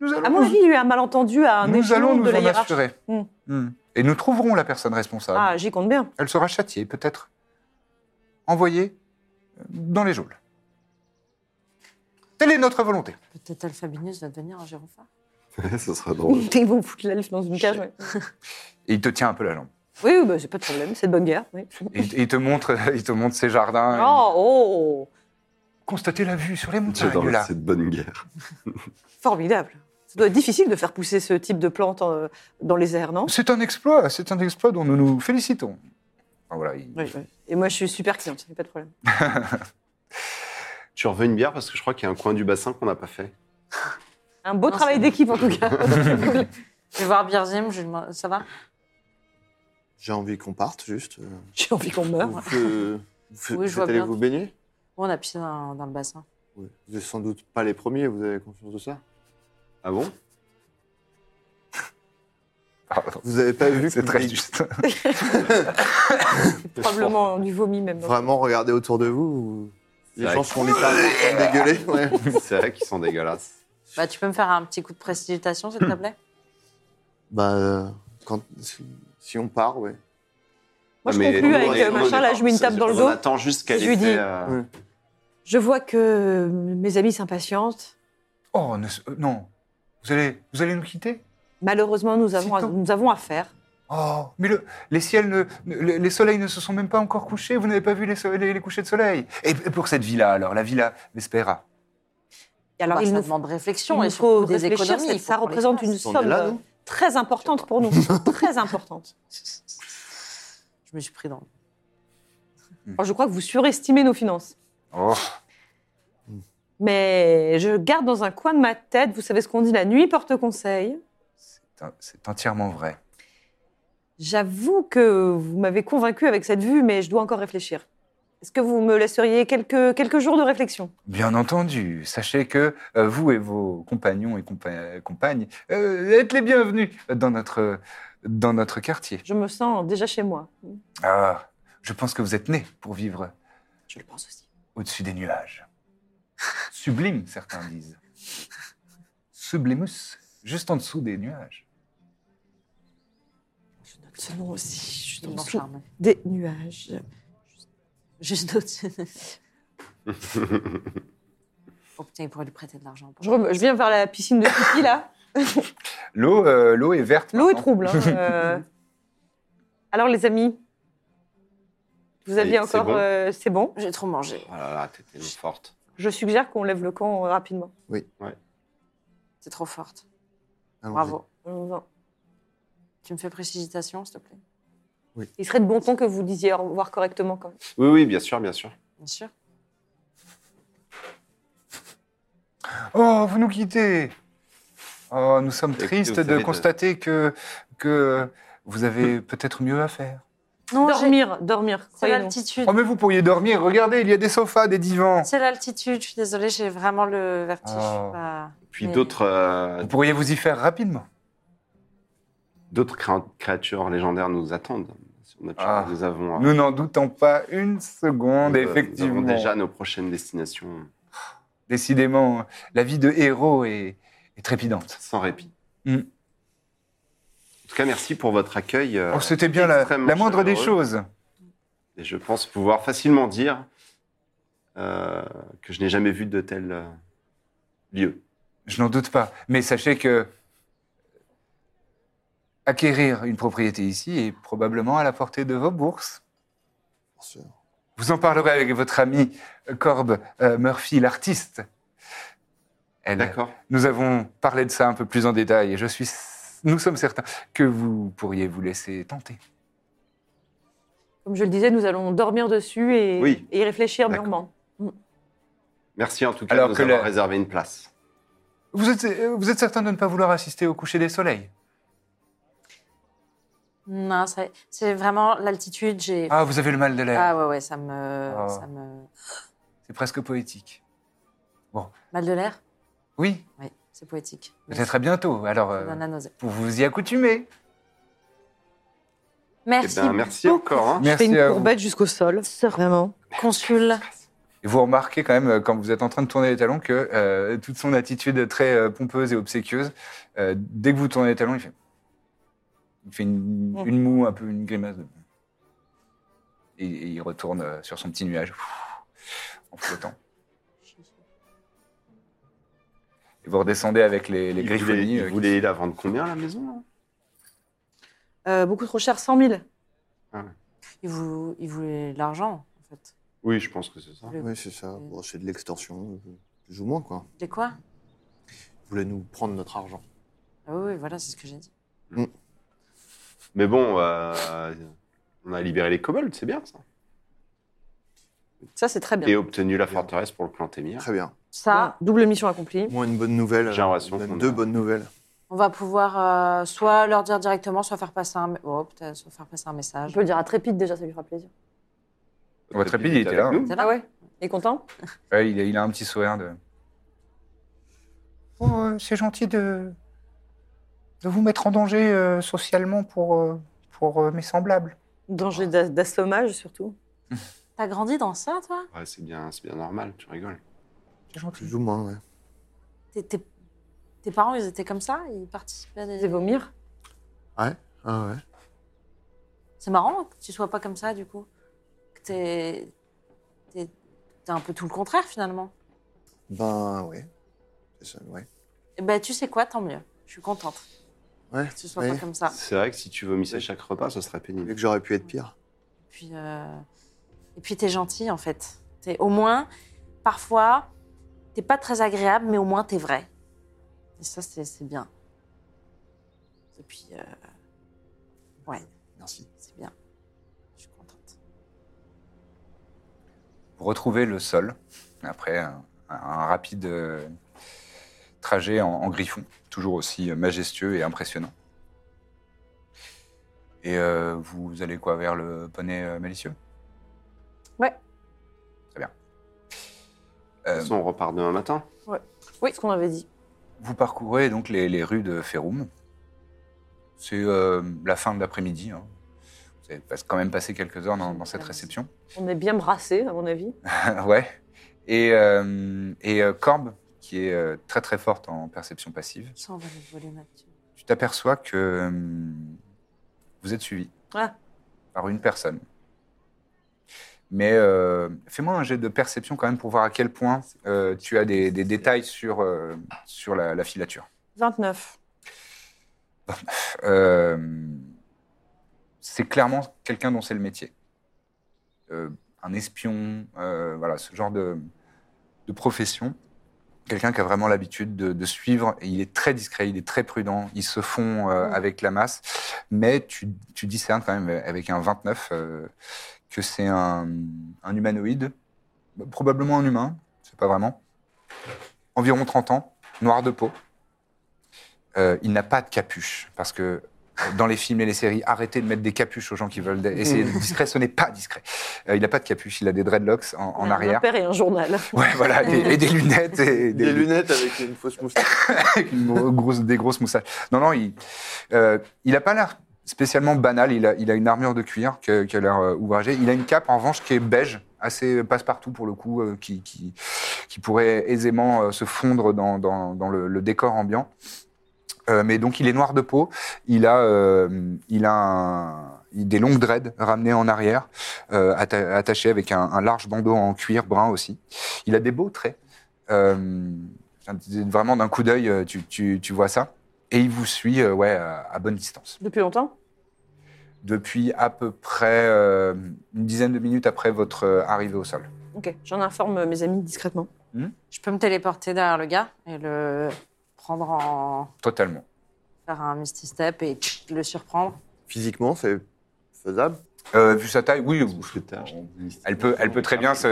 Speaker 1: Nous allons
Speaker 2: À mon avis, il y a eu un malentendu à un
Speaker 1: nous, nous
Speaker 2: échelon
Speaker 1: allons nous
Speaker 2: de la
Speaker 1: en
Speaker 2: hiérarchie.
Speaker 1: assurer.
Speaker 2: Hmm.
Speaker 1: Hmm. Et nous trouverons la personne responsable.
Speaker 2: Ah, j'y compte bien.
Speaker 1: Elle sera châtiée, peut-être envoyée euh, dans les geôles. Telle est notre volonté.
Speaker 5: Peut-être Alphabinus va devenir un gyrophare.
Speaker 3: Ça serait drôle.
Speaker 2: Ils vont foutre la lèvre dans une cage. ouais.
Speaker 1: Et il te tient un peu la jambe.
Speaker 2: Oui, oui, bah, c'est pas de problème, c'est de bonne guerre. oui.
Speaker 1: Et il, il te montre, il te montre ses jardins.
Speaker 2: Oh, oh,
Speaker 1: Constater la vue sur les
Speaker 3: J'adore
Speaker 1: montagnes là.
Speaker 3: cette bonne guerre.
Speaker 2: formidable. Ça doit être difficile de faire pousser ce type de plante euh, dans les airs, non
Speaker 1: C'est un exploit, c'est un exploit dont nous nous félicitons. Enfin, voilà, il-
Speaker 2: oui, oui. Et moi, je suis super cliente, il n'y a pas de problème.
Speaker 3: Tu en veux une bière parce que je crois qu'il y a un coin du bassin qu'on n'a pas fait.
Speaker 2: Un beau
Speaker 5: Non,
Speaker 2: travail
Speaker 5: c'est-
Speaker 2: d'équipe, en tout cas.
Speaker 5: Je vais voir Birzim, je lui demande- ça va
Speaker 4: J'ai envie qu'on parte, juste. euh.
Speaker 2: J'ai envie qu'on meure.
Speaker 4: Vous, euh, vous fa-
Speaker 5: Ah. Oui, je
Speaker 4: vous
Speaker 5: vois
Speaker 4: êtes allé
Speaker 5: bien.
Speaker 4: vous baigner
Speaker 5: On a pissé dans, dans le bassin.
Speaker 4: Oui. Vous n'êtes sans doute pas les premiers, vous avez conscience de ça
Speaker 3: Ah bon
Speaker 1: Pardon.
Speaker 4: Vous n'avez pas vu
Speaker 1: C'est
Speaker 4: que-
Speaker 1: très juste.
Speaker 2: Probablement du vomi, même. donc.
Speaker 4: Vraiment, regardez autour de vous. ou- Les
Speaker 3: C'est
Speaker 4: gens
Speaker 3: vrai.
Speaker 4: sont littéralement en train de dégueuler. ouais.
Speaker 3: C'est vrai qu'ils sont dégueulasses.
Speaker 5: Bah, tu peux me faire un petit coup de prestidigitation, s'il te plaît
Speaker 4: Bah, euh, quand, si, si on part, ouais.
Speaker 2: Moi, je
Speaker 3: Ah, Mais
Speaker 2: conclue
Speaker 3: on
Speaker 2: avec
Speaker 3: est-
Speaker 2: euh, machin,
Speaker 3: on est-
Speaker 2: là, je mets une tape dans le
Speaker 3: On
Speaker 2: dos.
Speaker 3: attend juste qu'elle
Speaker 2: Je lui
Speaker 3: ait
Speaker 2: dis-
Speaker 3: fait, euh,
Speaker 2: Je vois que euh, mes amis s'impatientent.
Speaker 1: Oh ne- euh, non, vous allez, vous allez nous quitter
Speaker 2: Malheureusement, nous
Speaker 1: C'est
Speaker 2: avons,
Speaker 1: tout.
Speaker 2: nous avons affaire.
Speaker 1: Oh, mais le, les ciels, ne, ne- les les soleils ne se sont même pas encore couchés. Vous n'avez pas vu les, so- les, les couchers de soleil. Et et pour cette villa alors, la villa Vespera.
Speaker 2: Et alors,
Speaker 5: Bah,
Speaker 2: il
Speaker 5: Ça
Speaker 2: nous
Speaker 5: demande
Speaker 2: Il
Speaker 5: réflexion et
Speaker 2: nous faut
Speaker 5: surtout des
Speaker 2: réfléchir,
Speaker 5: économies.
Speaker 2: c'est-
Speaker 5: il faut
Speaker 2: ça
Speaker 5: qu'on les
Speaker 2: représente
Speaker 5: fasse.
Speaker 2: une
Speaker 4: On est
Speaker 2: somme
Speaker 4: là,
Speaker 2: euh,
Speaker 4: non
Speaker 2: très importante pour nous. très importante.
Speaker 5: Je me suis pris dans.
Speaker 2: Alors, je crois que vous surestimez nos finances.
Speaker 1: Oh,
Speaker 2: Mais je garde dans un coin de ma tête, vous savez ce qu'on dit, la nuit porte conseil.
Speaker 1: c'est un- c'est entièrement vrai.
Speaker 2: J'avoue que vous m'avez convaincu avec cette vue, mais je dois encore réfléchir. Est-ce que vous me laisseriez quelques, quelques jours de réflexion
Speaker 1: Bien entendu, sachez que euh, vous et vos compagnons et compa- compagnes euh, êtes les bienvenus dans notre, dans notre quartier.
Speaker 2: Je me sens déjà chez moi.
Speaker 1: Ah, je pense que vous êtes nés pour vivre
Speaker 2: Je le pense aussi.
Speaker 1: au-dessus des nuages. Sublime, certains disent. Sublimus, juste en dessous des nuages.
Speaker 2: Je note ce nom aussi, je suis
Speaker 5: Ils
Speaker 2: en
Speaker 5: m'ont
Speaker 2: dessous
Speaker 5: charmé.
Speaker 2: des nuages.
Speaker 5: Juste d'autres. oh putain, il pourrait lui prêter de l'argent.
Speaker 6: Je, rem- je viens vers la piscine de pipi, là.
Speaker 1: L'eau, euh, l'eau est verte.
Speaker 6: L'eau est
Speaker 1: maintenant.
Speaker 6: trouble. hein, euh. Alors, les amis, vous aviez
Speaker 3: C'est- c'est
Speaker 6: encore...
Speaker 3: bon
Speaker 6: euh, C'est bon.
Speaker 5: J'ai trop mangé.
Speaker 3: Oh là là, t'es tellement forte.
Speaker 6: Je suggère qu'on lève le camp euh, rapidement.
Speaker 5: T'es trop forte.
Speaker 4: Allons-y.
Speaker 5: Bravo.
Speaker 6: On-
Speaker 5: Tu me fais précipitation, s'il te plaît
Speaker 6: Il serait de bon ton que vous disiez au revoir correctement quand même.
Speaker 3: Oui, oui, bien sûr, bien sûr.
Speaker 5: Bien sûr.
Speaker 1: Oh, vous nous quittez. Oh, nous sommes
Speaker 3: Écoutez,
Speaker 1: tristes
Speaker 3: vous savez
Speaker 1: de
Speaker 3: de- Hmm.
Speaker 1: constater que que vous avez peut-être mieux à faire.
Speaker 5: Non, j'ai-
Speaker 6: dormir, dormir,
Speaker 5: c'est
Speaker 6: croyez-nous.
Speaker 5: l'altitude.
Speaker 1: Oh, mais vous pourriez dormir. Regardez, il y a des sofas, des divans.
Speaker 5: C'est l'altitude, je suis désolée, j'ai vraiment le vertige. je suis
Speaker 2: Ah.
Speaker 1: Oh.
Speaker 5: pas-
Speaker 3: Puis
Speaker 5: Mais-
Speaker 3: d'autres euh,
Speaker 1: Vous pourriez vous y faire rapidement.
Speaker 3: d'autres cra- créatures légendaires nous attendent. Naturellement,
Speaker 1: Ah.
Speaker 3: Nous avons. euh,
Speaker 1: Nous n'en doutons pas une
Speaker 3: nous,
Speaker 1: seconde,
Speaker 3: euh,
Speaker 1: effectivement.
Speaker 3: Nous avons déjà nos prochaines destinations
Speaker 1: Décidément, la vie de héros est, est trépidante.
Speaker 3: sans répit.
Speaker 1: Mm.
Speaker 3: En tout cas, merci pour votre accueil. euh,
Speaker 1: Oh, C'était bien la,
Speaker 3: extrêmement
Speaker 1: la moindre des
Speaker 3: chaleureux.
Speaker 1: choses.
Speaker 3: Et je pense pouvoir facilement dire euh, que je n'ai jamais vu de tel euh, lieu.
Speaker 1: Je n'en doute pas. Mais sachez que acquérir une propriété ici est probablement à la portée de vos bourses.
Speaker 4: Bien sûr.
Speaker 1: Vous en parlerez avec votre ami euh, Corbe euh, Murphy, l'artiste. Elle,
Speaker 3: D'accord.
Speaker 1: nous avons parlé de ça un peu plus en détail et je suis, nous sommes certains que vous pourriez vous laisser tenter.
Speaker 6: Comme je le disais, nous allons dormir dessus et,
Speaker 3: Oui.
Speaker 6: et y réfléchir
Speaker 3: D'accord.
Speaker 6: mûrement.
Speaker 3: Merci en tout cas
Speaker 1: Alors
Speaker 3: de nous
Speaker 1: que
Speaker 3: avoir
Speaker 1: le-
Speaker 3: réservé une place.
Speaker 1: Vous êtes, euh, vous êtes certain de ne pas vouloir assister au coucher des soleils
Speaker 5: Non, ça- c'est vraiment l'altitude, j'ai.
Speaker 1: Ah, vous avez le mal de l'air.
Speaker 5: Ah ouais, ouais, ça me.
Speaker 1: Ah.
Speaker 5: Ça me...
Speaker 1: C'est presque poétique.
Speaker 5: Mal de l'air
Speaker 1: Oui,
Speaker 5: Oui, c'est poétique. Mais
Speaker 1: peut-être à bientôt. Alors,
Speaker 5: ça
Speaker 1: euh,
Speaker 5: donne la nausée.
Speaker 1: pour vous y accoutumer.
Speaker 3: Eh
Speaker 5: Merci,
Speaker 3: ben, merci encore. hein.
Speaker 1: Merci
Speaker 6: Je fais
Speaker 1: à
Speaker 6: une
Speaker 1: vous.
Speaker 6: courbette jusqu'au sol. Vraiment.
Speaker 5: consul.
Speaker 1: Et vous remarquez quand même, euh, quand vous êtes en train de tourner les talons, que euh, toute son attitude très euh, pompeuse et obséquieuse, euh, dès que vous tournez les talons, il fait, il fait une, une moue, un peu une grimace. de- Et, et il retourne euh, sur son petit nuage, en flottant. Et vous redescendez avec les, les
Speaker 3: Il voulait-
Speaker 1: griffonies.
Speaker 3: il
Speaker 1: euh, qui-
Speaker 3: voulait la vendre combien la maison hein
Speaker 6: Euh, beaucoup trop cher, 100 000.
Speaker 5: Il vou- il voulait de l'argent, en fait.
Speaker 3: Ah, Oui, je pense que c'est ça.
Speaker 5: Il voulait-
Speaker 4: Oui, c'est ça. Bon, c'est de l'extorsion, euh, plus ou moins, quoi.
Speaker 5: il voulait quoi
Speaker 4: Ils voulaient nous prendre notre argent.
Speaker 5: ah oui, oui, voilà, c'est ce que j'ai dit.
Speaker 3: Mais bon, euh, on a libéré les kobolds, c'est bien ça.
Speaker 6: Ça, c'est très bien.
Speaker 3: Et obtenu la forteresse pour le clan Témir.
Speaker 4: Très bien.
Speaker 5: Ça,
Speaker 6: Voilà. double mission accomplie.
Speaker 4: Au moins une bonne nouvelle.
Speaker 3: J'ai l'impression
Speaker 4: on donne
Speaker 3: qu'on
Speaker 4: deux
Speaker 3: a-
Speaker 4: bonnes nouvelles.
Speaker 5: on va pouvoir euh, soit leur dire directement, soit faire passer un, oh, peut-être, soit faire passer un
Speaker 6: Je
Speaker 5: message.
Speaker 6: peux le dire à Trépide déjà, ça lui fera plaisir.
Speaker 1: Votre
Speaker 3: Peut-être
Speaker 1: rapide,
Speaker 3: qu'il
Speaker 1: il était
Speaker 3: avec
Speaker 1: là,
Speaker 3: nous.
Speaker 5: C'est là
Speaker 6: Ah ouais Et content
Speaker 1: Ouais, il, a, il a un petit sourire de. Oh, euh, c'est gentil de... de vous mettre en danger euh, socialement pour, euh, pour euh, mes semblables.
Speaker 6: Danger d'a- d'assommage surtout.
Speaker 5: T'as grandi dans ça, toi
Speaker 3: Ouais, c'est bien, c'est bien normal, tu rigoles.
Speaker 1: C'est gentil.
Speaker 4: Plus ou moins, ouais.
Speaker 5: T'es- t'es- Tes parents, ils étaient comme ça Ils participaient à
Speaker 6: C'est
Speaker 5: des...
Speaker 6: vomir.
Speaker 4: Ah ouais.
Speaker 5: C'est marrant que tu sois pas comme ça, du coup. Que t'es... T'es... t'es un peu tout le contraire, finalement.
Speaker 4: Ben ouais. C'est ça, ouais.
Speaker 5: Eh ben, tu sais quoi, tant mieux. Je suis contente
Speaker 4: Ouais.
Speaker 5: que tu sois
Speaker 4: ouais.
Speaker 5: pas comme ça.
Speaker 3: C'est vrai que si tu vomissais chaque repas, ça serait
Speaker 4: Vu
Speaker 3: pénible.
Speaker 4: que j'aurais pu être pire.
Speaker 5: Puis, euh, Et puis, t'es gentil, en fait. T'es... Au moins, parfois, t'es pas très agréable, mais au moins, t'es vrai. Et ça, c'est, c'est bien. Et puis, euh,
Speaker 4: Merci.
Speaker 5: c'est bien. Je suis contente.
Speaker 1: Vous retrouvez le sol après un, un rapide euh, trajet en, en griffon, toujours aussi euh, majestueux et impressionnant. Et euh, vous allez quoi vers le poney euh, malicieux
Speaker 6: Ouais.
Speaker 1: Très bien.
Speaker 3: De
Speaker 1: Euh,
Speaker 3: toute façon, on repart demain matin.
Speaker 6: Oui, ce qu'on avait dit.
Speaker 1: Vous parcourez donc les, les rues de Ferrum. C'est euh, la fin de l'après-midi. hein. Vous avez pas- quand même passé quelques heures dans, dans cette réception.
Speaker 6: On est bien brassés, à mon avis.
Speaker 1: ouais. Et, euh, et euh, Corbe, qui est euh, très très forte en perception passive,
Speaker 5: Ça, on va les voler, Mathieu.
Speaker 1: tu t'aperçois que euh, vous êtes suivi
Speaker 6: Ah.
Speaker 1: par une personne. Mais euh, fais-moi un jet de perception quand même pour voir à quel point euh, tu as des, des détails sur, euh, sur la, la filature.
Speaker 2: 29.
Speaker 1: Euh, c'est clairement quelqu'un dont c'est le métier. Euh, un espion, euh, voilà, ce genre de, de profession. Quelqu'un qui a vraiment l'habitude de, de suivre. Et il est très discret, il est très prudent. Ils se font euh, avec la masse. Mais tu, tu discernes quand même avec un 29 euh, que c'est un, un humanoïde, probablement un humain, c'est pas vraiment. Environ 30 ans, noir de peau. Euh, il n'a pas de capuche parce que euh, dans les films et les séries, arrêtez de mettre des capuches aux gens qui veulent d- essayer d'être discret. Ce n'est pas discret. Euh, il n'a pas de capuche, il a des dreadlocks en, en
Speaker 2: Un
Speaker 1: arrière.
Speaker 2: père et un journal.
Speaker 1: Ouais, voilà, et, et des lunettes et
Speaker 4: Des, lunettes avec une fausse moustache.
Speaker 1: avec une gro- grosse, des grosses moussages. Non, non, il euh, il a pas l'air spécialement banal. Il a, il a une armure de cuir que- qui a l'air euh, ouvragée. Il a une cape, en revanche, qui est beige, assez passe-partout pour le coup, euh, qui, qui, qui pourrait aisément euh, se fondre dans, dans, dans le, le décor ambiant. Euh, mais donc, il est noir de peau. Il a, euh, il a un- des longues dreads ramenées en arrière, euh, atta- attachées avec un, un large bandeau en cuir brun aussi. Il a des beaux traits. Euh, Vraiment, d'un coup d'œil, euh, tu, tu- tu vois ça. Et il vous suit euh, ouais, à, à bonne distance.
Speaker 2: Depuis longtemps
Speaker 1: Depuis à peu près euh, une dizaine de minutes après votre euh, arrivée au sol.
Speaker 2: Ok, j'en informe euh, mes amis discrètement.
Speaker 5: Je peux me téléporter derrière le gars et le prendre en.
Speaker 1: Totalement.
Speaker 5: faire un misty step et tchit, le surprendre.
Speaker 4: Physiquement, c'est faisable.
Speaker 1: Euh, vu sa taille, oui, vous- Elle
Speaker 3: Elle
Speaker 1: peut- elle peut très bien
Speaker 3: Ah,
Speaker 1: se-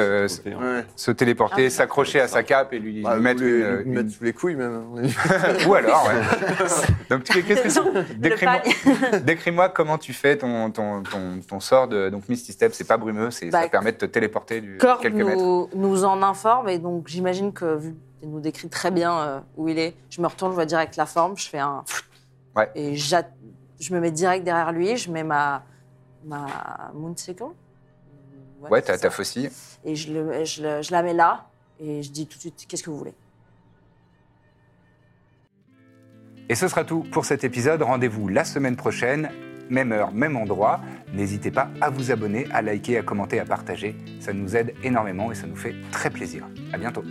Speaker 3: hein.
Speaker 4: Ouais.
Speaker 1: se
Speaker 5: Ah,
Speaker 1: téléporter, s'accrocher à sa cape et lui,
Speaker 4: Bah,
Speaker 1: lui mettre
Speaker 4: ou lui-
Speaker 1: une-
Speaker 4: lui
Speaker 1: une-
Speaker 4: mettre sous les couilles, même. hein,
Speaker 1: Ou alors, ouais. Donc, tu- qu'est-ce que c'est Décris-moi décris-moi comment tu fais ton, ton, ton- ton sort de. Donc, Misty Step, c'est pas brumeux, c'est- ça
Speaker 5: Bah,
Speaker 1: permet de te téléporter du-
Speaker 5: Corbe
Speaker 1: quelques mètres.
Speaker 5: nous, nous en informe et donc j'imagine que vu qu'il nous décrit très bien euh, où il est, je me retourne, je vois direct la forme, je fais un
Speaker 1: Ouais.
Speaker 5: et j'at- je me mets direct derrière lui, je mets ma ma moonseeker.
Speaker 1: Ouais,
Speaker 5: c'est
Speaker 1: t'as
Speaker 5: ça.
Speaker 1: ta faucille.
Speaker 5: Et je, le- je le- je la mets là et je dis tout de suite qu'est-ce que vous voulez.
Speaker 1: Et ce sera tout pour cet épisode. Rendez-vous la semaine prochaine, même heure, même endroit. N'hésitez pas à vous abonner, à liker, à commenter, à partager. Ça nous aide énormément et ça nous fait très plaisir. À bientôt.